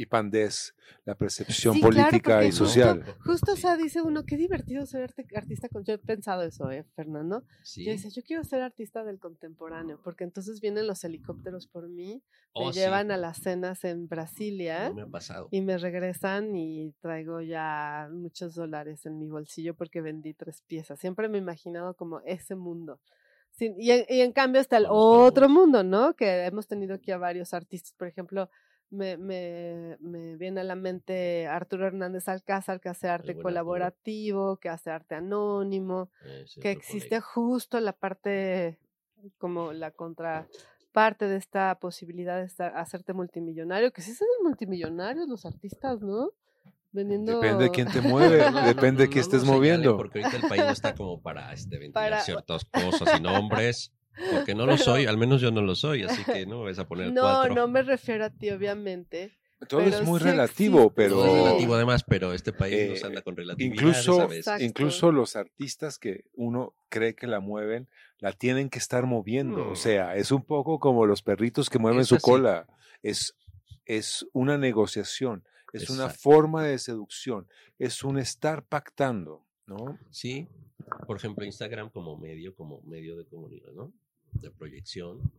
Speaker 1: y pandes la percepción
Speaker 4: Sí, claro,
Speaker 1: política
Speaker 4: porque
Speaker 1: y
Speaker 4: justo-
Speaker 1: social.
Speaker 4: Justo, o
Speaker 5: Sí,
Speaker 4: sea, dice uno, qué divertido ser arte- artista. con- Yo he pensado eso, ¿eh, Fernando?
Speaker 5: sí.
Speaker 4: Yo decía, yo quiero ser artista del contemporáneo, porque entonces vienen los helicópteros por mí, me
Speaker 5: Oh, sí.
Speaker 4: llevan a las cenas en Brasilia
Speaker 5: No me ha pasado.
Speaker 4: y me regresan y traigo ya muchos dólares en mi bolsillo porque vendí tres piezas. Siempre me he imaginado como ese mundo. Sin- y, en, y en cambio está el
Speaker 5: Vamos,
Speaker 4: otro mundo, ¿no? Que hemos tenido aquí a varios artistas. Por ejemplo, me, me- me viene a la mente Arturo Hernández Alcázar, que hace arte
Speaker 5: buen Arturo.
Speaker 4: colaborativo, que hace arte anónimo
Speaker 5: Eh, sí,
Speaker 4: que
Speaker 5: otro por ahí.
Speaker 4: existe justo la parte, como la contraparte de esta posibilidad de estar, hacerte multimillonario, que sí se hacen multimillonarios los artistas, ¿no? Vendiendo
Speaker 1: Depende de quién te mueve,
Speaker 5: No, no,
Speaker 1: depende de
Speaker 5: no,
Speaker 1: quién
Speaker 5: no
Speaker 1: estés
Speaker 5: nos señalen,
Speaker 1: moviendo.
Speaker 5: Porque ahorita el país no está como para este, ventilar
Speaker 4: Para-
Speaker 5: ciertas cosas y nombres. Porque no lo
Speaker 4: Pero-
Speaker 5: soy, al menos yo no lo soy, así que no me vas a poner
Speaker 4: No,
Speaker 5: cuatro.
Speaker 4: no me refiero a ti, obviamente.
Speaker 1: Todo
Speaker 4: pero
Speaker 1: es muy
Speaker 4: sí
Speaker 1: relativo,
Speaker 4: existe.
Speaker 1: pero...
Speaker 5: Todo es relativo además, pero este país
Speaker 1: Eh,
Speaker 5: nos anda con relatividad.
Speaker 1: incluso-
Speaker 4: Exacto.
Speaker 1: Incluso los artistas que uno cree que la mueven, la tienen que estar moviendo.
Speaker 5: Mm.
Speaker 1: O sea, es un poco como los perritos que mueven
Speaker 5: Es
Speaker 1: su
Speaker 5: así.
Speaker 1: cola. Es, es una negociación, es una
Speaker 5: Exacto.
Speaker 1: forma de seducción, es un estar pactando, ¿no?
Speaker 5: Sí, por ejemplo, Instagram como medio, como medio de comunidad, ¿no? De proyección,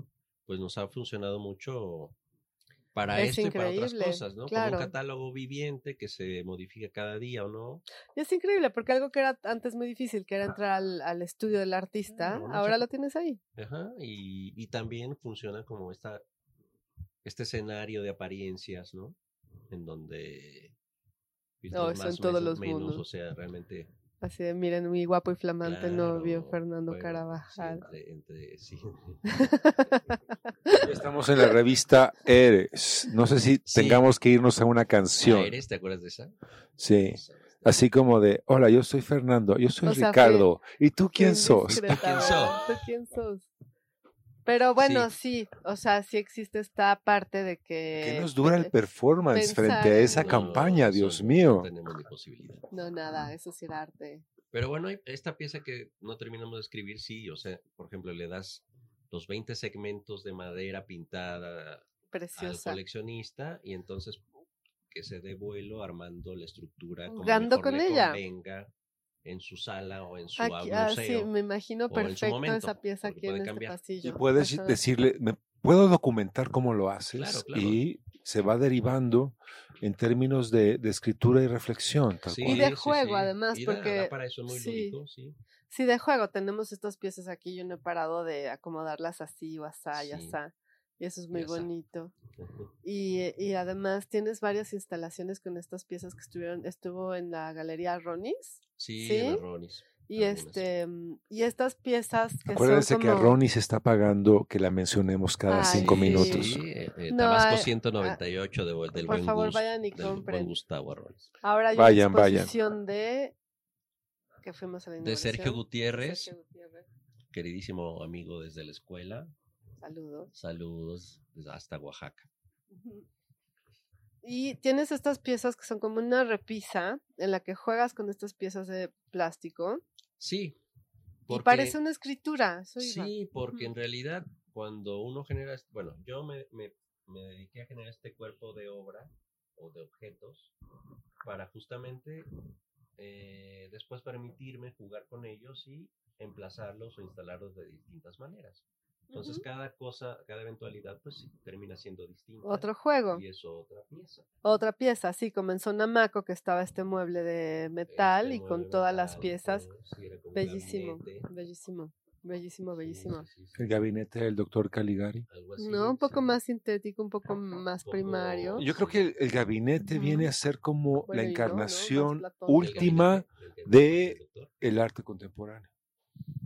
Speaker 5: pues nos ha funcionado mucho para
Speaker 4: Es
Speaker 5: esto y para
Speaker 4: increíble,
Speaker 5: otras cosas, ¿no?
Speaker 4: claro.
Speaker 5: Como un catálogo viviente que se modifica cada día o no.
Speaker 4: Y es increíble, porque algo que era antes muy difícil, que era entrar al, al estudio del artista,
Speaker 5: Claro, Ah, no
Speaker 4: ahora
Speaker 5: sé.
Speaker 4: lo tienes ahí.
Speaker 5: Ajá, y, y también funciona como esta, este escenario de apariencias, ¿no? En donde...
Speaker 4: No,
Speaker 5: vistes
Speaker 4: eso en Oh, todos los
Speaker 5: menos,
Speaker 4: mundos.
Speaker 5: O sea, realmente...
Speaker 4: Así de, miren, muy guapo y flamante novio,
Speaker 5: claro,
Speaker 4: Fernando
Speaker 5: bueno, sí,
Speaker 4: Carabajal.
Speaker 5: entre- entre- sí.
Speaker 1: Ya estamos en la revista Eres. No sé si
Speaker 5: Sí.
Speaker 1: tengamos que irnos a una canción.
Speaker 5: ¿Eres? ¿Te acuerdas de esa?
Speaker 1: Sí. Así como de, hola, yo soy Fernando, yo soy
Speaker 4: O sea, fue-
Speaker 1: Ricardo. ¿Y tú
Speaker 4: Qué
Speaker 1: quién sos?
Speaker 4: indiscreta,
Speaker 5: quién
Speaker 4: ¿verdad? ¿Tú quién sos? Pero bueno, sí. o sea, sí existe esta parte de
Speaker 1: ¿Qué
Speaker 4: que...
Speaker 1: nos dura el
Speaker 4: eh,
Speaker 1: performance
Speaker 4: pensar
Speaker 1: frente a
Speaker 4: en-
Speaker 1: esa
Speaker 4: No,
Speaker 1: campaña,
Speaker 5: eso
Speaker 1: Dios
Speaker 5: no-
Speaker 1: mío?
Speaker 5: No tenemos ni posibilidad.
Speaker 4: No, nada, eso sí era arte.
Speaker 5: Pero bueno, hay- esta pieza que no terminamos de escribir, sí, o sea, por ejemplo, le das los 20 segmentos de madera pintada al
Speaker 4: Preciosa.
Speaker 5: coleccionista y entonces que se dé vuelo armando la estructura como
Speaker 4: Jugando
Speaker 5: mejor
Speaker 4: con
Speaker 5: le
Speaker 4: ella.
Speaker 5: convenga en su sala o en su
Speaker 4: Aquí,
Speaker 5: museo.
Speaker 4: ah, sí, me
Speaker 5: o
Speaker 4: imagino
Speaker 5: en su
Speaker 4: perfecto
Speaker 5: momento,
Speaker 4: esa pieza
Speaker 5: porque
Speaker 4: aquí en
Speaker 5: puede
Speaker 4: este
Speaker 5: cambiar.
Speaker 1: Y
Speaker 4: pasillo.
Speaker 1: puedes
Speaker 4: Ajá.
Speaker 1: decirle, me puedo documentar cómo lo haces
Speaker 5: Claro, claro.
Speaker 1: y se va derivando en términos de, de escritura y reflexión. tal
Speaker 5: Sí,
Speaker 1: cual.
Speaker 4: Y de
Speaker 5: sí,
Speaker 4: juego, además,
Speaker 5: Y da- da
Speaker 4: porque-
Speaker 5: para eso es muy
Speaker 4: sí.
Speaker 5: lúdico, sí.
Speaker 4: Sí, de juego, tenemos estas piezas aquí, yo no he parado de acomodarlas así o asá y
Speaker 5: Sí.
Speaker 4: asá. Y eso es muy
Speaker 5: Y asá.
Speaker 4: bonito. Y, eh, y además tienes varias instalaciones con estas piezas que estuvieron, estuvo en la Galería Ronis.
Speaker 5: Sí,
Speaker 4: Sí.
Speaker 5: de Ronis.
Speaker 4: Y
Speaker 5: algunas.
Speaker 4: este mm, y estas piezas que
Speaker 1: Acuérdense
Speaker 4: son
Speaker 1: que
Speaker 4: como
Speaker 1: Ronnie se está pagando que la mencionemos cada
Speaker 4: Ay,
Speaker 1: cinco
Speaker 4: sí.
Speaker 1: minutos.
Speaker 5: Sí, eh, eh,
Speaker 4: No,
Speaker 5: Tabasco
Speaker 4: ah,
Speaker 5: 198 de,
Speaker 4: por
Speaker 5: del buen
Speaker 4: favor,
Speaker 5: Gus-
Speaker 4: vayan y
Speaker 5: del buen
Speaker 4: compren.
Speaker 5: Gustavo Arroyes.
Speaker 4: ahora hay
Speaker 1: Vayan,
Speaker 4: una
Speaker 1: vayan.
Speaker 4: exposición de que fuimos a la
Speaker 5: De Sergio
Speaker 4: inauguración,
Speaker 5: Gutiérrez,
Speaker 4: Sergio Gutiérrez,
Speaker 5: queridísimo amigo desde la escuela.
Speaker 4: saludos.
Speaker 5: Saludos desde hasta Oaxaca.
Speaker 4: Y tienes estas piezas que son como una repisa en la que juegas con estas piezas de plástico
Speaker 5: Sí.
Speaker 4: y parece una escritura. Eso iba.
Speaker 5: Sí, porque
Speaker 4: Ujú.
Speaker 5: en realidad cuando uno genera, bueno, yo me, me- me dediqué a generar este cuerpo de obra o de objetos para justamente eh, después permitirme jugar con ellos y emplazarlos o instalarlos de distintas maneras. Entonces
Speaker 4: Ujú.
Speaker 5: cada cosa, cada eventualidad pues sí, termina siendo distinta.
Speaker 4: Otro juego,
Speaker 5: Y es otra pieza.
Speaker 4: otra pieza. Sí, comenzó en Amaco, que estaba este mueble de metal
Speaker 5: Este
Speaker 4: y con
Speaker 5: mueble
Speaker 4: todas las
Speaker 5: metálico,
Speaker 4: piezas.
Speaker 5: sí, era como un
Speaker 4: Bellísimo,
Speaker 5: gabinete.
Speaker 4: bellísimo, bellísimo, bellísimo.
Speaker 5: Sí, sí, sí,
Speaker 1: El gabinete del doctor Caligari.
Speaker 5: algo así,
Speaker 4: No, un poco
Speaker 5: sí.
Speaker 4: más sintético, un poco más
Speaker 5: Como-
Speaker 4: primario.
Speaker 5: Yo
Speaker 1: Yo creo que el, el gabinete
Speaker 4: Ujú.
Speaker 1: viene a ser como la
Speaker 4: Bueno, y no, ¿no? Más
Speaker 1: encarnación
Speaker 4: platónico.
Speaker 5: El
Speaker 1: última
Speaker 5: gabinete, el gabinete
Speaker 1: de-
Speaker 5: del doctor.
Speaker 1: del arte contemporáneo.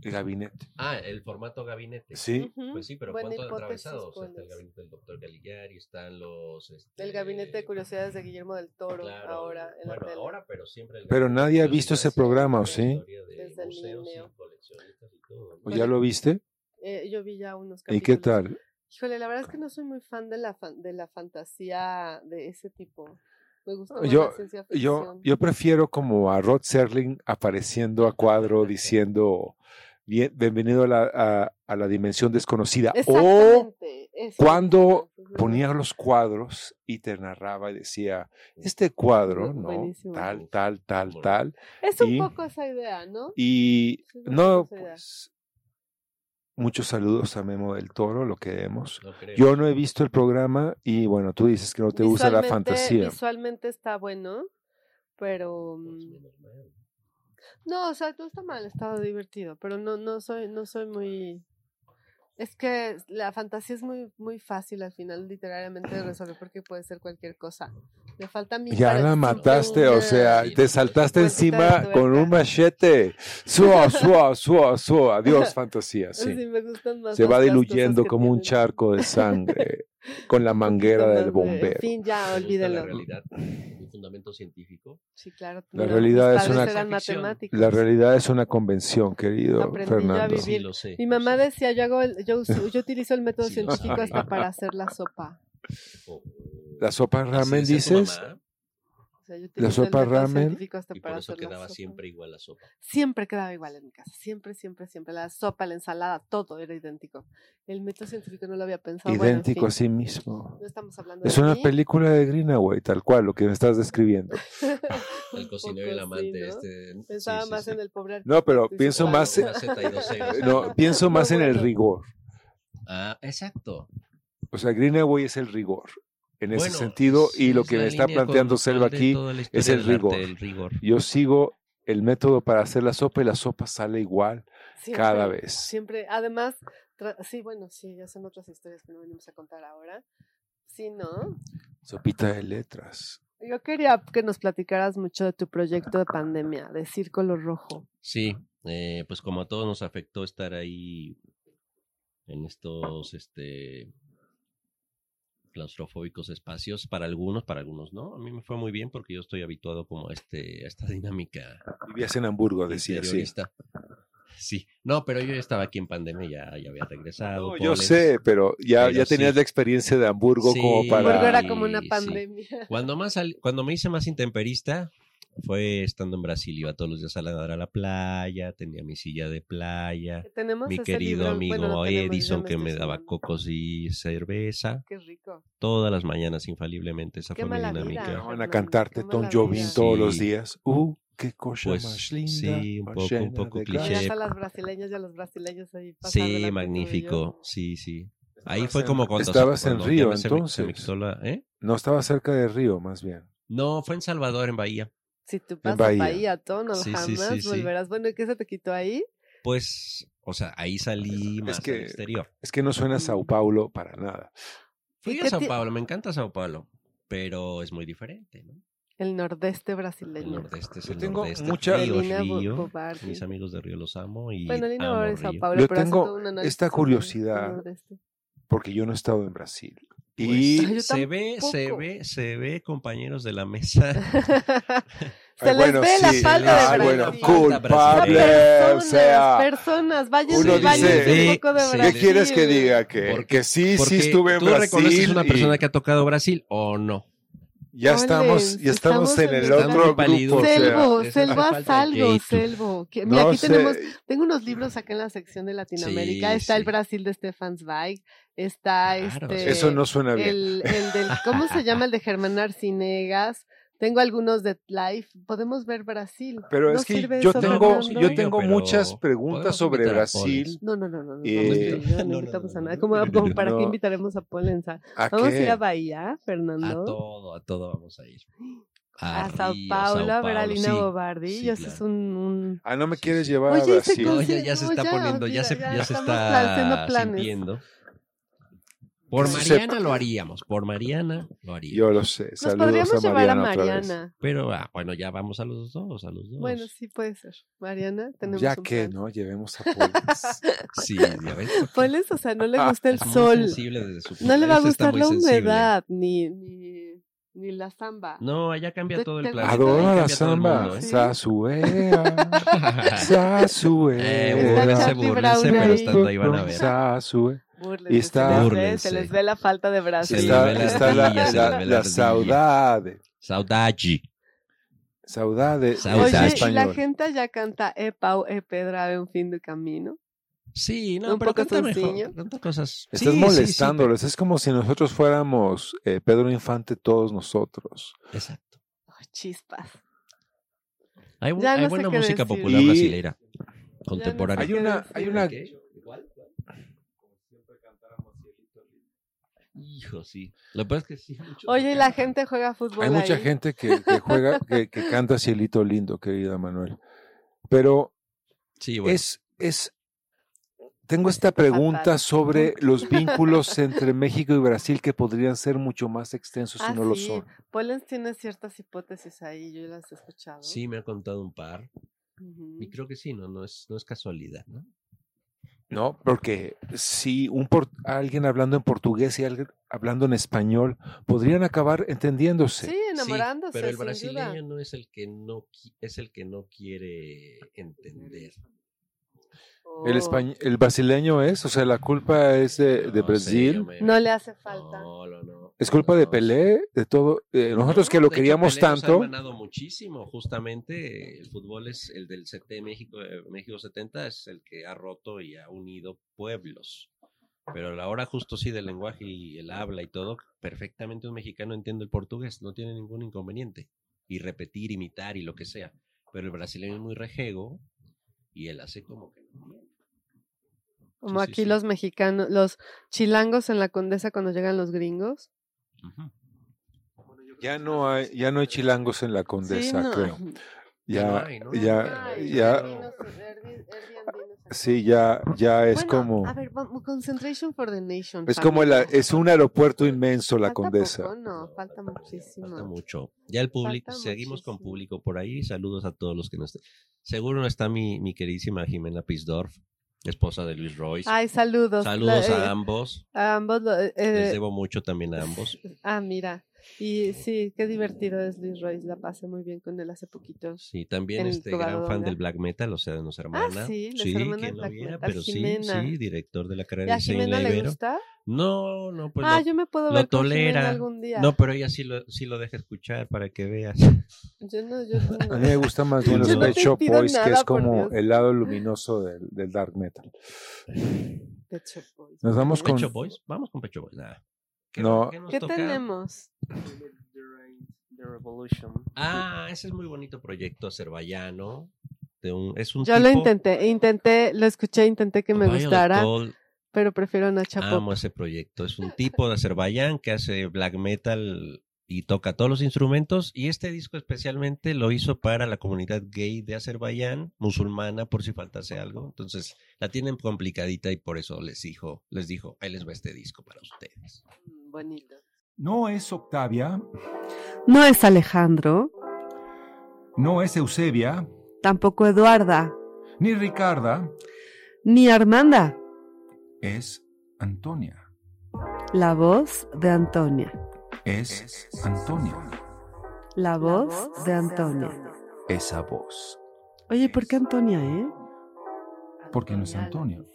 Speaker 1: El gabinete.
Speaker 5: Ah, el formato gabinete.
Speaker 1: Sí.
Speaker 4: Ujú.
Speaker 5: Pues sí, pero
Speaker 4: Buena
Speaker 5: ¿cuánto han
Speaker 4: hipótesis
Speaker 5: atravesado? O sea, está el
Speaker 4: pones.
Speaker 5: gabinete del doctor Caligari, están los...
Speaker 4: El gabinete de
Speaker 5: este,
Speaker 4: curiosidades de Guillermo del Toro,
Speaker 5: claro,
Speaker 4: ahora en la
Speaker 5: bueno,
Speaker 4: tele.
Speaker 5: ahora, pero siempre... el
Speaker 1: Pero
Speaker 5: gabinete
Speaker 1: nadie ha
Speaker 5: de
Speaker 1: visto ese
Speaker 5: curiosidades es
Speaker 1: programa,
Speaker 5: una
Speaker 1: ¿sí?
Speaker 5: historia de
Speaker 4: Desde el
Speaker 5: museos y
Speaker 4: Linneo.
Speaker 5: coleccionistas y todo,
Speaker 1: ¿O
Speaker 5: ¿no?
Speaker 1: ya
Speaker 4: Bueno.
Speaker 1: lo viste?
Speaker 4: Eh, yo vi ya unos
Speaker 1: ¿Y
Speaker 4: capítulos.
Speaker 1: qué tal?
Speaker 4: Híjole, la verdad es que no soy muy fan de la, fan- de la fantasía de ese tipo. Me gusta más
Speaker 1: Yo-
Speaker 4: la ciencia
Speaker 1: Yo,
Speaker 4: ficción.
Speaker 1: yo prefiero como a Rod Serling apareciendo a cuadro diciendo "Bien- bienvenido a la, a- a la dimensión desconocida. O
Speaker 4: Exactamente. eso.
Speaker 1: cuando
Speaker 4: Ajá, ajá.
Speaker 1: ponía los cuadros y te narraba y decía, este cuadro,
Speaker 4: Bu-
Speaker 1: ¿no?
Speaker 4: buenísimo.
Speaker 1: Tal, tal, tal,
Speaker 5: Bueno.
Speaker 1: tal.
Speaker 4: Es un
Speaker 1: y-
Speaker 4: poco esa idea, ¿no?
Speaker 1: Y
Speaker 4: Sí, es un
Speaker 1: no,
Speaker 4: poco esa idea.
Speaker 1: pues, muchos saludos a Memo del Toro, lo queremos.
Speaker 5: No creo.
Speaker 1: Yo no he visto el programa y bueno, tú dices que no te gusta la
Speaker 4: Visualmente-
Speaker 1: fantasía.
Speaker 4: Visualmente está bueno, pero...
Speaker 5: Pues,
Speaker 4: mm,
Speaker 5: menos mal.
Speaker 4: No, o sea, todo está mal, estaba divertido, pero no, no soy, no soy muy. Es que la fantasía es muy, muy fácil al final literariamente de resolver porque puede ser cualquier cosa. Le falta mi
Speaker 1: Ya la
Speaker 4: parecito
Speaker 1: mataste, o
Speaker 4: una-
Speaker 1: sea,
Speaker 5: Sí,
Speaker 1: te
Speaker 5: pues,
Speaker 1: saltaste
Speaker 4: pues, está
Speaker 1: encima
Speaker 4: de
Speaker 1: con un
Speaker 4: tuerca.
Speaker 1: machete. Suo, suo, suo, suo. Adiós, fantasía,
Speaker 4: Sí,
Speaker 1: sí.
Speaker 4: me gustan más
Speaker 1: Se
Speaker 4: las
Speaker 1: va
Speaker 4: otras
Speaker 1: diluyendo
Speaker 4: cosas que
Speaker 1: como un
Speaker 4: tienen
Speaker 1: charco de sangre con la
Speaker 4: un poquito
Speaker 1: manguera
Speaker 4: más de-
Speaker 1: del bombero.
Speaker 4: En fin,
Speaker 5: Me
Speaker 4: ya,
Speaker 5: gusta La
Speaker 4: olvídelo.
Speaker 5: realidad, un fundamento científico.
Speaker 4: Sí, claro.
Speaker 1: La
Speaker 4: no,
Speaker 1: realidad
Speaker 4: mis
Speaker 1: es una-
Speaker 4: padres eran
Speaker 5: Ficción.
Speaker 4: matemáticos.
Speaker 1: La realidad es una convención, querido
Speaker 4: Aprendí yo a
Speaker 1: Fernando.
Speaker 4: vivir.
Speaker 5: Pues Sí, lo sé.
Speaker 4: Mi
Speaker 5: lo
Speaker 4: mamá
Speaker 5: sé.
Speaker 4: decía, yo hago el- yo, uso- yo utilizo el método
Speaker 5: Sí, lo
Speaker 4: científico
Speaker 5: sabe.
Speaker 4: hasta para hacer la sopa.
Speaker 5: O-
Speaker 1: La sopa
Speaker 5: así
Speaker 1: ramen,
Speaker 5: decía tu
Speaker 1: dices.
Speaker 5: mamá,
Speaker 4: O sea, yo utilizo el
Speaker 1: sopa
Speaker 4: método
Speaker 1: ramen,
Speaker 4: científico hasta
Speaker 5: Y por
Speaker 4: para
Speaker 5: eso
Speaker 4: hacer la
Speaker 5: quedaba
Speaker 4: sopa.
Speaker 5: siempre igual la sopa.
Speaker 4: Siempre quedaba igual en mi casa. Siempre, siempre, siempre. La sopa, la ensalada, todo era idéntico. El método científico no lo había pensado. Ah, Bueno, en
Speaker 1: Idéntico a
Speaker 4: fin,
Speaker 1: sí mismo.
Speaker 4: No estamos hablando
Speaker 1: Es
Speaker 4: de
Speaker 1: una
Speaker 4: mí.
Speaker 1: película de Greenaway, tal cual, lo que me estás describiendo.
Speaker 4: Un
Speaker 5: El cocinero y
Speaker 4: poco
Speaker 5: el amante.
Speaker 4: sí, ¿no?
Speaker 5: este, sí,
Speaker 4: Pensaba
Speaker 5: sí,
Speaker 4: más
Speaker 5: sí.
Speaker 4: en el pobre
Speaker 1: No, pero
Speaker 4: artista
Speaker 1: pienso
Speaker 4: hispano.
Speaker 1: más- eh,
Speaker 5: Una Z y dos Cs.
Speaker 1: No, pienso más en el
Speaker 4: bueno.
Speaker 1: rigor.
Speaker 5: Ah, exacto.
Speaker 1: O sea, Greenaway es el rigor en ese
Speaker 5: Bueno,
Speaker 1: sentido
Speaker 5: sí,
Speaker 1: y lo
Speaker 5: es
Speaker 1: que
Speaker 5: la
Speaker 1: me está
Speaker 5: línea
Speaker 1: planteando Selva
Speaker 5: conductual de
Speaker 1: aquí,
Speaker 5: toda la
Speaker 1: es
Speaker 5: historia
Speaker 1: el
Speaker 5: del arte,
Speaker 1: rigor.
Speaker 5: el rigor.
Speaker 1: yo sigo el método para hacer la sopa y la sopa sale igual
Speaker 4: Siempre,
Speaker 1: cada vez.
Speaker 4: Siempre. Además, tra- sí, bueno, sí, ya son otras historias que no venimos a contar ahora. Sí, ¿no?
Speaker 1: Sopita de letras.
Speaker 4: Yo quería que nos platicaras mucho de tu proyecto de pandemia, de Círculo Rojo.
Speaker 5: Sí, eh, pues como a todos nos afectó estar ahí en estos este claustrofóbicos espacios, para algunos, para algunos no. A mí me fue muy bien porque yo estoy habituado como a este a esta dinámica
Speaker 1: Vivías en Hamburgo, decía, sí.
Speaker 5: interiorista. Sí, no, pero yo ya estaba aquí en pandemia, ya, ya había regresado.
Speaker 1: No, yo
Speaker 5: Poles.
Speaker 1: sé, pero ya,
Speaker 5: Pero
Speaker 1: ya tenías
Speaker 5: sí.
Speaker 1: la experiencia de Hamburgo
Speaker 5: Sí.
Speaker 1: como para...
Speaker 4: Porque era como una
Speaker 5: Sí, sí.
Speaker 4: pandemia.
Speaker 5: Cuando, más sal- cuando me hice más intemperista fue estando en Brasil, iba todos los días a nadar a la playa, tenía mi silla de playa,
Speaker 4: Eh, Tenemos
Speaker 5: mi
Speaker 4: ese
Speaker 5: querido
Speaker 4: libro,
Speaker 5: amigo
Speaker 4: bueno, no tenemos, yo
Speaker 5: Edison que
Speaker 4: estoy
Speaker 5: me daba
Speaker 4: sumando.
Speaker 5: cocos y cerveza
Speaker 4: Qué rico.
Speaker 5: todas las mañanas infaliblemente, esa
Speaker 4: Qué
Speaker 5: fue mi
Speaker 4: mala
Speaker 5: dinámica.
Speaker 4: vida.
Speaker 1: Van a
Speaker 4: Fernando,
Speaker 1: cantarte
Speaker 4: qué
Speaker 1: Tom
Speaker 4: maravilla.
Speaker 1: Jobim todos los
Speaker 5: Sí.
Speaker 1: días. Uh, qué cosa
Speaker 5: Pues,
Speaker 1: más linda.
Speaker 5: sí, un
Speaker 1: más
Speaker 5: poco- un
Speaker 1: llena
Speaker 5: poco
Speaker 1: de
Speaker 5: cliché.
Speaker 1: gracia.
Speaker 4: Veías a las brasileñas y a los brasileños ahí pasar delante
Speaker 5: Sí,
Speaker 4: tuyo.
Speaker 5: magnífico, sí, sí. Ahí
Speaker 1: Estabas
Speaker 5: fue
Speaker 1: en-
Speaker 5: como cuando
Speaker 1: Estabas en
Speaker 5: cuando ya
Speaker 1: Río,
Speaker 5: me- se me- se me
Speaker 1: entonces.
Speaker 5: quitó la- ¿eh?
Speaker 1: No, estaba cerca de Río, más bien.
Speaker 5: No, fue en Salvador, en Bahía.
Speaker 4: Si tú pasas
Speaker 1: Bahía.
Speaker 4: Bahía, tono,
Speaker 5: Sí, sí,
Speaker 4: jamás
Speaker 5: sí, sí.
Speaker 4: volverás. Bueno, ¿y qué se te quitó ahí?
Speaker 5: Pues, o sea, ahí salí más
Speaker 1: que-
Speaker 5: al exterior.
Speaker 1: Es que no suena Sao Paulo para nada.
Speaker 5: Fui
Speaker 4: ¿Y
Speaker 5: a
Speaker 4: qué
Speaker 5: Sao
Speaker 4: ti-
Speaker 5: Paulo, me encanta Sao Paulo, pero es muy diferente, ¿no?
Speaker 4: El nordeste
Speaker 5: El
Speaker 4: brasileño.
Speaker 5: nordeste es
Speaker 1: Yo
Speaker 5: el
Speaker 1: tengo
Speaker 5: nordeste,
Speaker 1: mucha-
Speaker 5: Río, es
Speaker 4: Lina Bo-
Speaker 5: Río.
Speaker 4: Bobardi.
Speaker 5: Mis amigos de Río los amo y
Speaker 4: Bueno, Lina
Speaker 5: amo
Speaker 4: Bárbara de Sao
Speaker 5: Río.
Speaker 4: Paulo,
Speaker 1: Yo
Speaker 4: pero hace
Speaker 1: tengo
Speaker 4: todo un análisis
Speaker 1: esta
Speaker 4: sobre el
Speaker 1: curiosidad.
Speaker 4: nordeste.
Speaker 1: porque yo no he estado en Brasil.
Speaker 5: Pues,
Speaker 1: Y
Speaker 4: Ay, yo
Speaker 5: se ve, se
Speaker 4: tampoco.
Speaker 5: ve, se ve, compañeros de la mesa.
Speaker 4: se les
Speaker 1: bueno,
Speaker 4: ve la
Speaker 1: sí.
Speaker 4: falta
Speaker 1: Ay,
Speaker 4: de
Speaker 1: bueno,
Speaker 4: Brasil.
Speaker 5: Culpable,
Speaker 1: culpable, o
Speaker 4: Personas,
Speaker 1: sea,
Speaker 4: personas, vayan
Speaker 1: uno
Speaker 4: y bañen
Speaker 1: dice,
Speaker 4: un poco de
Speaker 5: se-
Speaker 4: Brasil.
Speaker 5: ¿qué
Speaker 1: ¿qué quieres que diga? Que,
Speaker 5: Porque-
Speaker 1: que sí,
Speaker 5: Porque
Speaker 1: sí estuve en
Speaker 5: tú
Speaker 1: Brasil.
Speaker 5: reconoces una
Speaker 1: y-
Speaker 5: persona que ha tocado Brasil o no.
Speaker 1: Ya
Speaker 4: Ole,
Speaker 1: estamos, ya estamos,
Speaker 4: estamos
Speaker 1: en
Speaker 4: en
Speaker 1: el
Speaker 4: el-
Speaker 1: otro
Speaker 5: Estamos pálidos.
Speaker 1: grupo. o sea,
Speaker 4: Selvo,
Speaker 5: les hace
Speaker 4: Selvo, haz
Speaker 5: falta
Speaker 4: algo,
Speaker 5: J-Tube.
Speaker 4: Selvo. Que- Mira,
Speaker 1: no
Speaker 4: aquí
Speaker 1: sé,
Speaker 4: tenemos, tengo unos libros acá en la sección de Latinoamérica.
Speaker 5: Sí,
Speaker 4: está el
Speaker 5: sí.
Speaker 4: Brasil de Stefan Zweig, está
Speaker 5: Claro,
Speaker 4: este,
Speaker 1: Eso no suena bien.
Speaker 4: el, el del, ¿cómo se llama el de Germán Arcinegas? Tengo algunos de Life. Podemos ver Brasil.
Speaker 1: Pero
Speaker 4: ¿No
Speaker 1: es que
Speaker 4: sirve
Speaker 1: yo
Speaker 4: eso,
Speaker 1: tengo,
Speaker 4: Fernando?
Speaker 1: yo tengo
Speaker 5: Pero
Speaker 1: muchas preguntas
Speaker 5: podemos
Speaker 1: sobre
Speaker 5: invitar a
Speaker 1: Brasil.
Speaker 4: No, no, no, no, no, no,
Speaker 1: Eh,
Speaker 4: no, no, no,
Speaker 5: no, no,
Speaker 4: invitamos
Speaker 5: no,
Speaker 4: a
Speaker 5: no,
Speaker 4: nada.
Speaker 5: no.
Speaker 4: ¿Cómo, cómo- ¿Para
Speaker 1: No.
Speaker 4: qué invitaremos a Polenza?
Speaker 1: ¿A
Speaker 4: Vamos a ir a
Speaker 1: qué?
Speaker 4: Bahía,
Speaker 5: A
Speaker 4: Fernando.
Speaker 5: todo, a todo vamos a ir.
Speaker 4: A, Sao
Speaker 5: Río,
Speaker 4: Paulo, a ver a
Speaker 5: Paulo,
Speaker 4: Lina
Speaker 5: sí.
Speaker 4: Bobardi.
Speaker 5: sí,
Speaker 4: y eso es
Speaker 5: claro.
Speaker 4: un- un
Speaker 1: Ah, no me
Speaker 5: Sí,
Speaker 1: quieres
Speaker 5: sí.
Speaker 1: llevar a
Speaker 4: Oye, y se
Speaker 1: Brasil.
Speaker 5: No,
Speaker 4: con-
Speaker 5: ya, ya se
Speaker 4: no,
Speaker 5: está
Speaker 4: ya,
Speaker 5: poniendo, ya se,
Speaker 4: olvida,
Speaker 5: ya
Speaker 4: ya
Speaker 5: se
Speaker 4: estamos pla- haciendo
Speaker 5: está
Speaker 4: planes.
Speaker 5: sintiendo. Por
Speaker 1: Sí,
Speaker 5: Mariana
Speaker 1: se-
Speaker 5: lo haríamos, por Mariana lo haríamos.
Speaker 1: Yo lo sé.
Speaker 4: Nos
Speaker 1: Saludos
Speaker 4: podríamos
Speaker 1: a
Speaker 4: llevar a
Speaker 1: Mariana otra vez.
Speaker 4: Mariana.
Speaker 5: Pero ah, bueno, ya vamos a los dos, a los dos.
Speaker 4: Bueno, sí puede ser. Mariana, tenemos
Speaker 1: Ya
Speaker 4: un
Speaker 1: que,
Speaker 4: plan.
Speaker 1: ¿no? Llevemos a Polis.
Speaker 5: sí, ya ves.
Speaker 4: Ponles, o sea, no le gusta el
Speaker 5: Es muy
Speaker 4: sol.
Speaker 5: sensible desde su punto
Speaker 4: No le
Speaker 5: de
Speaker 4: va a
Speaker 5: vista, está
Speaker 4: gustar
Speaker 5: muy
Speaker 4: la
Speaker 5: sensible.
Speaker 4: humedad, ni, ni, ni la samba.
Speaker 5: No, allá cambia
Speaker 4: Te-
Speaker 5: todo el
Speaker 4: te-
Speaker 5: planeta.
Speaker 1: Adoro la
Speaker 5: ahí cambia todo el mundo,
Speaker 1: samba.
Speaker 5: ¿eh?
Speaker 4: Sí.
Speaker 1: Sasue.
Speaker 5: Eh,
Speaker 1: Sasue.
Speaker 4: Está
Speaker 5: búrlense,
Speaker 4: Charlie
Speaker 5: búrlense,
Speaker 4: Brown
Speaker 5: pero
Speaker 4: ahí.
Speaker 5: estando ahí van a ver.
Speaker 1: Sasue.
Speaker 4: Búrlense,
Speaker 1: Y
Speaker 4: se
Speaker 1: está-
Speaker 4: les ve-
Speaker 5: Búrlense.
Speaker 4: eh, Se les ve la falta de
Speaker 5: Se
Speaker 4: Brasil.
Speaker 5: les
Speaker 1: Está,
Speaker 5: ve la
Speaker 1: está la,
Speaker 5: ardilla, se
Speaker 1: la-
Speaker 5: les ve la
Speaker 1: la
Speaker 5: ardilla.
Speaker 1: saudade.
Speaker 5: Saudade.
Speaker 1: Saudade.
Speaker 5: Saudade.
Speaker 1: en
Speaker 4: Oye, y la
Speaker 1: español.
Speaker 4: gente ya canta E Pau, E Pedra, en fin de camino.
Speaker 5: Sí, no,
Speaker 4: Un
Speaker 5: pero
Speaker 4: poco
Speaker 5: canta mejor.
Speaker 4: sencillo.
Speaker 5: Canta cosas.
Speaker 1: Estás
Speaker 5: Sí, sí, sí,
Speaker 1: molestándolos. Es como si nosotros fuéramos eh, Pedro Infante todos nosotros.
Speaker 5: pero- Exacto.
Speaker 4: Ay, chispas.
Speaker 5: Hay, bu-
Speaker 4: Ya
Speaker 5: hay
Speaker 4: no sé
Speaker 5: buena
Speaker 4: qué
Speaker 5: música
Speaker 4: decir.
Speaker 5: popular
Speaker 1: Y-
Speaker 5: brasileira.
Speaker 4: Hay
Speaker 5: Contemporánea.
Speaker 4: un- una- hay una-
Speaker 5: Hijo, sí. Lo que pasa es que sí. muchos
Speaker 4: Oye,
Speaker 5: no
Speaker 4: y la
Speaker 5: cantan.
Speaker 4: gente juega fútbol
Speaker 1: Hay mucha
Speaker 4: ahí.
Speaker 1: gente que, que juega, que, que canta Cielito Lindo, querida Manuel. Pero
Speaker 5: Sí, bueno.
Speaker 1: es, es, tengo esta
Speaker 4: Está fatal.
Speaker 1: pregunta sobre los vínculos entre México y Brasil que podrían ser mucho más extensos si
Speaker 4: Ah,
Speaker 1: no lo
Speaker 4: sí.
Speaker 1: son.
Speaker 4: Pollens tiene ciertas hipótesis ahí, yo las he escuchado.
Speaker 5: Sí, me ha contado un par.
Speaker 4: Ujú.
Speaker 5: Y creo que sí, no, no es, no es casualidad, ¿no?
Speaker 1: No, porque si un por- alguien hablando en portugués y alguien hablando en español podrían acabar entendiéndose.
Speaker 4: Sí,
Speaker 5: Sí,
Speaker 4: enamorándose.
Speaker 5: pero el
Speaker 4: sin duda.
Speaker 5: brasileño no es el que no qui- es el que no quiere entender.
Speaker 1: El,
Speaker 4: Oh,
Speaker 1: españ- el brasileño es, o sea, la culpa es de, de
Speaker 5: No sé,
Speaker 1: Brasil.
Speaker 5: yo me-
Speaker 4: No le hace falta.
Speaker 5: No, no, no.
Speaker 1: Es culpa de
Speaker 5: No,
Speaker 1: Pelé, de todo. eh, nosotros
Speaker 5: No,
Speaker 1: que
Speaker 5: de
Speaker 1: lo
Speaker 5: hecho,
Speaker 1: queríamos
Speaker 5: Pelé nos ha
Speaker 1: tanto.
Speaker 5: ganado muchísimo, justamente el fútbol es el del CT México, eh, México 70 es el que ha roto y ha unido pueblos. Pero a la hora justo sí del lenguaje y el habla y todo, perfectamente un mexicano entiende el portugués, no tiene ningún inconveniente. Y repetir, imitar y lo que sea. Pero el brasileño es muy rejego y él hace como que no entiende.
Speaker 4: Como
Speaker 5: sí,
Speaker 4: aquí
Speaker 5: sí.
Speaker 4: los mexicanos, los chilangos en la condesa cuando llegan los gringos.
Speaker 1: Ya no hay, ya no hay chilangos en la condesa,
Speaker 4: no.
Speaker 1: creo.
Speaker 5: Ya no
Speaker 1: Ya,
Speaker 5: hay, ¿no?
Speaker 1: ya,
Speaker 5: Ay,
Speaker 1: Ah, ya,
Speaker 5: claro.
Speaker 1: sí, ya, ya es
Speaker 4: Bueno,
Speaker 1: como,
Speaker 4: A ver, vamos, concentration for the nation.
Speaker 1: es como la,
Speaker 4: familia.
Speaker 1: es un aeropuerto inmenso la
Speaker 4: Falta
Speaker 1: condesa.
Speaker 4: poco, no, falta muchísimo.
Speaker 5: Falta mucho. Ya el público,
Speaker 4: Falta
Speaker 5: seguimos con
Speaker 4: muchísimo.
Speaker 5: público por ahí. Saludos a todos los que nos estén. Seguro no está mi, mi queridísima Jimena Pisdorf, esposa de Luis Royce.
Speaker 4: Ay, saludos.
Speaker 5: Saludos
Speaker 4: La-
Speaker 5: a
Speaker 4: eh,
Speaker 5: ambos.
Speaker 4: a ambos. lo- eh,
Speaker 5: Les debo mucho también a ambos.
Speaker 4: ah, mira. Y sí, qué divertido es Luis Royce. La pasé muy bien con él hace poquito.
Speaker 5: Sí, también
Speaker 4: el
Speaker 5: este gran fan
Speaker 4: Covadonga.
Speaker 5: del black metal, o sea, de nuestra hermana.
Speaker 4: Ah, sí, nuestra
Speaker 5: sí,
Speaker 4: hermana
Speaker 5: quien
Speaker 4: del
Speaker 5: lo
Speaker 4: black
Speaker 5: viera,
Speaker 4: metal,
Speaker 5: pero sí,
Speaker 4: Jimena.
Speaker 5: sí, director de la
Speaker 4: ¿Y
Speaker 5: carrera de
Speaker 4: ¿A
Speaker 5: diseño en
Speaker 4: Jimena
Speaker 5: la
Speaker 4: le
Speaker 5: Ibero.
Speaker 4: gusta?
Speaker 5: No, no, pues
Speaker 4: ah,
Speaker 5: lo-
Speaker 4: yo me puedo
Speaker 5: lo
Speaker 4: ver con Jimena
Speaker 5: tolera.
Speaker 4: algún día.
Speaker 5: no, pero ella sí lo, sí lo deja escuchar para que veas.
Speaker 4: Yo no, yo no.
Speaker 1: A mí me gusta más bien los
Speaker 5: Yo no te
Speaker 1: Pet Shop
Speaker 4: pido
Speaker 1: Boys, que
Speaker 4: nada,
Speaker 1: es
Speaker 4: por
Speaker 1: como
Speaker 4: Dios.
Speaker 1: el lado luminoso del, del dark metal.
Speaker 4: Pet Shop Boys.
Speaker 1: Nos vamos con,
Speaker 5: Pecho Boys, vamos con Pecho Boys. Nah. ¿Qué-
Speaker 1: No.
Speaker 5: nos
Speaker 4: ¿Qué
Speaker 5: toca?
Speaker 4: tenemos?
Speaker 8: The Revolution.
Speaker 5: Ah, ese es muy bonito proyecto azerbaiyano. De un, es un
Speaker 4: Yo lo
Speaker 5: tipo-
Speaker 4: intenté, intenté, lo escuché, intenté que me
Speaker 5: Violet
Speaker 4: gustara,
Speaker 5: Gold,
Speaker 4: pero prefiero Nacha Pop.
Speaker 5: amo ese proyecto. Es un tipo de Azerbaiyán que hace black metal y toca todos los instrumentos. Y este disco especialmente lo hizo para la comunidad gay de Azerbaiyán, musulmana, por si faltase algo. Entonces la tienen complicadita y por eso les dijo, les dijo, ahí les va este disco para ustedes.
Speaker 4: Mm, Bonito.
Speaker 9: No es Octavia,
Speaker 2: No es Alejandro,
Speaker 9: no es Eusebia,
Speaker 2: tampoco Eduarda,
Speaker 9: ni Ricarda,
Speaker 2: ni Armanda.
Speaker 9: es Antonia.
Speaker 2: La voz de Antonia.
Speaker 9: Es Antonia.
Speaker 2: La voz, de Antonia.
Speaker 9: Esa voz.
Speaker 2: Oye, ¿por qué Antonia, eh?
Speaker 9: Porque no es Antonio.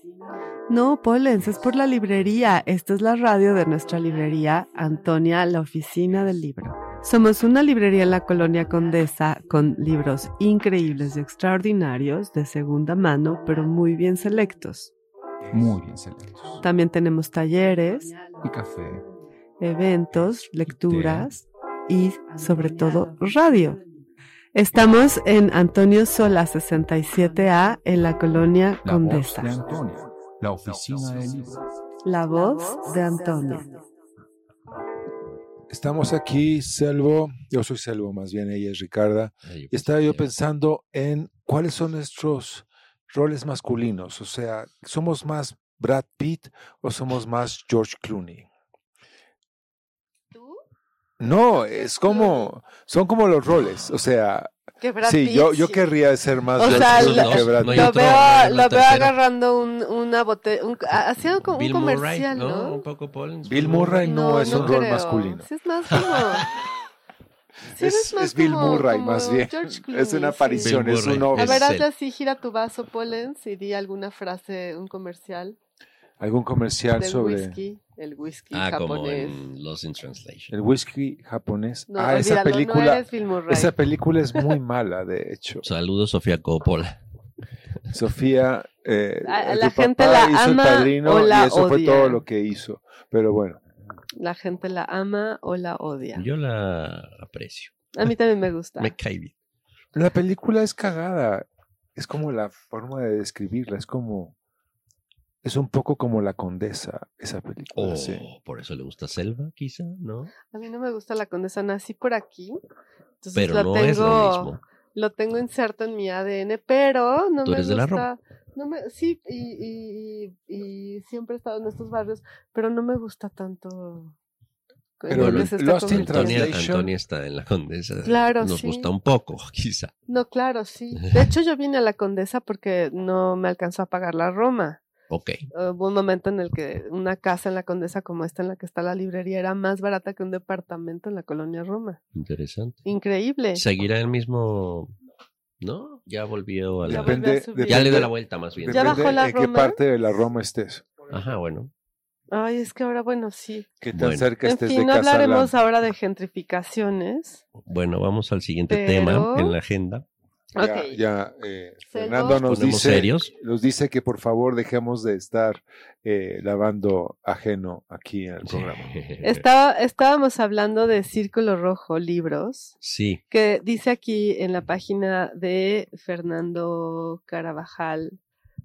Speaker 2: No, Polens, es por la librería. Esta es la radio de nuestra librería, Antonia, la oficina del libro. Somos una librería en la colonia Condesa con libros increíbles y extraordinarios de segunda mano, pero muy bien selectos.
Speaker 10: Muy bien selectos.
Speaker 2: También tenemos talleres,
Speaker 10: y café,
Speaker 2: eventos, lecturas y sobre todo radio. Estamos en Antonio Sola 67A en la colonia
Speaker 10: la
Speaker 2: Condesa.
Speaker 10: voz de Antonio, la oficina de libros.
Speaker 2: La voz de Antonio.
Speaker 1: Estamos aquí, Selvo, yo soy Selvo más bien, ella es Ricarda, y estaba Ah, yo pensando en cuáles son nuestros roles masculinos, o sea, ¿somos más Brad Pitt o somos más George Clooney?
Speaker 4: ¿Tú?
Speaker 1: No, es como, son como los roles, o sea,
Speaker 4: Que Brad
Speaker 1: sí,
Speaker 4: Pitt,
Speaker 1: yo, yo querría ser más
Speaker 4: O
Speaker 1: George
Speaker 4: sea,
Speaker 1: Clooney
Speaker 4: lo-
Speaker 1: que Brad
Speaker 5: no hay
Speaker 1: Pitt.
Speaker 4: Lo
Speaker 5: otro,
Speaker 4: veo,
Speaker 5: hay una
Speaker 4: lo veo
Speaker 5: tercera.
Speaker 4: agarrando un- una botella, un- ha- haciendo como un
Speaker 5: Bill
Speaker 4: comercial,
Speaker 5: Murray,
Speaker 4: ¿no?
Speaker 5: Un poco Paul-
Speaker 1: Bill Murray no,
Speaker 4: No,
Speaker 1: es
Speaker 4: no
Speaker 1: un rol
Speaker 4: creo.
Speaker 1: masculino.
Speaker 4: Sí, es más como. sí eres
Speaker 1: es,
Speaker 4: más
Speaker 1: es Bill
Speaker 4: como-
Speaker 1: Murray
Speaker 4: como
Speaker 1: más bien.
Speaker 4: George Clooney,
Speaker 1: es una
Speaker 4: sí.
Speaker 1: aparición,
Speaker 5: Bill
Speaker 1: es un
Speaker 5: Murray.
Speaker 4: A
Speaker 1: hombre.
Speaker 5: Es
Speaker 4: ver,
Speaker 5: él.
Speaker 4: hazle así, gira tu vaso, Pollens, y di alguna frase, un comercial
Speaker 1: Algún comercial
Speaker 4: del
Speaker 1: sobre
Speaker 4: whisky, el whisky
Speaker 5: Ah, como
Speaker 4: japonés.
Speaker 5: en Los in Translation.
Speaker 1: el whisky japonés.
Speaker 4: No,
Speaker 1: ah, esa
Speaker 4: olvídalo, no
Speaker 1: película,
Speaker 4: eres Bill Murray.
Speaker 1: esa película es muy mala, de hecho.
Speaker 5: Saludos, Sofía Coppola.
Speaker 1: Sofía, eh,
Speaker 4: A- a
Speaker 1: tu
Speaker 4: la
Speaker 1: papá
Speaker 4: gente la
Speaker 1: hizo el
Speaker 4: ama
Speaker 1: padrino
Speaker 4: o la
Speaker 1: y eso fue
Speaker 4: odia.
Speaker 1: todo lo que hizo. Pero bueno,
Speaker 4: La gente la ama o la odia.
Speaker 5: Yo la aprecio.
Speaker 4: A mí también me gusta.
Speaker 5: Me cae bien.
Speaker 1: la película es cagada. Es como la forma de describirla. Es como, es un poco como la condesa esa película.
Speaker 5: Oh,
Speaker 1: Ah, sí.
Speaker 5: Por eso le gusta Selva, quizá, ¿no?
Speaker 4: A mí no me gusta la condesa, nací por aquí. Entonces Pues
Speaker 5: Pero
Speaker 4: la
Speaker 5: no
Speaker 4: tengo,
Speaker 5: es lo mismo.
Speaker 4: lo tengo inserto en mi ADN, pero no
Speaker 5: Tú
Speaker 4: me
Speaker 5: eres
Speaker 4: gusta.
Speaker 5: de la Roma.
Speaker 4: No me, sí, y, y- y- y siempre he estado en estos barrios, pero no me gusta tanto. en
Speaker 1: Pero
Speaker 4: que
Speaker 5: lo-
Speaker 4: se está
Speaker 1: Lost in
Speaker 4: convirtiendo.
Speaker 5: Antonia,
Speaker 1: Translation.
Speaker 5: Antonia está en la condesa.
Speaker 4: Claro,
Speaker 5: Nos
Speaker 4: sí.
Speaker 5: gusta un poco, quizá.
Speaker 4: No, claro, sí. De hecho, yo vine a la condesa porque no me alcanzó a pagar la Roma.
Speaker 5: Ok.
Speaker 4: Hubo un momento en el que una casa en la condesa como esta en la que está la librería era más barata que un departamento en la colonia Roma.
Speaker 5: Interesante.
Speaker 4: Increíble.
Speaker 5: Seguirá el mismo. ¿No? Ya volvió a la.
Speaker 4: volvió a subir.
Speaker 5: Oh, Ya le
Speaker 1: depende-
Speaker 5: da la vuelta, más bien.
Speaker 4: Ya
Speaker 1: depende
Speaker 4: bajó la
Speaker 1: en qué
Speaker 4: Roma.
Speaker 1: parte de la Roma estés.
Speaker 5: Ajá, bueno.
Speaker 4: Ay, es que ahora, bueno, sí.
Speaker 1: Qué tan
Speaker 5: Bueno.
Speaker 1: cerca
Speaker 4: En
Speaker 1: estés
Speaker 4: fin,
Speaker 1: de
Speaker 4: no
Speaker 1: casa.
Speaker 4: hablaremos ahora de gentrificaciones.
Speaker 5: Bueno, vamos al siguiente
Speaker 4: Pero-
Speaker 5: tema en la agenda.
Speaker 1: Ya,
Speaker 4: Ok.
Speaker 1: ya, eh,
Speaker 4: Selvo.
Speaker 1: Fernando nos
Speaker 5: Ponemos
Speaker 1: dice,
Speaker 5: serios.
Speaker 1: nos dice que por favor dejemos de estar eh, lavando ajeno aquí en el programa.
Speaker 4: Estaba, estábamos hablando de Círculo Rojo Libros,
Speaker 5: Sí,
Speaker 4: que dice aquí en la página de Fernando Carabajal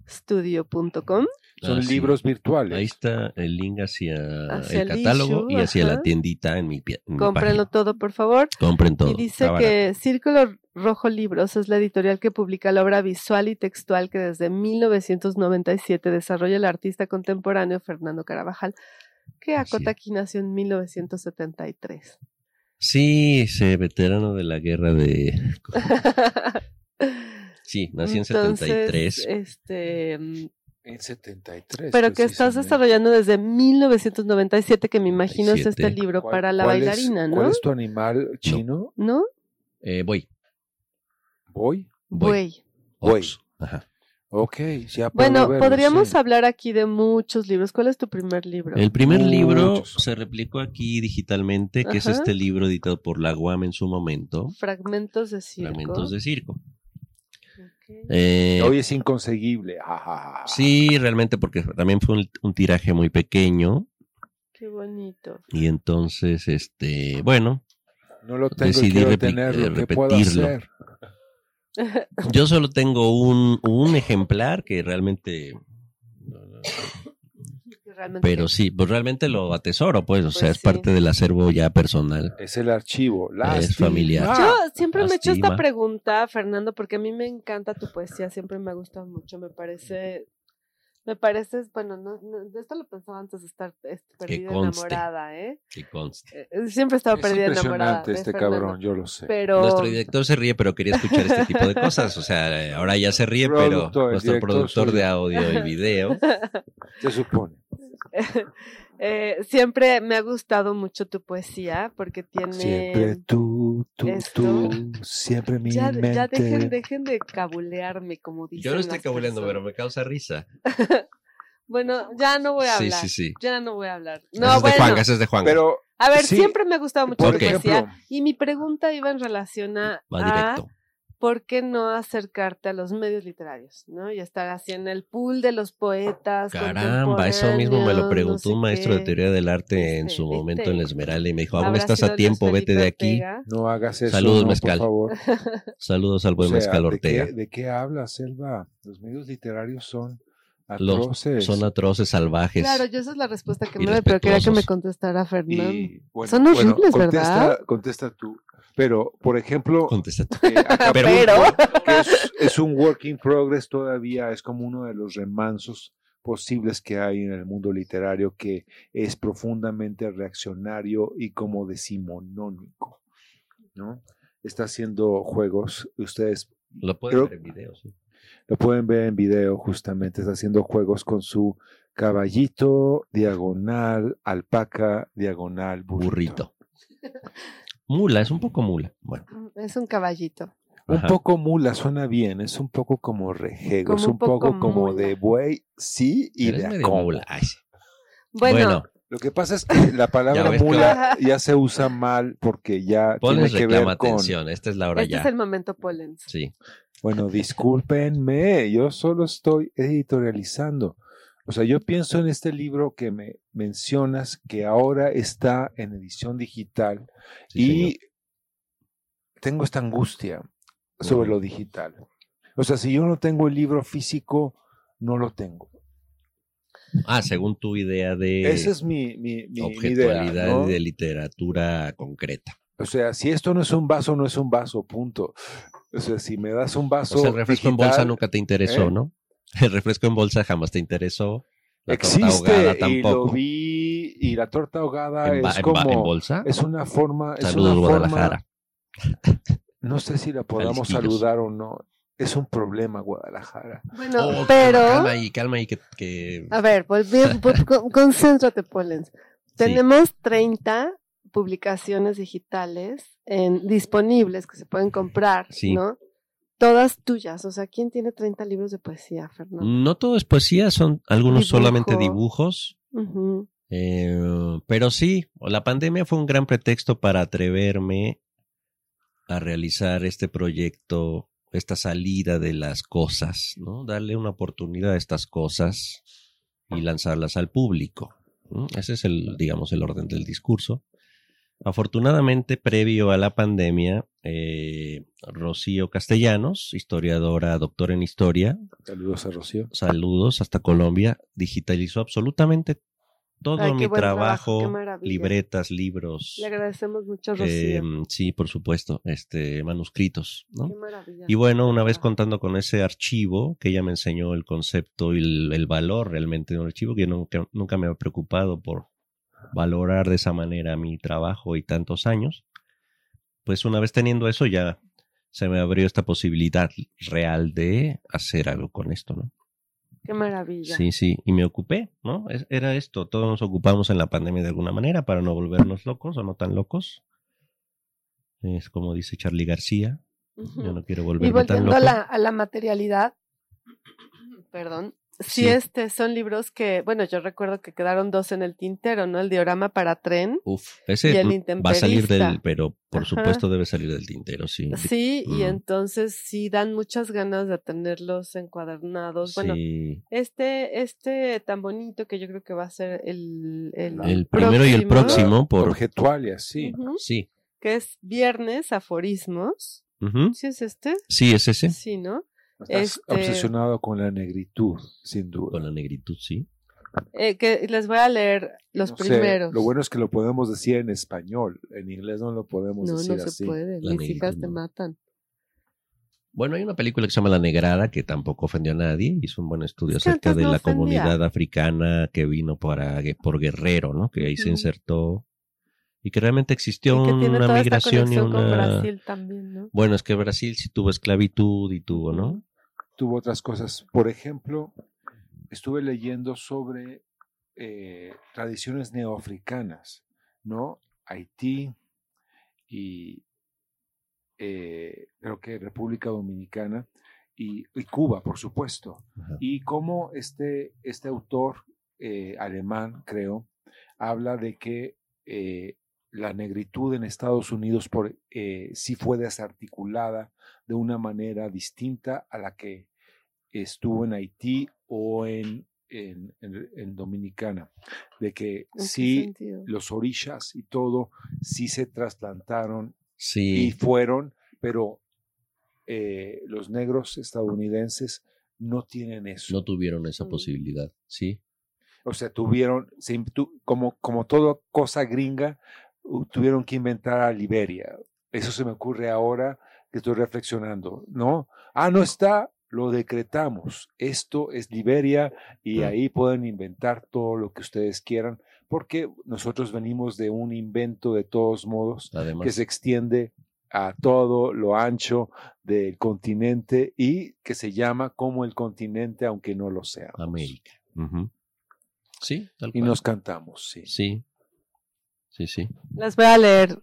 Speaker 4: studio.com.
Speaker 1: Son
Speaker 5: Ah, sí.
Speaker 1: libros virtuales.
Speaker 5: ahí está el link hacia,
Speaker 4: Hacia
Speaker 5: el
Speaker 4: el
Speaker 5: catálogo
Speaker 4: issue,
Speaker 5: y hacia
Speaker 4: ajá.
Speaker 5: la tiendita en mi, pie- en mi
Speaker 4: Cómprenlo
Speaker 5: página.
Speaker 4: todo, por favor.
Speaker 5: Compren todo.
Speaker 4: Y dice
Speaker 5: está barato.
Speaker 4: que Círculo Rojo Libros es la editorial que publica la obra visual y textual que desde 1997 desarrolla el artista contemporáneo Fernando Carabajal, que
Speaker 5: Así
Speaker 4: acota
Speaker 5: es.
Speaker 4: aquí nació en 1973.
Speaker 5: Sí, ese veterano de la guerra de... Sí, nací en
Speaker 4: Entonces,
Speaker 5: 73.
Speaker 4: Este, mm,
Speaker 1: En 73.
Speaker 4: pero que estás
Speaker 1: precisamente.
Speaker 4: desarrollando desde 1997, que me imagino es este
Speaker 5: 97.
Speaker 4: libro
Speaker 1: ¿Cuál-
Speaker 4: para la
Speaker 1: cuál es-
Speaker 4: bailarina,
Speaker 1: ¿Cuál
Speaker 4: ¿no?
Speaker 1: es tu animal chino?
Speaker 4: ¿No?
Speaker 5: Eh, voy.
Speaker 1: Voy.
Speaker 5: Voy.
Speaker 4: Buey.
Speaker 1: Voy.
Speaker 5: Ox. Ajá.
Speaker 1: Ok, ya puedo
Speaker 4: Bueno,
Speaker 1: verlo,
Speaker 4: podríamos
Speaker 1: sí.
Speaker 4: hablar aquí de muchos libros. ¿Cuál es tu primer libro?
Speaker 5: El primer
Speaker 1: Muchos.
Speaker 5: libro se replicó aquí digitalmente, que es
Speaker 4: Ajá.
Speaker 5: este libro editado por la UAM en su momento,
Speaker 4: Fragmentos de circo.
Speaker 5: Fragmentos de Circo.
Speaker 4: Ok.
Speaker 5: Eh,
Speaker 1: Hoy es inconseguible. Ah, ja, ja, ja.
Speaker 5: sí, realmente, porque también fue un- un tiraje muy pequeño.
Speaker 4: Qué bonito.
Speaker 5: Y entonces, este, bueno,
Speaker 1: No lo tengo,
Speaker 5: Decidí
Speaker 1: quiero
Speaker 5: repli-
Speaker 1: tenerlo.
Speaker 5: eh,
Speaker 1: ¿Qué puedo
Speaker 5: repetirlo.
Speaker 1: hacer?
Speaker 5: Yo solo tengo un, un ejemplar que realmente.
Speaker 4: Realmente
Speaker 5: Pero sí, pues realmente lo atesoro, pues, o sea,
Speaker 4: Pues
Speaker 5: es parte
Speaker 4: sí.
Speaker 5: del acervo ya personal.
Speaker 1: Es el archivo.
Speaker 5: Es
Speaker 1: Lástima.
Speaker 5: familiar.
Speaker 4: Yo
Speaker 1: Ah,
Speaker 4: siempre me he hecho esta
Speaker 5: Lastima.
Speaker 4: pregunta, Fernando, porque a mí me encanta tu poesía, siempre me ha gustado mucho, me parece, me pareces, bueno, no, no, de esto lo pensaba antes de estar este, perdida
Speaker 5: conste.
Speaker 4: enamorada, ¿eh?
Speaker 5: Que conste.
Speaker 4: Eh, Siempre he estado
Speaker 1: Es
Speaker 4: perdida enamorada.
Speaker 1: impresionante
Speaker 4: de
Speaker 1: este
Speaker 4: eh, Fernando,
Speaker 1: cabrón, yo lo sé.
Speaker 4: Pero
Speaker 5: Nuestro director se ríe, pero quería escuchar este tipo de cosas. O sea, eh, ahora ya se ríe,
Speaker 1: Productor,
Speaker 5: pero nuestro
Speaker 1: director
Speaker 5: productor
Speaker 1: soy
Speaker 5: de
Speaker 1: yo.
Speaker 5: audio y video.
Speaker 1: Se supone.
Speaker 4: eh, siempre me ha gustado mucho tu poesía porque tiene...
Speaker 1: Siempre tú, tú,
Speaker 4: esto.
Speaker 1: tú, siempre mi
Speaker 4: Ya,
Speaker 1: mente.
Speaker 4: ya dejen, dejen de cabulearme, como dicen
Speaker 5: Yo no estoy
Speaker 4: las
Speaker 5: cabuleando, pero
Speaker 4: personas.
Speaker 5: me causa risa.
Speaker 4: Bueno, ya no voy a
Speaker 5: Sí,
Speaker 4: hablar.
Speaker 5: sí, sí.
Speaker 4: Ya no voy a hablar.
Speaker 5: Ese
Speaker 4: No,
Speaker 5: es de
Speaker 4: bueno.
Speaker 5: Juan, ese es de Juan.
Speaker 1: Pero
Speaker 4: A ver, sí, siempre me ha gustado mucho la poesía. Y mi pregunta iba en relación a, a, por qué no acercarte a los medios literarios, ¿no? Y estar así en el pool de los poetas.
Speaker 5: Caramba, eso mismo me lo preguntó no un maestro qué. de teoría del arte sí, en su ¿viste? momento en la Esmeralda y me dijo, aún estás a tiempo, vete de aquí.
Speaker 1: No hagas eso.
Speaker 5: Saludos,
Speaker 1: no,
Speaker 5: Mezcal.
Speaker 1: Por favor.
Speaker 5: Saludos al buen o sea, Mezcal Ortega.
Speaker 1: ¿de qué, ¿De qué hablas, Selva? Los medios literarios son
Speaker 5: Atroces.
Speaker 1: Pues
Speaker 5: Los, son atroces, salvajes.
Speaker 4: Claro, yo esa es la respuesta que me doy, pero quería que me contestara Fernando. Bueno, son horribles, bueno,
Speaker 1: contesta,
Speaker 4: ¿verdad?
Speaker 1: Contesta tú. Pero, por ejemplo,
Speaker 5: contesta tú.
Speaker 4: Eh, pero,
Speaker 1: que es, es, un work in progress todavía, es como uno de los remansos posibles que hay en el mundo literario que es profundamente reaccionario y como decimonónico, ¿no? Está haciendo juegos, ustedes...
Speaker 5: Lo pueden creo, ver en video, sí
Speaker 1: lo pueden ver en video justamente, está haciendo juegos con su caballito, diagonal, alpaca, diagonal, burrito.
Speaker 5: burrito. Mula, es un poco mula. Bueno.
Speaker 4: Es un caballito.
Speaker 1: Un Ajá. poco mula, suena bien, es un poco como rejego, como es un poco, poco como mula. de buey, sí, y Pero de
Speaker 5: mula.
Speaker 4: Bueno, bueno.
Speaker 1: Lo que pasa es que la palabra ya mula que... ya se usa mal porque ya Polens tiene que ver con...
Speaker 5: atención, esta es la hora
Speaker 4: este
Speaker 5: ya.
Speaker 4: es el momento Polens.
Speaker 5: Sí.
Speaker 1: Bueno, discúlpenme, yo solo estoy editorializando. O sea, yo pienso en este libro que me mencionas que ahora está en edición digital sí, y señor. tengo esta angustia sobre no. lo digital. O sea, si yo no tengo el libro físico, no lo tengo.
Speaker 5: Ah, según tu idea de.
Speaker 1: Esa es mi, mi, mi
Speaker 5: objetualidad
Speaker 1: idea, ¿no?
Speaker 5: de literatura concreta.
Speaker 1: O sea, si esto no es un vaso, no es un vaso, punto. O sea, si me das un vaso. O sea,
Speaker 5: el refresco digital, en bolsa nunca te interesó, ¿eh? ¿no? El refresco en bolsa jamás te interesó. La
Speaker 1: Existe,
Speaker 5: torta ahogada tampoco.
Speaker 1: Y lo vi, y la torta ahogada en es como.
Speaker 5: En, en bolsa?
Speaker 1: Es una forma. Es
Speaker 5: Saludos,
Speaker 1: una
Speaker 5: Guadalajara.
Speaker 1: Forma, no sé si la podamos saludar o no es un problema Guadalajara.
Speaker 4: Bueno, oh, pero...
Speaker 5: Calma ahí, calma ahí que... que...
Speaker 4: A ver, pues, concéntrate, Polens. Tenemos sí. 30 publicaciones digitales en, disponibles que se pueden comprar, sí. ¿no? Todas tuyas. O sea, ¿quién tiene 30 libros de poesía, Fernando?
Speaker 5: No todo es poesía, son algunos Dibujo. solamente dibujos. Uh -huh. eh, pero sí, la pandemia fue un gran pretexto para atreverme a realizar este proyecto esta salida de las cosas, ¿no? Darle una oportunidad a estas cosas y lanzarlas al público. ¿no? Ese es el, digamos, el orden del discurso. Afortunadamente, previo a la pandemia, eh, Rocío Castellanos, historiadora, doctora en historia.
Speaker 1: Saludos a Rocío.
Speaker 5: Saludos hasta Colombia. Digitalizó absolutamente todo Ay, mi trabajo, trabajo libretas, libros. em,
Speaker 4: Le agradecemos mucho a Rocío. Eh,
Speaker 5: sí, por supuesto, este, manuscritos. ¿no?
Speaker 4: Qué maravilla.
Speaker 5: Y bueno, una vez contando con ese archivo, que ella me enseñó el concepto y el, el valor realmente de un archivo, que yo nunca, nunca me había preocupado por valorar de esa manera mi trabajo y tantos años, pues una vez teniendo eso ya se me abrió esta posibilidad real de hacer algo con esto, ¿no?
Speaker 4: Qué maravilla.
Speaker 5: Sí, sí, y me ocupé, ¿no? Es, era esto, todos nos ocupamos en la pandemia de alguna manera para no volvernos locos o no tan locos. Es como dice Charlie García, uh -huh. yo no quiero volverme
Speaker 4: y volviendo
Speaker 5: tan loco.
Speaker 4: A la, a la materialidad, perdón, sí, sí, este son libros que, bueno, yo recuerdo que quedaron dos en el tintero, ¿no? El diorama para tren.
Speaker 5: Uf, ese mm,
Speaker 4: y el
Speaker 5: va a salir del, pero por supuesto Ajá. debe salir del tintero, sí.
Speaker 4: Sí, mm. y entonces sí dan muchas ganas de tenerlos
Speaker 5: pues,
Speaker 4: encuadernados. Bueno, sí. este, este tan bonito que yo creo que va a ser el, el,
Speaker 5: el primero próximo, y el próximo por
Speaker 1: objetualia, sí.
Speaker 5: Uh -huh. Sí.
Speaker 4: Que es viernes aforismos. Uh -huh. ¿Sí es este?
Speaker 5: Sí, es ese.
Speaker 4: Sí, ¿no?
Speaker 1: Estás este... obsesionado con la negritud, sin duda.
Speaker 5: Con la negritud, sí.
Speaker 4: Eh, que les voy a leer los
Speaker 1: no
Speaker 4: primeros.
Speaker 1: Sé, lo bueno es que lo podemos decir en español. En inglés no lo podemos
Speaker 4: no,
Speaker 1: decir
Speaker 4: no se
Speaker 1: así.
Speaker 4: Puede.
Speaker 1: La
Speaker 4: Mis negritud, hijas te matan.
Speaker 5: Bueno, hay una película que se llama La Negrada que tampoco ofendió a nadie. Hizo un buen estudio es acerca de la ofendía. comunidad africana que vino para, por Guerrero, ¿no? Que ahí mm. se insertó y que realmente existió
Speaker 4: y que
Speaker 5: tiene una
Speaker 4: toda
Speaker 5: migración
Speaker 4: esta
Speaker 5: y una.
Speaker 4: Con Brasil también, ¿no?
Speaker 5: Bueno, es que Brasil sí tuvo esclavitud y tuvo, ¿no?
Speaker 1: Tuvo otras cosas. Por ejemplo, estuve leyendo sobre eh, tradiciones neoafricanas, ¿no? Haití y eh, creo que República Dominicana y, y Cuba, por supuesto. Ajá. Y cómo este, este autor eh, alemán, creo, habla de que la negritud en Estados Unidos por, eh, sí fue desarticulada de una manera distinta a la que estuvo en Haití o en, en, en, en Dominicana, de que sí los orillas y todo sí se trasplantaron
Speaker 5: sí.
Speaker 1: y fueron, pero eh, los negros estadounidenses no tienen eso.
Speaker 5: No tuvieron
Speaker 4: Mm.
Speaker 5: esa posibilidad, sí.
Speaker 1: O sea, tuvieron, como, como toda cosa gringa, tuvieron que inventar a Liberia. Eso se me ocurre ahora que estoy reflexionando, ¿no? Ah, no está, lo decretamos. Esto es Liberia y ahí pueden inventar todo lo que ustedes quieran, porque nosotros venimos de un invento de todos modos
Speaker 5: Además.
Speaker 1: que se extiende a todo lo ancho del continente y que se llama como el continente, aunque no lo sea.
Speaker 5: América. Uh -huh. Sí,
Speaker 1: tal Y cual. nos cantamos, sí.
Speaker 5: Sí, sí, sí.
Speaker 4: Les voy a leer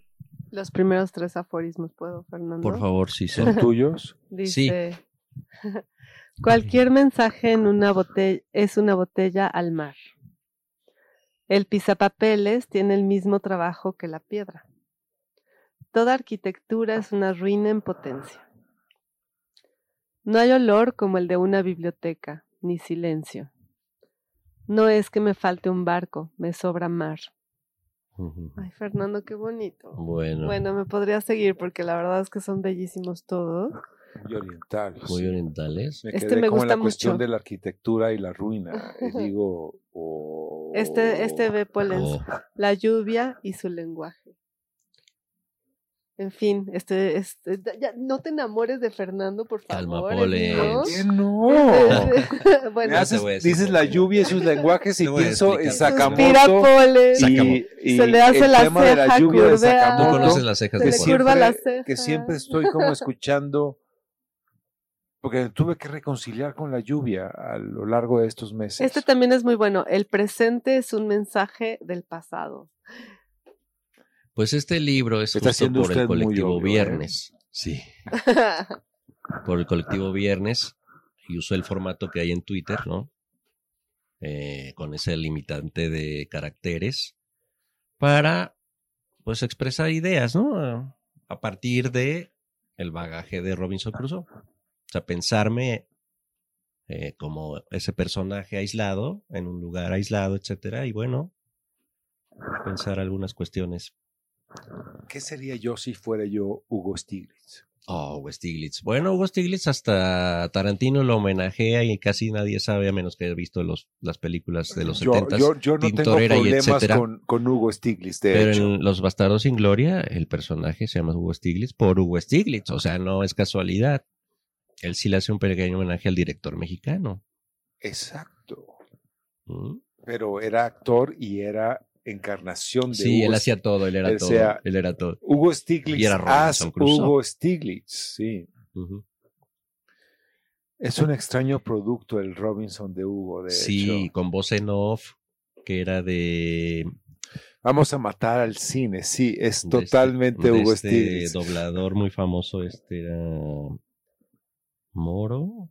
Speaker 4: los primeros tres aforismos, ¿puedo, Fernando?
Speaker 5: Por favor, sí.
Speaker 1: ¿Son, ¿Son tuyos?
Speaker 4: Dice, sí. cualquier mensaje en una botella es una botella al mar. El pisapapeles tiene el mismo trabajo que la piedra. Toda arquitectura es una ruina en potencia. No hay olor como el de una biblioteca, ni silencio. No es que me falte un barco, me sobra mar. Uh -huh. Ay, Fernando, qué bonito.
Speaker 5: Bueno.
Speaker 4: Bueno, me podría seguir porque la verdad es que son bellísimos todos.
Speaker 1: Muy orientales.
Speaker 5: Muy orientales.
Speaker 1: Me este quedé me como gusta en la mucho. cuestión de la arquitectura y la ruina. Y digo, oh,
Speaker 4: Este, este ve oh. la lluvia y su lenguaje. En fin, este, este ya, no te enamores de Fernando, por favor.
Speaker 5: Calma, Poles.
Speaker 1: ¿no? ¿Qué
Speaker 4: Este
Speaker 1: no? bueno, haces, dices la lluvia y sus lenguajes y pienso en Sakamoto.
Speaker 4: Suspira Poles.
Speaker 1: Y, y
Speaker 4: se le hace
Speaker 1: el
Speaker 4: la
Speaker 1: tema de la
Speaker 4: ceja
Speaker 1: lluvia
Speaker 4: curvea,
Speaker 1: de Sakamoto.
Speaker 5: No conoces las cejas
Speaker 4: se
Speaker 5: de
Speaker 4: le curva la ceja.
Speaker 1: Que siempre estoy como escuchando, porque tuve que reconciliar con la lluvia a lo largo de estos meses.
Speaker 4: Este también es muy bueno. El presente es un mensaje del pasado.
Speaker 5: Pues este libro es
Speaker 1: Está
Speaker 5: justo por el colectivo
Speaker 1: obvio,
Speaker 5: Viernes. ¿eh? Sí. por el colectivo Viernes. Y usó el formato que hay en Twitter, ¿no? Eh, con ese limitante de caracteres. Para, pues, expresar ideas, ¿no? A partir de el bagaje de Robinson Crusoe. O sea, pensarme eh, como ese personaje aislado, en un lugar aislado, etcétera. Y bueno, pensar algunas cuestiones
Speaker 1: ¿Qué sería yo si fuera yo Hugo Stiglitz?
Speaker 5: Oh, Hugo Stiglitz. Bueno, Hugo Stiglitz hasta Tarantino lo homenajea y casi nadie sabe, a menos que haya visto los, las películas de los
Speaker 1: yo,
Speaker 5: 70s.
Speaker 1: Yo, yo, no tengo problemas con, con, Hugo Stiglitz, de
Speaker 5: Pero
Speaker 1: hecho.
Speaker 5: en Los Bastardos sin Gloria, el personaje se llama Hugo Stiglitz por Hugo Stiglitz. O sea, no es casualidad. Él sí le hace un pequeño homenaje al director mexicano.
Speaker 1: Exacto.
Speaker 5: ¿Mm?
Speaker 1: Pero era actor y era encarnación de
Speaker 5: Sí,
Speaker 1: Hugo
Speaker 5: él hacía todo, él era
Speaker 1: él
Speaker 5: todo.
Speaker 1: sea,
Speaker 5: él era todo.
Speaker 1: Hugo Stiglitz.
Speaker 5: Y era
Speaker 1: haz
Speaker 5: Robinson Crusoe.
Speaker 1: Hugo Stiglitz, sí.
Speaker 5: Uh -huh.
Speaker 1: Es un extraño producto el Robinson de Hugo, de
Speaker 5: Sí,
Speaker 1: hecho.
Speaker 5: con voz en off, que era de.
Speaker 1: Vamos a matar al cine, sí, es
Speaker 5: de
Speaker 1: totalmente
Speaker 5: este- de
Speaker 1: Hugo
Speaker 5: este
Speaker 1: Stiglitz.
Speaker 5: doblador muy famoso, este era. Moro.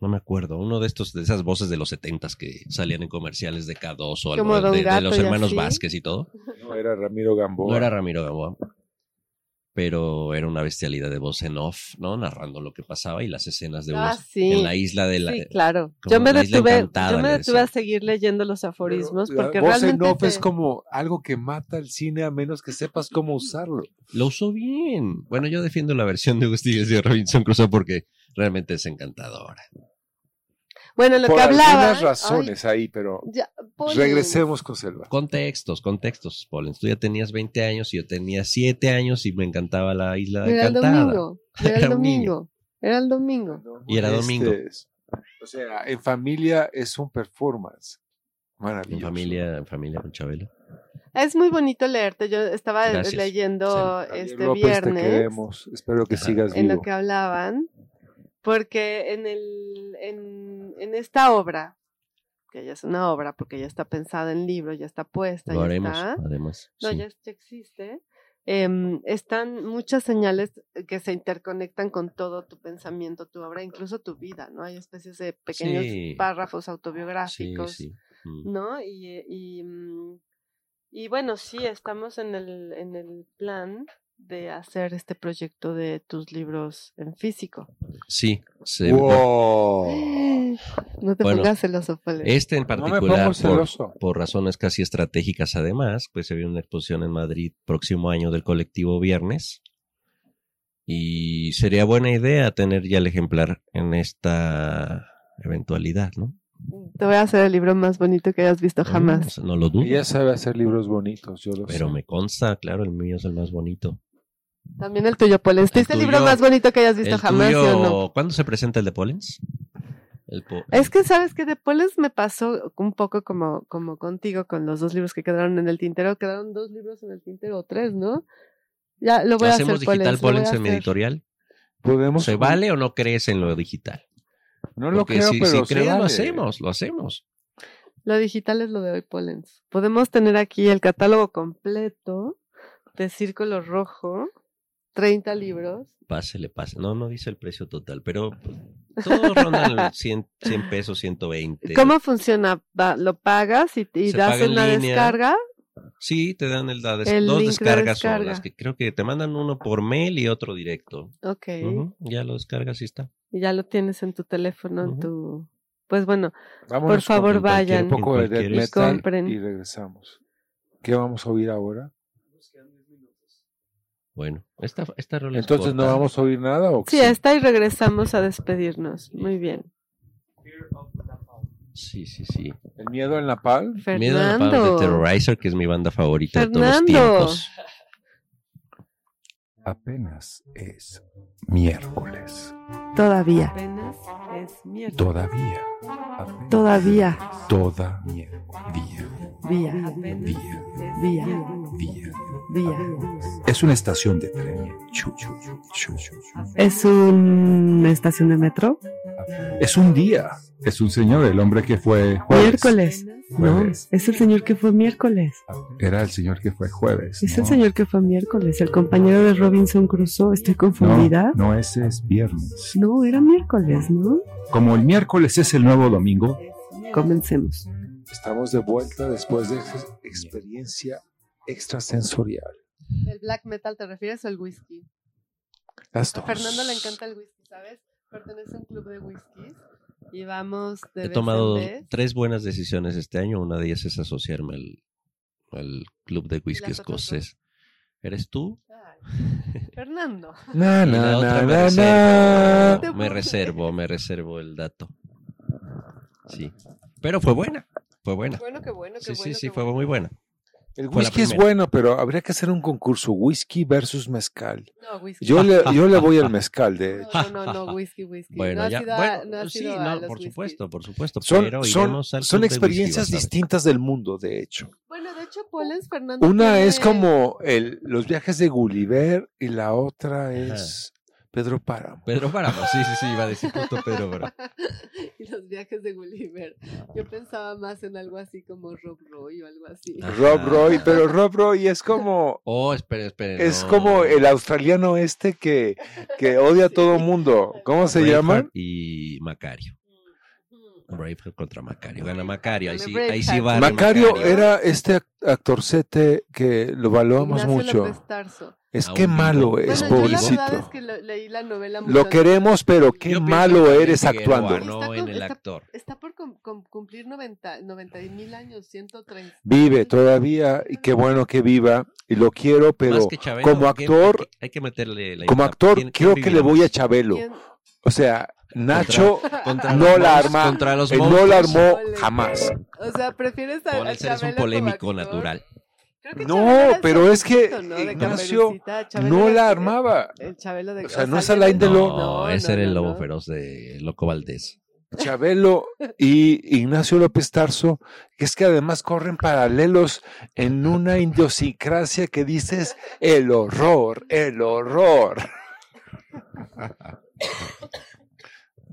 Speaker 5: No me acuerdo, uno de estos, de esas voces de los setentas que salían en comerciales de K2 o algo
Speaker 4: Como Don
Speaker 5: de, de
Speaker 4: Gato
Speaker 5: los
Speaker 4: y
Speaker 5: hermanos
Speaker 4: así.
Speaker 5: Vázquez y todo.
Speaker 1: No era Ramiro Gamboa.
Speaker 5: No era Ramiro Gamboa. Pero era una bestialidad de voz en off, ¿no? Narrando lo que pasaba y las escenas de
Speaker 4: Ah,
Speaker 5: unos-
Speaker 4: sí.
Speaker 5: en la isla de la.
Speaker 4: Sí, claro.
Speaker 5: como
Speaker 4: Yo me
Speaker 5: la isla
Speaker 4: detuve,
Speaker 5: encantada,
Speaker 4: yo me
Speaker 5: le
Speaker 4: detuve a
Speaker 5: decía.
Speaker 4: seguir leyendo los aforismos
Speaker 1: Pero la
Speaker 4: porque
Speaker 1: voz
Speaker 4: realmente
Speaker 1: en off
Speaker 4: te-
Speaker 1: es como algo que mata al cine a menos que sepas cómo usarlo.
Speaker 5: Lo usó bien. Bueno, yo defiendo la versión de Gustilles y de Robinson Crusoe porque realmente es encantadora.
Speaker 4: bueno lo
Speaker 1: Por
Speaker 4: que hablaba. ¿eh?
Speaker 1: algunas razones ahí, pero
Speaker 4: Ay, ya, Poli.
Speaker 1: regresemos con Selva.
Speaker 5: Contextos, contextos. Pollens, tú ya tenías 20 años y yo tenía 7 años y me encantaba la isla
Speaker 4: Era el
Speaker 5: encantada.
Speaker 4: domingo. Era el
Speaker 5: Era un niño.
Speaker 4: domingo. Era el domingo.
Speaker 5: Y era domingo.
Speaker 1: Este es- o sea, en familia es un performance.
Speaker 5: En
Speaker 1: Maravilloso.
Speaker 5: familia, en familia con Chabelo.
Speaker 4: Es muy bonito leerte. Yo estaba
Speaker 5: Gracias.
Speaker 4: leyendo
Speaker 1: Javier
Speaker 4: este
Speaker 1: López, te
Speaker 4: viernes.
Speaker 1: queremos. Espero que
Speaker 5: Ajá.
Speaker 1: sigas
Speaker 4: en
Speaker 1: vivo.
Speaker 4: lo que hablaban, porque en, el, en, en esta obra, que ya es una obra, porque ya está pensada en libro, ya está puesta,
Speaker 5: Lo
Speaker 4: ya
Speaker 5: haremos,
Speaker 4: está,
Speaker 5: además.
Speaker 4: no,
Speaker 5: sí.
Speaker 4: ya, ya existe, em, están muchas señales eh, que se interconectan con todo tu pensamiento, tu obra, incluso tu vida, ¿no? Hay especies de pequeños
Speaker 5: Sí.
Speaker 4: párrafos
Speaker 5: Sí,
Speaker 4: autobiográficos,
Speaker 5: sí. Mm.
Speaker 4: ¿no? Y, eh, y, mm, Y bueno, sí, estamos en el, en el plan de hacer este proyecto de tus libros en físico.
Speaker 5: Sí, se
Speaker 1: ¡Wow!
Speaker 4: No te
Speaker 5: Oh. Bueno,
Speaker 4: pongas celoso, Pablo.
Speaker 5: Este en
Speaker 1: No me pongo
Speaker 5: particular, por,
Speaker 1: celoso.
Speaker 5: por razones casi estratégicas además, pues se viene una exposición en Madrid próximo año del colectivo Viernes. Y sería buena idea tener ya el ejemplar en esta eventualidad, ¿no?
Speaker 4: Te voy a hacer el libro más bonito que hayas
Speaker 5: mm.
Speaker 4: visto jamás.
Speaker 5: No, lo dudo.
Speaker 1: Ella sabe hacer libros bonitos, yo lo
Speaker 5: Pero
Speaker 1: sé.
Speaker 5: me consta, claro, el mío es el más bonito.
Speaker 4: También el tuyo, Paul. ¿Este es el
Speaker 5: tuyo-
Speaker 4: libro más bonito que hayas visto
Speaker 5: El
Speaker 4: jamás ¿sí o no?
Speaker 5: tuyo, ¿Cuándo se presenta el de Pollens? El po-
Speaker 4: Es que sabes que de Poles me pasó un poco como, como contigo con los dos libros que quedaron en el tintero. Quedaron dos libros en el tintero o tres, ¿no? Ya lo voy a hacer.
Speaker 5: ¿Hacemos digital
Speaker 4: Poles, lo voy
Speaker 5: Pollens
Speaker 4: a
Speaker 5: en mi
Speaker 4: hacer.
Speaker 5: editorial?
Speaker 1: ¿Podemos?
Speaker 5: ¿Se vale o no crees en lo digital?
Speaker 1: No lo
Speaker 5: Porque
Speaker 1: creo,
Speaker 5: si,
Speaker 1: pero
Speaker 5: si
Speaker 1: se
Speaker 5: crees, lo
Speaker 1: vale.
Speaker 5: hacemos, lo hacemos.
Speaker 4: Lo digital es lo de hoy, Polens. Podemos tener aquí el catálogo completo de Círculo Rojo, 30 libros.
Speaker 5: Pásele, pase. No, no dice el precio total, pero pues, todos rondan los 100, 100 pesos, 120.
Speaker 4: ¿Cómo funciona? Va- ¿Lo pagas y, y
Speaker 5: Se
Speaker 4: das
Speaker 5: paga en
Speaker 4: una
Speaker 5: línea.
Speaker 4: descarga?
Speaker 5: Sí, te dan el, la des-
Speaker 4: El
Speaker 5: dos
Speaker 4: link de
Speaker 5: descargas
Speaker 4: descarga.
Speaker 5: solas, que creo que te mandan uno por mail y otro directo.
Speaker 4: Ok.
Speaker 5: Ujú, ya lo descargas y está.
Speaker 4: Y ya lo tienes en tu teléfono, en
Speaker 5: Ujú.
Speaker 4: tu... Pues bueno,
Speaker 1: Vámonos
Speaker 4: por favor
Speaker 5: con cualquier
Speaker 4: vayan.
Speaker 1: con un poco de
Speaker 5: En
Speaker 1: death
Speaker 5: cualquier
Speaker 1: metal
Speaker 4: compren.
Speaker 1: y regresamos. ¿Qué vamos a oír ahora?
Speaker 5: Bueno, esta, esta rola es
Speaker 1: Entonces no
Speaker 5: corta.
Speaker 1: vamos a oír nada o
Speaker 4: Sí, está y regresamos a despedirnos. Muy bien.
Speaker 5: Sí, sí, sí.
Speaker 1: el miedo en la pal.
Speaker 5: Miedo a la palabra de
Speaker 4: Fernando.
Speaker 5: Terrorizer, que es mi banda favorita de todos
Speaker 4: Fernando.
Speaker 5: los tiempos.
Speaker 11: Apenas es miércoles.
Speaker 2: Todavía,
Speaker 12: Apenas es miércoles.
Speaker 11: Todavía. apenas
Speaker 2: Todavía.
Speaker 11: Toda mie- día.
Speaker 2: vía,
Speaker 11: Día.
Speaker 2: vía,
Speaker 11: Día.
Speaker 2: vía.
Speaker 11: Es una estación de tren. Chu, chu, chu, chu.
Speaker 2: ¿Es una estación de metro?
Speaker 11: Es un día. Es un señor, el hombre que fue jueves.
Speaker 2: Miércoles. No,
Speaker 11: Jueves.
Speaker 2: es el señor que fue miércoles.
Speaker 11: Era el señor que fue jueves.
Speaker 2: Es el
Speaker 11: ¿no?
Speaker 2: señor que fue miércoles, el compañero de Robinson Crusoe. Estoy confundida.
Speaker 11: No, no, ese es viernes.
Speaker 2: No, era miércoles, ¿no?
Speaker 11: Como el miércoles es el nuevo domingo,
Speaker 2: Comencemos.
Speaker 1: Estamos de vuelta después de esa experiencia extrasensorial.
Speaker 4: ¿El black metal te refieres o el whisky?
Speaker 1: Las
Speaker 4: A
Speaker 1: dos.
Speaker 4: Fernando le encanta el whisky, ¿sabes? Pertenece a un club de whiskies y vamos de
Speaker 5: He
Speaker 4: vez
Speaker 5: tomado
Speaker 4: en vez.
Speaker 5: tres buenas decisiones este año. Una de ellas es asociarme al, al club de whisky
Speaker 4: las otras son?
Speaker 5: escocés. ¿Eres tú?
Speaker 4: Ay, Fernando.
Speaker 1: Na,
Speaker 5: Y la
Speaker 1: na,
Speaker 5: otra
Speaker 1: na,
Speaker 5: me
Speaker 1: na, na.
Speaker 5: reservo,
Speaker 4: na.
Speaker 5: me reservo, me reservo el dato. Sí. Pero fue buena, fue buena.
Speaker 4: Bueno, qué bueno, qué
Speaker 5: Sí,
Speaker 4: bueno.
Speaker 5: sí, sí,
Speaker 4: qué
Speaker 5: fue
Speaker 4: bueno.
Speaker 5: muy buena.
Speaker 1: El
Speaker 5: Fue la
Speaker 1: whisky es
Speaker 5: primera.
Speaker 1: bueno, pero habría que hacer un concurso. Whisky versus mezcal.
Speaker 4: No, whisky.
Speaker 1: Yo le, yo le voy al mezcal, de hecho.
Speaker 4: No, no, no, no, whisky, whisky.
Speaker 5: Bueno,
Speaker 4: no
Speaker 5: ya.
Speaker 4: has ido a- no
Speaker 5: Bueno,
Speaker 4: has
Speaker 5: sí,
Speaker 4: ido a
Speaker 5: no,
Speaker 4: los
Speaker 5: por
Speaker 4: whiskies.
Speaker 5: supuesto, por supuesto.
Speaker 1: Son,
Speaker 5: pero
Speaker 1: son,
Speaker 5: iremos al
Speaker 1: son
Speaker 5: club de whisky,
Speaker 1: experiencias
Speaker 5: vas a ver.
Speaker 1: distintas del mundo, de hecho.
Speaker 4: Bueno, de hecho, Poles, Fernando.
Speaker 1: Una
Speaker 4: tiene-
Speaker 1: es como el, los viajes de Gulliver y la otra es Pedro Páramo.
Speaker 5: Pedro Páramo, sí, sí, sí, iba a decir puto Pedro Páramo.
Speaker 4: y los viajes de Gulliver.
Speaker 1: Ah.
Speaker 4: Yo pensaba más en algo así como Rob Roy o algo así.
Speaker 5: Ah.
Speaker 1: Rob
Speaker 5: Ajá.
Speaker 1: Roy, pero Rob Roy es como
Speaker 5: Oh, espere, espere.
Speaker 1: es
Speaker 5: no.
Speaker 1: como el australiano este que, que odia a todo mundo. ¿Cómo se
Speaker 5: Braveheart
Speaker 1: llama?
Speaker 5: Y Macario. Braveheart contra Macario. Gana
Speaker 4: Braveheart
Speaker 5: Macario, ahí
Speaker 4: contra
Speaker 5: sí, ahí sí va.
Speaker 4: Braveheart.
Speaker 1: Macario
Speaker 4: Macario.
Speaker 1: era este ac- actorcete que lo valuamos
Speaker 4: Ignacio
Speaker 1: mucho.
Speaker 4: López Tarso.
Speaker 1: Es
Speaker 5: Ah,
Speaker 1: que
Speaker 5: un
Speaker 1: malo
Speaker 5: vivo.
Speaker 1: es,
Speaker 4: bueno, yo la
Speaker 1: pobrecito.
Speaker 4: verdad es que lo- leí la novela
Speaker 1: Lo
Speaker 4: mucho
Speaker 1: queremos, pero
Speaker 4: Yo
Speaker 1: qué
Speaker 5: pienso
Speaker 1: malo
Speaker 5: también
Speaker 1: eres
Speaker 5: que
Speaker 1: actuando.
Speaker 5: Eduardo,
Speaker 4: Está
Speaker 5: No
Speaker 4: con-
Speaker 5: en el
Speaker 4: está-
Speaker 5: actor.
Speaker 4: Está por cum- cum- cumplir 90 mil años, 130.
Speaker 1: Vive todavía y qué bueno que viva y lo quiero,
Speaker 5: Más
Speaker 1: pero
Speaker 5: que Chabelo,
Speaker 1: como
Speaker 5: hay que-
Speaker 1: actor-
Speaker 5: hay que- hay que meterle la
Speaker 1: como
Speaker 5: etapa.
Speaker 1: actor
Speaker 5: ¿Quién-
Speaker 1: creo
Speaker 5: quién
Speaker 1: que le voy
Speaker 5: vivirá
Speaker 1: a Chabelo.
Speaker 4: ¿Quién-
Speaker 1: O sea, Nacho
Speaker 5: más? Contra
Speaker 1: no
Speaker 5: los
Speaker 1: la
Speaker 5: monstruos,
Speaker 1: arma,
Speaker 5: Contra los
Speaker 1: eh, no la
Speaker 5: monstruos.
Speaker 1: armó
Speaker 4: Ole.
Speaker 1: jamás.
Speaker 4: O sea, prefieres a, a
Speaker 5: Pones, eres un
Speaker 4: Chabelo como
Speaker 5: polémico
Speaker 4: actor?
Speaker 5: natural.
Speaker 4: Creo que
Speaker 1: No,
Speaker 4: Chabelo era el
Speaker 1: pero es que
Speaker 4: Caperucito, ¿no? De
Speaker 1: Ignacio
Speaker 4: Caperucita, Chabelo
Speaker 1: No
Speaker 4: era
Speaker 1: la
Speaker 4: el-
Speaker 1: armaba.
Speaker 4: El Chabelo de
Speaker 1: O sea, no es
Speaker 4: Alain
Speaker 1: Alain Delon.
Speaker 5: No, ese era el lobo feroz de Loco Valdés.
Speaker 1: Chabelo y Ignacio López Tarso, que es que además corren paralelos en una idiosincrasia que dices el horror, el horror.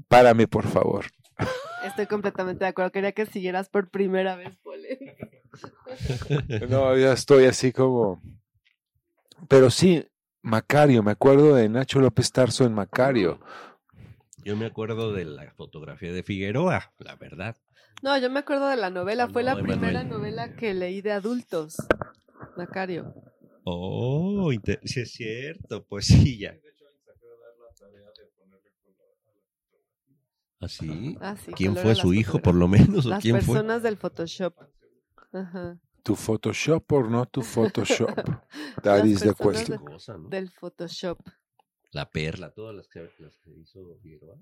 Speaker 1: Párame, por favor.
Speaker 4: Estoy completamente de acuerdo. Quería que siguieras por primera vez, Pole.
Speaker 1: No, ya estoy así como. Pero sí, Macario, me acuerdo de Nacho López Tarso en Macario.
Speaker 5: Yo me acuerdo de la fotografía de Figueroa, la verdad.
Speaker 4: No, yo me acuerdo de la novela. Fue
Speaker 5: No,
Speaker 4: la
Speaker 5: Emanuel.
Speaker 4: primera novela que leí de adultos. Macario.
Speaker 5: Oh, sí es cierto, pues sí, ya. ¿Así? ¿Ah, sí? ¿Quién fue su hijo, por lo menos? ¿o
Speaker 4: las
Speaker 5: quién
Speaker 4: personas
Speaker 5: fue?
Speaker 4: del Photoshop. Ajá.
Speaker 13: ¿Tu Photoshop o no tu Photoshop? That is the question.
Speaker 4: De, cosa, ¿no? Del Photoshop.
Speaker 5: La perla, todas las que, las que hizo Figueroa.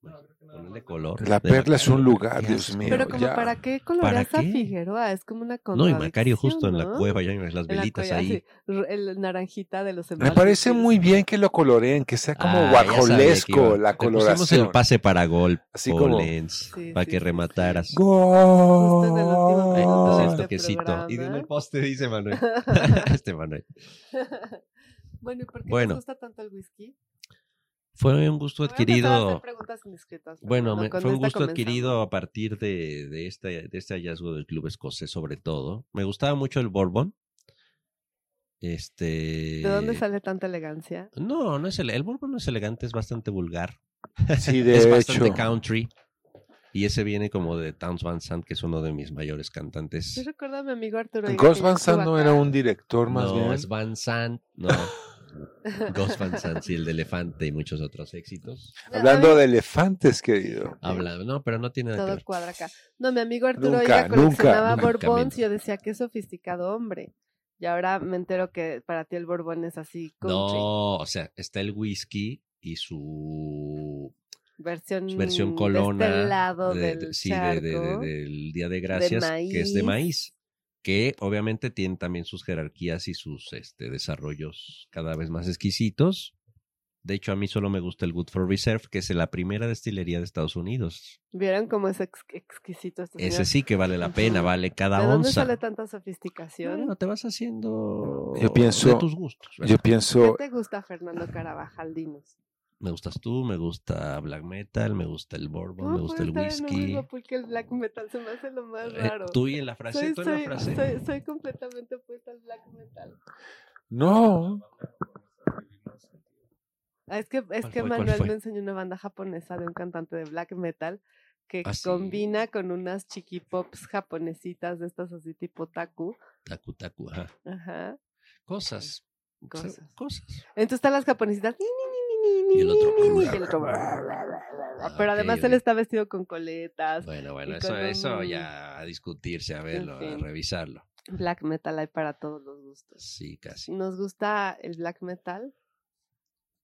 Speaker 5: Bueno, ponerle color.
Speaker 13: La perla es un lugar, Dios
Speaker 5: Eh,
Speaker 13: mío.
Speaker 4: Pero como
Speaker 13: ya.
Speaker 4: para qué coloreas a Figueroa, es como una
Speaker 5: No, y
Speaker 4: contradicción.
Speaker 5: Macario justo en la
Speaker 4: ¿no?
Speaker 5: cueva, ya en las
Speaker 4: En la
Speaker 5: velitas
Speaker 4: cueva,
Speaker 5: ahí.
Speaker 4: sí. R- El naranjita de los
Speaker 13: Me parece muy bien que lo coloreen, que sea Ah,
Speaker 5: Ah,
Speaker 13: como guajolesco la
Speaker 5: Hicimos el
Speaker 13: coloración.
Speaker 5: pase para gol,
Speaker 13: Así como-
Speaker 5: Lens,
Speaker 4: Sí,
Speaker 5: para
Speaker 4: sí,
Speaker 5: que
Speaker 4: sí,
Speaker 5: remataras.
Speaker 4: Justo en el último minuto
Speaker 5: Ahí, entonces,
Speaker 4: de
Speaker 5: el
Speaker 4: este
Speaker 5: toquecito. Y de en el
Speaker 4: programa.
Speaker 5: poste dice Manuel. este Manuel.
Speaker 4: Bueno, ¿y por qué
Speaker 5: Bueno.
Speaker 4: nos gusta tanto el whisky?
Speaker 5: Fue un gusto
Speaker 4: Voy a empezar a
Speaker 5: adquirido.
Speaker 4: hacer preguntas indiscretas,
Speaker 5: Bueno,
Speaker 4: Fernando,
Speaker 5: me-
Speaker 4: con
Speaker 5: fue un
Speaker 4: esta
Speaker 5: gusto
Speaker 4: comenzamos.
Speaker 5: adquirido a partir de, de este, de este hallazgo del club escocés, sobre todo. Me gustaba mucho el Bourbon. Este.
Speaker 4: ¿De dónde sale tanta elegancia?
Speaker 5: No, no es ele- el Bourbon no es elegante, es bastante vulgar.
Speaker 13: Sí, de
Speaker 5: es
Speaker 13: hecho.
Speaker 5: bastante country. Y ese viene como de Towns Van Sant, que es uno de mis mayores
Speaker 4: Yo
Speaker 5: cantantes.
Speaker 4: recuerdo a mi amigo Arturo. Iba,
Speaker 13: Ghost
Speaker 4: que
Speaker 13: Van
Speaker 4: estuvo
Speaker 13: Sant no
Speaker 4: acá.
Speaker 13: era un director más
Speaker 5: No,
Speaker 13: bien.
Speaker 5: es Van Sant, no. Ghost Van Sant, sí, el de Elefante y muchos otros éxitos.
Speaker 13: Hablando de elefantes, querido.
Speaker 5: Habla, no, pero no tiene nada que
Speaker 4: Todo
Speaker 5: ver.
Speaker 4: cuadra acá. No, mi amigo Arturo
Speaker 13: Nunca,
Speaker 4: Iga coleccionaba
Speaker 5: nunca, nunca,
Speaker 4: borbons
Speaker 5: nunca.
Speaker 4: y yo decía, qué sofisticado hombre. Y ahora me entero que para ti el borbón es así, country.
Speaker 5: No, o sea, está el whisky y su
Speaker 4: Versión,
Speaker 5: versión
Speaker 4: Mm, De este
Speaker 5: colona
Speaker 4: lado
Speaker 5: de-
Speaker 4: del
Speaker 5: de- sí, de-
Speaker 4: charco.
Speaker 5: de- de- del Día de Gracias, que es de maíz, que obviamente tiene también sus jerarquías y sus este, desarrollos cada vez más exquisitos. De hecho, a mí solo me gusta el Good for Reserve, que es la primera destilería de Estados Unidos.
Speaker 4: ¿Vieron cómo es ex- exquisito este
Speaker 5: Ese
Speaker 4: señor?
Speaker 5: sí que vale la pena,
Speaker 4: Ujú.
Speaker 5: vale
Speaker 4: ¿De
Speaker 5: cada
Speaker 4: dónde
Speaker 5: onza.
Speaker 4: sale tanta sofisticación?
Speaker 5: Bueno, te vas haciendo
Speaker 13: Yo pienso-
Speaker 5: de tus gustos. ¿verdad?
Speaker 13: Yo
Speaker 4: ¿Qué
Speaker 13: pienso,
Speaker 4: te gusta Fernando Carabajal? Dinos.
Speaker 5: Me gustas tú, me gusta black metal, me gusta el bourbon,
Speaker 4: ¿Cómo
Speaker 5: Pues me gusta el
Speaker 4: puedo estar en
Speaker 5: whisky.
Speaker 4: Liverpool que el black metal se me hace lo más
Speaker 5: Eh,
Speaker 4: raro.
Speaker 5: tú y en la frase,
Speaker 4: soy,
Speaker 5: tú en la
Speaker 4: soy,
Speaker 5: frase.
Speaker 4: soy- soy completamente opuesta al black metal.
Speaker 13: no,
Speaker 4: Ah, es que, es
Speaker 5: ¿Cuál
Speaker 4: que
Speaker 5: fue? ¿Cuál
Speaker 4: Manuel
Speaker 5: fue?
Speaker 4: me enseñó una banda japonesa de un cantante de black metal que
Speaker 5: Ah, sí.
Speaker 4: combina con unas chiqui pops japonesitas de estas así tipo taku.
Speaker 5: Tacu, tacu, ajá.
Speaker 4: Ajá.
Speaker 5: Cosas. o sea,
Speaker 4: Cosas.
Speaker 5: Cosas.
Speaker 4: Entonces están las japonesitas. ni, ni, ni, ni, ni,
Speaker 5: Y el otro.
Speaker 4: ni, ni, y el otro, Pero
Speaker 5: ok,
Speaker 4: además
Speaker 5: ok.
Speaker 4: él está vestido con coletas.
Speaker 5: Bueno, bueno,
Speaker 4: Y
Speaker 5: eso,
Speaker 4: con
Speaker 5: eso
Speaker 4: un-
Speaker 5: ya a discutirse, a verlo, a
Speaker 4: fin.
Speaker 5: revisarlo.
Speaker 4: Black metal hay para todos los gustos.
Speaker 5: Sí, casi.
Speaker 4: Nos gusta el black metal,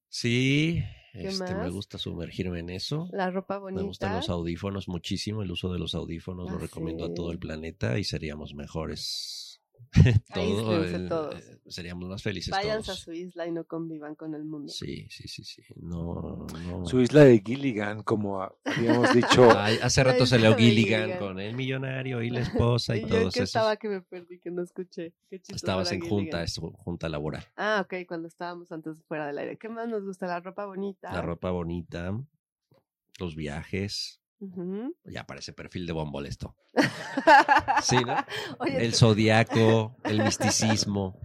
Speaker 5: Sí, este, me
Speaker 4: más?
Speaker 5: gusta sumergirme en eso.
Speaker 4: la ropa bonita.
Speaker 5: Me gustan los audífonos muchísimo, el uso de los audífonos lo
Speaker 4: Ah,
Speaker 5: recomiendo a todo el
Speaker 4: sí.
Speaker 5: planeta y seríamos mejores. todo,
Speaker 4: Aíslense
Speaker 5: el-
Speaker 4: todos.
Speaker 5: eh, seríamos más felices
Speaker 4: Váyanse a
Speaker 5: todos.
Speaker 4: su isla y no convivan con el mundo.
Speaker 5: Sí, sí, sí, sí. No, no.
Speaker 13: su isla de Gilligan, como habíamos dicho,
Speaker 5: Ay, hace
Speaker 4: La
Speaker 5: rato se
Speaker 4: isla
Speaker 5: leo
Speaker 4: de
Speaker 5: Gilligan
Speaker 4: Gilligan.
Speaker 5: con el millonario y la esposa
Speaker 4: Y
Speaker 5: y,
Speaker 4: yo en
Speaker 5: todos
Speaker 4: que
Speaker 5: esos.
Speaker 4: estaba que me perdí, que no escuché. Qué chistoso
Speaker 5: Estabas
Speaker 4: era
Speaker 5: en
Speaker 4: Gilligan.
Speaker 5: junta, es junta laboral.
Speaker 4: Ah, ok, cuando estábamos antes fuera del aire. ¿Qué más nos gusta? La ropa bonita.
Speaker 5: La ropa bonita, los viajes.
Speaker 4: Ujú.
Speaker 5: Ya parece perfil de bombol esto. Sí, ¿no?
Speaker 4: Oye,
Speaker 5: El
Speaker 4: tú-
Speaker 5: zodiaco, el misticismo.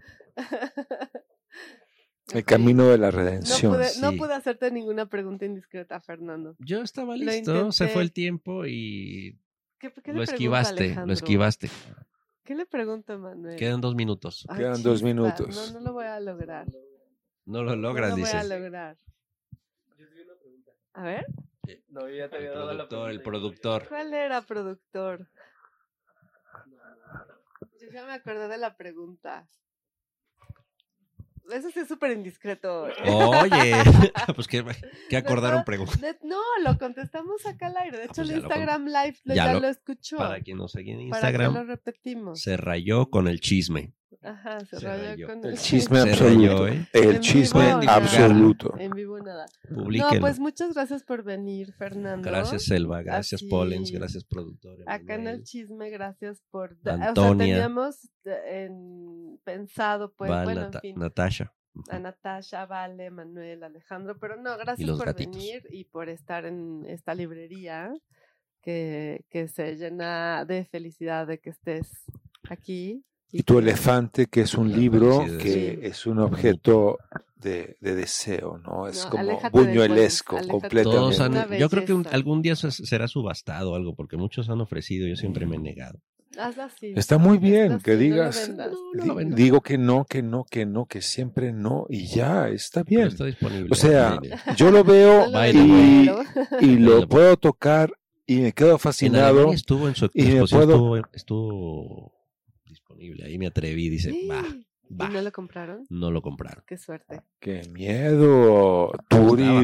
Speaker 13: el camino de la
Speaker 4: No
Speaker 13: redención.
Speaker 4: pude, no
Speaker 5: sí.
Speaker 4: pude hacerte ninguna pregunta indiscreta, Fernando.
Speaker 5: Yo estaba
Speaker 4: Lo
Speaker 5: listo, se
Speaker 4: intenté.
Speaker 5: fue el tiempo y
Speaker 4: ¿Qué, qué le
Speaker 5: lo
Speaker 4: pregunto a
Speaker 5: esquivaste, lo
Speaker 4: Alejandro?
Speaker 5: esquivaste.
Speaker 4: ¿Qué le pregunto a Manuel?
Speaker 5: Quedan dos minutos.
Speaker 4: Ay,
Speaker 13: Quedan dos
Speaker 4: chispa,
Speaker 13: minutos.
Speaker 4: No, no lo voy a lograr.
Speaker 5: No eh. lo
Speaker 4: No
Speaker 5: logras,
Speaker 4: lo voy a
Speaker 5: dices.
Speaker 4: lograr. A ver,
Speaker 7: No, yo ya te
Speaker 5: El
Speaker 7: había dado la
Speaker 5: productor, el
Speaker 7: pregunta.
Speaker 5: productor.
Speaker 4: ¿cuál era productor? Yo ya me acordé de la pregunta. Eso sí es súper indiscreto.
Speaker 5: Oye, pues que, que acordaron
Speaker 4: No,
Speaker 5: preguntas.
Speaker 4: Ne- No, lo contestamos acá al aire. De hecho,
Speaker 5: pues
Speaker 4: el
Speaker 5: ya lo con-
Speaker 4: Instagram Live lo-
Speaker 5: ya
Speaker 4: ya,
Speaker 5: lo-
Speaker 4: lo, escuchó.
Speaker 5: Para quien nos sigue en
Speaker 4: Para que lo
Speaker 5: Instagram,
Speaker 4: repetimos.
Speaker 5: se rayó con el chisme.
Speaker 4: Ajá, se,
Speaker 5: se
Speaker 4: rayó
Speaker 5: rayó.
Speaker 4: con
Speaker 13: El chisme
Speaker 5: Se rayó,
Speaker 13: absoluto.
Speaker 5: ¿eh?
Speaker 13: El
Speaker 4: En
Speaker 13: chisme
Speaker 4: vivo, nada.
Speaker 13: absoluto.
Speaker 4: En vivo nada.
Speaker 5: Publíquenlo.
Speaker 4: No, pues muchas gracias por venir, Fernando.
Speaker 5: Gracias, Selva. Gracias,
Speaker 4: Así.
Speaker 5: Pollens. Gracias, productor.
Speaker 4: Acá en el
Speaker 5: Emanuel.
Speaker 4: chisme, gracias por. O sea,
Speaker 5: Antonia.
Speaker 4: teníamos eh, en- pensado, pues,
Speaker 5: Val,
Speaker 4: bueno,
Speaker 5: Nata-
Speaker 4: en fin,
Speaker 5: Natasha.
Speaker 4: a Natasha, Vale, Manuel, Alejandro, pero no, gracias
Speaker 5: los
Speaker 4: por
Speaker 5: gatitos.
Speaker 4: venir y por estar en esta librería que, que se llena de felicidad de que estés aquí.
Speaker 13: Y tu elefante, que es un libro,
Speaker 5: Sí, sí,
Speaker 13: que
Speaker 4: sí.
Speaker 13: es un objeto de, de deseo, ¿no? Es
Speaker 4: No,
Speaker 13: como
Speaker 4: aléjate del
Speaker 13: buñuelesco,
Speaker 4: Buenos, aléjate del
Speaker 13: completamente.
Speaker 5: Todos
Speaker 4: Una
Speaker 5: han, yo creo que un-
Speaker 4: belleza.
Speaker 5: algún día se- será subastado algo, porque muchos han ofrecido, yo siempre me he negado.
Speaker 4: Hazla así.
Speaker 1: Está muy bien
Speaker 4: Hazla
Speaker 1: que
Speaker 4: así, no lo
Speaker 1: digas.
Speaker 4: vendas.
Speaker 1: di- digo que no, que no, que no, que siempre no y ya, está
Speaker 5: Pero
Speaker 1: bien.
Speaker 5: Está disponible.
Speaker 1: O sea,
Speaker 5: Mira,
Speaker 1: yo lo
Speaker 4: No
Speaker 1: veo
Speaker 4: lo
Speaker 5: Baila,
Speaker 1: y,
Speaker 4: vendas, ¿no?
Speaker 1: y
Speaker 5: Baila,
Speaker 1: lo
Speaker 5: pues.
Speaker 1: puedo tocar y me quedo
Speaker 5: en
Speaker 1: fascinado.
Speaker 5: Alemania estuvo en su
Speaker 1: y me
Speaker 5: exposición,
Speaker 1: puedo-
Speaker 5: estuvo, estuvo disponible. Ahí me atreví, dice, va,
Speaker 4: ¿Y no
Speaker 5: va.
Speaker 4: lo compraron?
Speaker 5: No lo compraron.
Speaker 4: Qué suerte.
Speaker 1: ¡Qué miedo!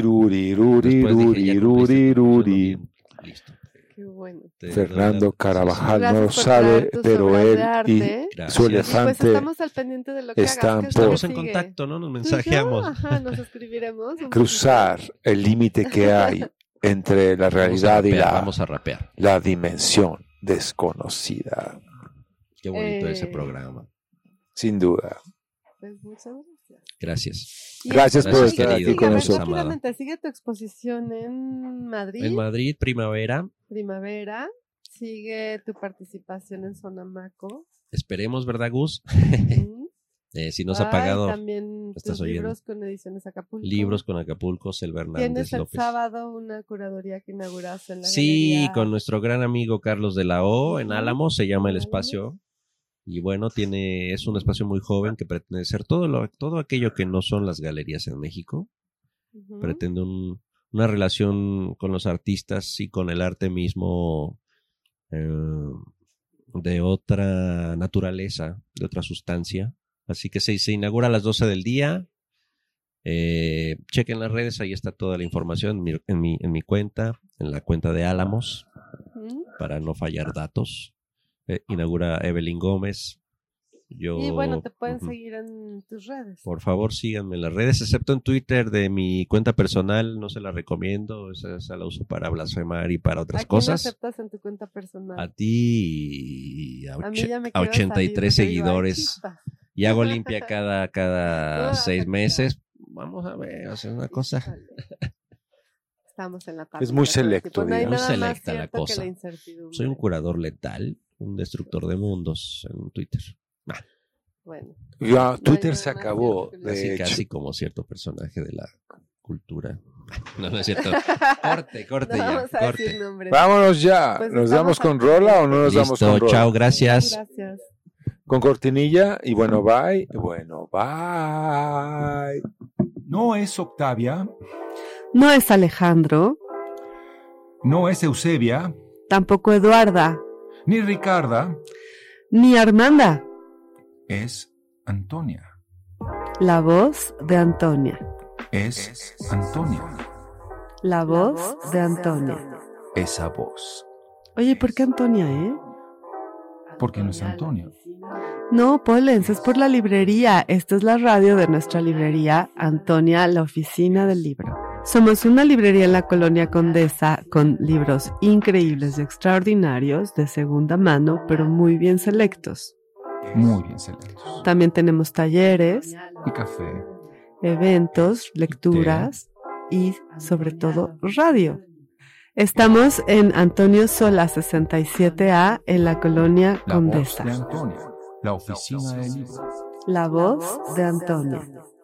Speaker 1: Turiruriruriruri,
Speaker 5: Después dije, ya cumpliste tu sueño,
Speaker 1: ruriruri.
Speaker 5: bien, Listo.
Speaker 4: Qué bueno.
Speaker 5: Te-
Speaker 1: Fernando
Speaker 5: te-
Speaker 1: Carabajal
Speaker 4: Gracias
Speaker 1: Ah, no
Speaker 4: por
Speaker 1: sabe,
Speaker 4: traer tus
Speaker 1: pero
Speaker 4: obras de
Speaker 1: él y
Speaker 4: arte.
Speaker 5: Gracias.
Speaker 1: su
Speaker 4: Y pues
Speaker 1: elefante
Speaker 4: estamos al pendiente de lo que
Speaker 1: está
Speaker 4: hagas. que es lo que
Speaker 5: Estamos en
Speaker 4: sigue.
Speaker 5: contacto, ¿no? Nos
Speaker 4: Tú y yo,
Speaker 5: mensajeamos.
Speaker 4: Ajá, nos escribiremos. un
Speaker 1: cruzar el límite que hay entre la realidad y
Speaker 5: vamos a rapear,
Speaker 1: la,
Speaker 5: vamos a rapear.
Speaker 1: la dimensión desconocida,
Speaker 5: Qué bonito ese
Speaker 4: Eh.
Speaker 5: programa.
Speaker 1: sin duda.
Speaker 4: poquito. Pues muchas gracias.
Speaker 5: Gracias.
Speaker 4: Y
Speaker 1: Gracias
Speaker 4: entonces,
Speaker 5: por
Speaker 4: sigue-
Speaker 5: estar aquí
Speaker 4: sigue,
Speaker 5: con
Speaker 4: a ver,
Speaker 5: nosotros.
Speaker 4: Rápidamente, sigue tu exposición en Madrid,
Speaker 5: En Madrid, primavera.
Speaker 4: primavera. Sigue tu participación en Sonamaco.
Speaker 5: Esperemos, ¿verdad, Gus?
Speaker 4: Ujú.
Speaker 5: Eh, si nos
Speaker 4: Mm. Ay,
Speaker 5: ha pagado
Speaker 4: También
Speaker 5: estás
Speaker 4: tus
Speaker 5: oyendo.
Speaker 4: libros con ediciones Acapulco.
Speaker 5: libros con Acapulco, Selva Hernández
Speaker 4: Tienes el
Speaker 5: López.
Speaker 4: sábado una curaduría que inauguraste en la
Speaker 5: Sí,
Speaker 4: galería.
Speaker 5: con nuestro gran amigo Carlos de la O en
Speaker 4: Ujú.
Speaker 5: Álamo, se llama el
Speaker 4: Álamos.
Speaker 5: espacio. Y bueno, tiene, es un espacio muy joven que pretende ser todo, lo, todo aquello que no son las galerías en México.
Speaker 4: Ujú.
Speaker 5: Pretende un- una relación con los artistas y con el arte mismo eh, de otra naturaleza, de otra sustancia. Así que se, se inaugura a las 12 del día. Eh, chequen las redes, ahí está toda la información en mi, en mi- en mi cuenta, en la cuenta de Álamos
Speaker 4: Ujú.
Speaker 5: para no fallar datos. Eh, inaugura Evelyn Gómez. Yo,
Speaker 4: Y bueno, te pueden
Speaker 5: Ujú.
Speaker 4: seguir en tus redes.
Speaker 5: Por favor, síganme en las redes, excepto en Twitter de mi cuenta personal. No se la recomiendo. Esa, esa la uso para blasfemar y para
Speaker 4: ¿A
Speaker 5: otras
Speaker 4: quién
Speaker 5: cosas.
Speaker 4: aceptas en tu cuenta personal?
Speaker 5: A ti y a,
Speaker 4: A mí
Speaker 5: och-
Speaker 4: ya me
Speaker 5: a
Speaker 4: quiero salir,
Speaker 5: 83
Speaker 4: porque digo, "Ay,
Speaker 5: seguidores.
Speaker 4: chispas".
Speaker 5: Y hago limpia cada, cada
Speaker 4: Ah,
Speaker 5: seis
Speaker 4: mira.
Speaker 5: meses. Vamos a ver, hacer una cosa.
Speaker 4: Híjole. Estamos en la
Speaker 1: Es muy
Speaker 4: plática, pero
Speaker 1: selecto,
Speaker 4: tipo, no hay
Speaker 1: digamos.
Speaker 4: nada
Speaker 5: Muy
Speaker 4: más
Speaker 5: selecta la
Speaker 4: cierto que
Speaker 5: cosa.
Speaker 4: incertidumbre.
Speaker 5: Soy un curador letal, un destructor de mundos en Twitter.
Speaker 4: Bueno,
Speaker 1: Ya, Twitter
Speaker 4: nada
Speaker 1: se
Speaker 4: más
Speaker 1: acabó.
Speaker 4: cierto que
Speaker 1: de
Speaker 5: Casi,
Speaker 1: hecho.
Speaker 5: casi como cierto personaje de la cultura. No, no es cierto. Corte, corte
Speaker 4: no
Speaker 5: ya,
Speaker 4: vamos a
Speaker 5: corte.
Speaker 4: decir nombres.
Speaker 1: Vámonos ya.
Speaker 4: Pues
Speaker 1: ¿Nos
Speaker 4: estamos
Speaker 1: damos con
Speaker 4: aquí.
Speaker 1: rola o no nos damos con
Speaker 5: Listo,
Speaker 1: rola?
Speaker 5: chao, gracias.
Speaker 4: Gracias.
Speaker 1: Con cortinilla y bueno, bye. Bueno, bye.
Speaker 6: No es Octavia,
Speaker 2: No es Alejandro,
Speaker 6: no es Eusebia,
Speaker 2: tampoco Eduarda,
Speaker 6: ni Ricarda,
Speaker 2: ni Armanda.
Speaker 6: es Antonia.
Speaker 2: La voz de Antonia.
Speaker 6: Es Antonia.
Speaker 2: La voz de Antonia.
Speaker 6: Esa voz.
Speaker 2: Oye, ¿por qué Antonia, eh?
Speaker 6: Porque no es Antonia.
Speaker 2: No, Polens, es por la librería. Esta es la radio de nuestra librería, Antonia, la oficina del libro. Somos una librería en la colonia Condesa con libros increíbles y extraordinarios de segunda mano, pero muy bien selectos.
Speaker 6: Muy bien selectos.
Speaker 2: También tenemos talleres,
Speaker 6: Y café.
Speaker 2: eventos, lecturas y sobre todo radio. Estamos en Antonio Sola 67A en la colonia
Speaker 6: La voz
Speaker 2: Condesa.
Speaker 6: de Antonia. La oficina del libro.
Speaker 2: La voz de Antonia.